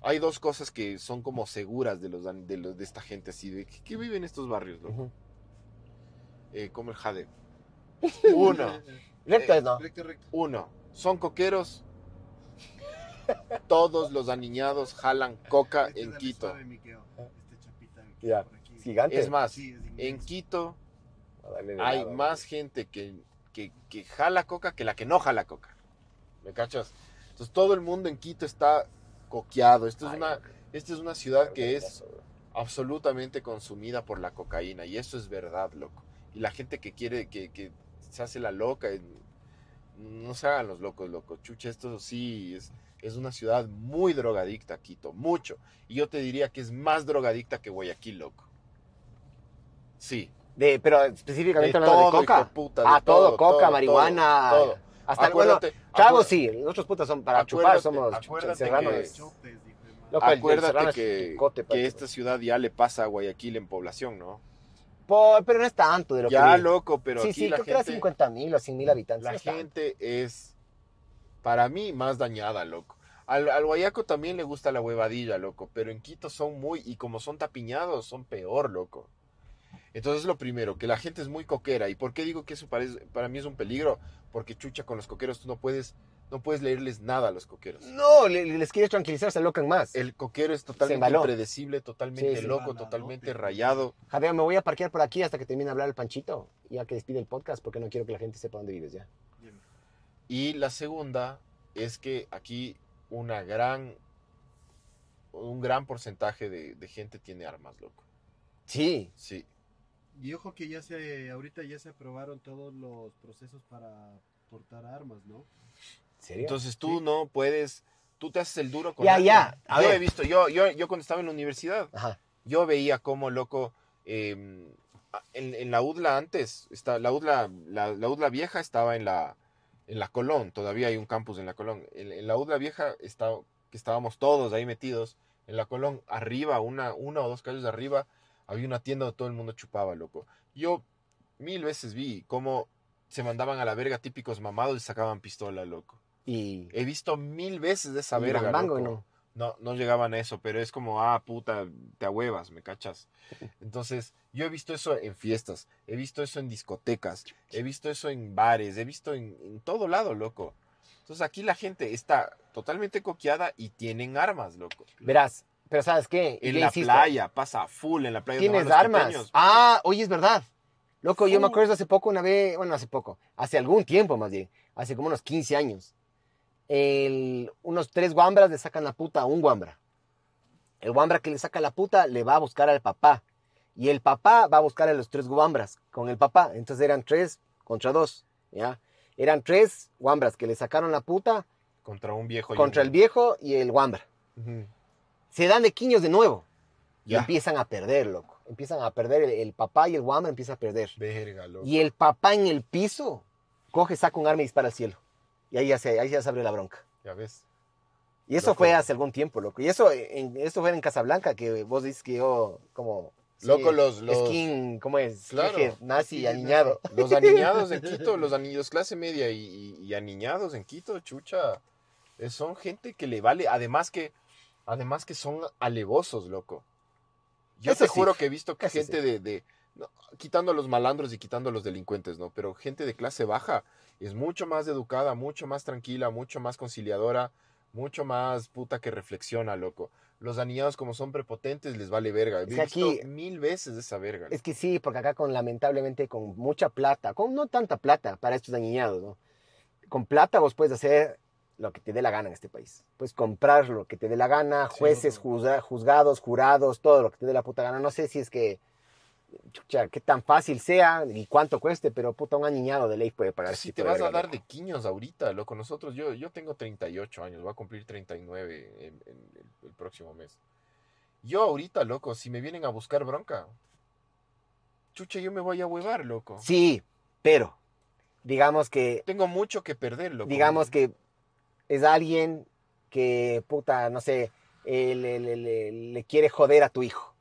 S2: hay dos cosas que son como seguras de, los, an- de, los- de esta gente así, de que, que vive en estos barrios, loco.
S3: Ujú.
S2: Eh, como el jade.
S5: *laughs*
S2: Uno.
S3: Recto
S2: Eh,
S3: es no.
S5: Este, Recto, recto.
S2: Uno, son coqueros. Todos los aniñados jalan coca
S5: Este
S2: Ah, en
S5: dale
S2: Quito. Ah.
S5: suave, mi Keo. Este chapita mi Keo,
S3: Ya.
S5: por aquí.
S3: Gigante.
S2: Es más,
S5: Sí, es
S2: en
S5: inmenso.
S2: Quito
S3: A darle de
S2: hay
S3: lado, weón.
S2: más gente que, que, que jala coca que la que no jala coca. ¿Me cachas? Entonces todo el mundo en Quito está coqueado. Esto es
S3: Ay,
S2: una,
S3: loco,
S2: esta es una ciudad que es
S3: vergazo, weón.
S2: absolutamente consumida por la cocaína. Y eso es verdad, loco. Y la gente que quiere, que, que se hace la loca, en- no se hagan los locos, loco. Chucha, esto sí es, es una ciudad muy drogadicta, Quito, mucho. Y yo te diría que es más drogadicta que Guayaquil, loco. Sí.
S3: De, pero específicamente
S2: de
S3: hablando
S2: todo,
S3: de coca.
S2: hijo de puta, de
S3: ah, todo, coca,
S2: todo,
S3: marihuana.
S2: todo.
S3: Hasta bueno,
S2: Acuérdate,
S3: chavos
S2: acuérdate-
S3: sí, nosotros putas son para
S2: acuérdate-
S3: chupar, somos
S2: acuérdate
S3: serranos.
S2: que-
S5: Chopes, dijo el man.
S3: Loco, el- el serrano
S2: Acuérdate
S3: es
S2: que,
S3: chicote,
S2: que
S3: parece.
S2: esta ciudad ya le pasa a Guayaquil en población, ¿no?
S3: Po- pero no es tanto de lo
S2: ya,
S3: que. vi.
S2: loco, pero
S3: sí,
S2: aquí
S3: sí,
S2: la
S3: creo que
S2: gente...
S3: era 50 mil o 100 mil habitantes. no
S2: La
S3: es tanto.
S2: gente es, para mí, más dañada, loco. Al, al guayaco también le gusta la huevadilla, loco, pero en Quito son muy, y como son tapiñados, son peor, loco. Entonces, lo primero, que la gente es muy coquera. ¿Y por qué digo que eso parece- para mí es un peligro? Porque chucha, con los coqueros tú no puedes, no puedes leerles nada a los coqueros.
S3: No, le- les quieres tranquilizar, se locan más.
S2: El coquero es totalmente
S3: embaló.
S2: impredecible, totalmente
S3: Sí, sí.
S2: loco,
S5: Baladote,
S2: totalmente
S5: güey.
S2: rayado.
S3: Javier, me voy a parquear por aquí hasta que termine de hablar el panchito, ya que despide el podcast, porque no quiero que la gente sepa dónde vives ya.
S5: Bien.
S2: Y la segunda es que aquí una gran, un gran porcentaje de, de gente tiene armas, loco.
S3: Sí,
S2: Sí.
S5: Y ojo que ya se, ahorita ya se aprobaron todos los procesos para portar armas, ¿no?
S3: ¿en serio?
S2: Entonces tú no puedes, tú te haces el duro con
S3: Ya,
S2: alguien.
S3: ya, a
S2: yo
S3: ver.
S2: he visto, yo, yo, yo cuando estaba en la universidad,
S3: Ajá.
S2: yo veía cómo, loco, eh, en, en la UDLA antes, está, la, UDLA, la, la UDLA vieja estaba en la, en la Colón, todavía hay un campus en la Colón. En, en la UDLA vieja está, que estábamos todos ahí metidos, en la Colón, arriba, una, una o dos calles de arriba, había una tienda donde todo el mundo chupaba, loco. Yo mil veces vi cómo se mandaban a la verga típicos mamados y sacaban pistola, loco.
S3: Y
S2: He visto mil veces de esa
S3: y
S2: verga.
S3: Bambango,
S2: loco.
S3: ¿no?
S2: No, no llegaban a eso, pero es como, ah, puta, te ahuevas, me cachas. Entonces, yo he visto eso en fiestas, he visto eso en discotecas, he visto eso en bares, he visto en, en todo lado, loco. Entonces, aquí la gente está totalmente coqueada y tienen armas, loco.
S3: Verás, pero ¿sabes qué?
S2: En
S3: Yo
S2: la
S3: insisto,
S2: playa, pasa full en la playa. donde van
S3: Tienes
S2: los
S3: armas.
S2: pequeños.
S3: Ah, oye, es verdad. Loco, yo me
S2: Full.
S3: acuerdo hace poco, una vez, bueno, hace poco, hace algún tiempo más bien, hace como unos 15 años, el- unos tres guambras le sacan la puta a un guambra. El guambra que le saca la puta le va a buscar al papá. Y el papá va a buscar a los tres guambras con el papá. Entonces eran tres contra dos, ¿ya? Eran tres guambras que le sacaron la puta
S2: Contra un viejo. y
S3: contra
S2: un-
S3: el viejo y el guambra.
S2: Ujú.
S3: Se dan de quiños de nuevo. Y
S2: Ya.
S3: empiezan a perder, loco. Empiezan a perder. El, el papá y el guambra empiezan a perder.
S2: Verga, loco.
S3: Y el papá en el piso coge, saca un arma y dispara al cielo. Y ahí ya se, ahí ya se abrió la bronca.
S2: Ya ves.
S3: Y eso
S2: Loco.
S3: fue hace algún tiempo, loco. Y eso, en, esto fue en Casablanca, que vos dices que yo, como. sí,
S2: Loco, los, los,
S3: Skin, ¿cómo es?
S2: Claro.
S3: Skinhead, nazi y aniñado.
S2: los aniñados en Quito, los anillos clase media y, y- y aniñados en Quito, chucha, eh, son gente que le vale, además que, además que son alevosos, loco. Yo
S3: Eso
S2: te
S3: sí.
S2: juro que he visto que
S3: Eso
S2: gente de, de- no, quitando a los malandros y quitando a los delincuentes, ¿no? Pero gente de clase baja es mucho más educada, mucho más tranquila, mucho más conciliadora, mucho más puta que reflexiona, loco. Los aniñados como son prepotentes les vale verga. He
S3: Es que
S2: visto
S3: aquí-
S2: mil veces esa verga.
S3: Es que sí, porque acá con lamentablemente con mucha plata, con no tanta plata para estos dañinados, ¿no? Con plata vos puedes hacer lo que te dé la gana en este país. Puedes comprar lo que te dé la gana, jueces, juzga- juzgados, jurados, todo lo que te dé la puta gana. No sé si es que, chucha, qué tan fácil sea y cuánto cueste, pero puta, un aniñado de ley puede pagar. ese
S2: Si
S3: tipo
S2: te
S3: de
S2: vas a
S3: verga,
S2: dar
S3: loco.
S2: de quiños ahorita, loco, nosotros, yo, yo tengo 38 años, voy a cumplir 39 en, en- el- el próximo mes. Yo ahorita, loco, si me vienen a buscar bronca, chucha, yo me voy a huevar, loco.
S3: Sí, pero digamos que
S2: Tengo mucho que perder, loco.
S3: digamos que es alguien que, puta, no sé, eh, le, le- le- le quiere joder a tu hijo.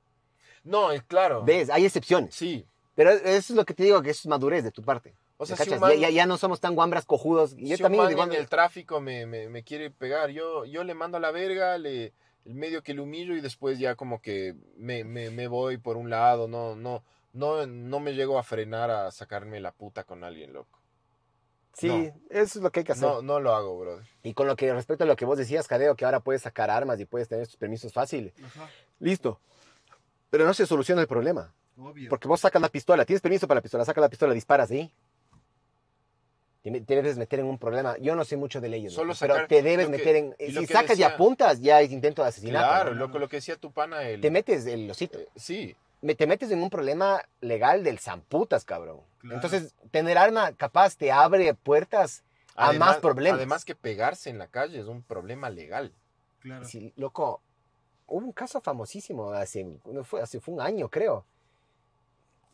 S2: No, es claro.
S3: ¿Ves? Hay excepciones.
S2: Sí.
S3: Pero eso es lo que te digo, que eso es madurez de tu parte.
S2: O sea,
S3: ¿Me
S2: si un
S3: cachas? Ya-
S2: man-
S3: ya, ya no somos tan guambras cojudos. Y yo
S2: si un
S3: también
S2: man
S3: digo,
S2: en el tráfico me, me- me quiere pegar, yo, yo le mando a la verga, le el medio que le humillo y después ya como que me, me- me voy por un lado, no, no, no, no me llego a frenar a sacarme la puta con alguien, loco.
S3: sí,
S2: no.
S3: eso es lo que hay que hacer.
S2: No, no lo hago, brother.
S3: Y con lo que respecto a lo que vos decías, Jadeo, que ahora puedes sacar armas y puedes tener tus permisos fácil.
S5: Ajá,
S3: Listo. Pero no se soluciona el problema.
S5: obvio.
S3: Porque vos sacas la pistola, tienes permiso para la pistola, sacas la pistola, disparas ahí. Te me- te debes meter en un problema. Yo no sé mucho de leyes,
S2: Solo
S3: ¿no? pero
S2: sacar-
S3: te debes
S2: lo que-
S3: meter en...
S2: y lo
S3: Si
S2: que
S3: sacas y
S2: decía-
S3: apuntas, ya es intento de asesinato.
S2: Claro,
S3: ¿no?
S2: loco, lo que decía tu pana, el...
S3: Te metes el osito.
S2: eh, sí,
S3: Me- Te metes en un problema legal del zamputas, cabrón.
S5: Claro.
S3: Entonces, tener arma capaz te abre puertas. A
S2: además,
S3: más problemas.
S2: Además que pegarse en la calle es un problema legal.
S5: Claro.
S3: Sí, loco, hubo un caso famosísimo hace, no fue, hace fue un año, creo.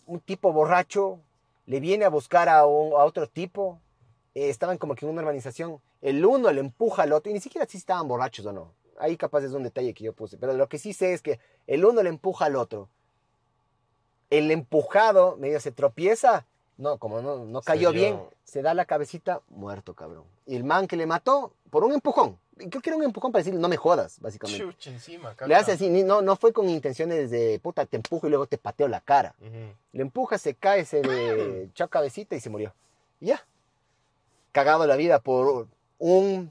S3: Un tipo borracho le viene a buscar a, un- a otro tipo. eh, estaban como que en una urbanización. El uno le empuja al otro. Y ni siquiera si estaban borrachos o no. Ahí capaz es un detalle que yo puse. Pero lo que sí sé es que el uno le empuja al otro. El empujado medio se tropieza. No, como no, no
S2: Se
S3: cayó
S2: dio-
S3: bien, se da la cabecita muerto, cabrón. Y el man que le mató por un empujón. Y Creo que era un empujón para decirle, no me jodas, básicamente.
S2: Chucha, encima,
S3: Le
S2: cacha.
S3: hace así, ni- no, no fue con intenciones de puta, te empujo y luego te pateo la cara.
S2: Ujú.
S3: Le empuja, se cae, se
S5: Mm.
S3: le echó cabecita y se murió. Y ya. Cagado la vida por un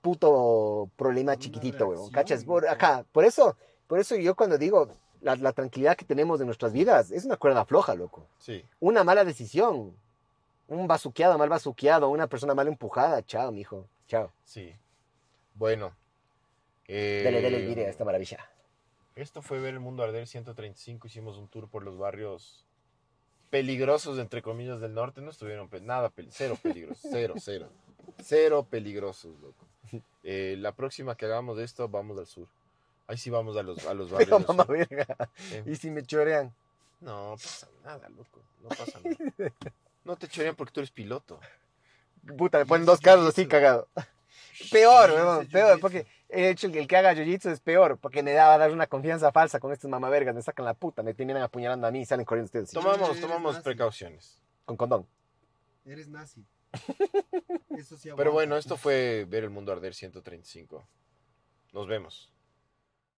S3: puto problema
S5: Una
S3: chiquitito, weón.
S5: reacción,
S3: ¿Cachas? Por
S5: loco.
S3: acá. Por eso, por eso yo cuando digo la, la tranquilidad que tenemos de nuestras vidas es una cuerda floja, loco.
S2: Sí,
S3: Una mala decisión. Un bazuqueado, mal bazuqueado, una persona mal empujada. Chao, mijo. Chao.
S2: sí. Bueno. eh,
S3: Dale, dale, mire a esta maravilla.
S2: Esto fue ver el mundo arder 135. Hicimos un tour por los barrios peligrosos, entre comillas, del norte. No estuvieron pe- nada, pel- cero peligrosos, cero, cero. Cero peligrosos, loco. Eh, la próxima que hagamos de esto, vamos al sur. Ahí sí vamos a los, a los
S3: *laughs*
S2: barrios.
S3: Pero,
S2: del
S3: mamá
S2: sur.
S3: verga.
S2: Eh,
S3: ¿Y si me chorean?
S2: no pasa nada, loco. No pasa nada. No te chorean porque tú eres piloto.
S3: Puta, me ponen
S5: Yo
S3: dos
S5: hice
S3: carros así
S5: jiu-jitsu.
S3: cagado. *laughs* Peor,
S5: Yo
S3: weón,
S5: hice
S3: peor,
S5: jiu-jitsu.
S3: porque el hecho que el que haga jiu-jitsu es peor, porque me da a dar una confianza falsa con estos mamavergas, me sacan la puta, me terminan apuñalando a mí y salen corriendo ustedes así,
S2: Tomamos,
S5: eres
S2: tomamos
S5: nazi.
S2: precauciones.
S3: con condón.
S5: Eres nazi. Eso sí
S2: Pero
S5: aguanta.
S2: bueno, esto fue Ver el Mundo Arder 135. Nos vemos.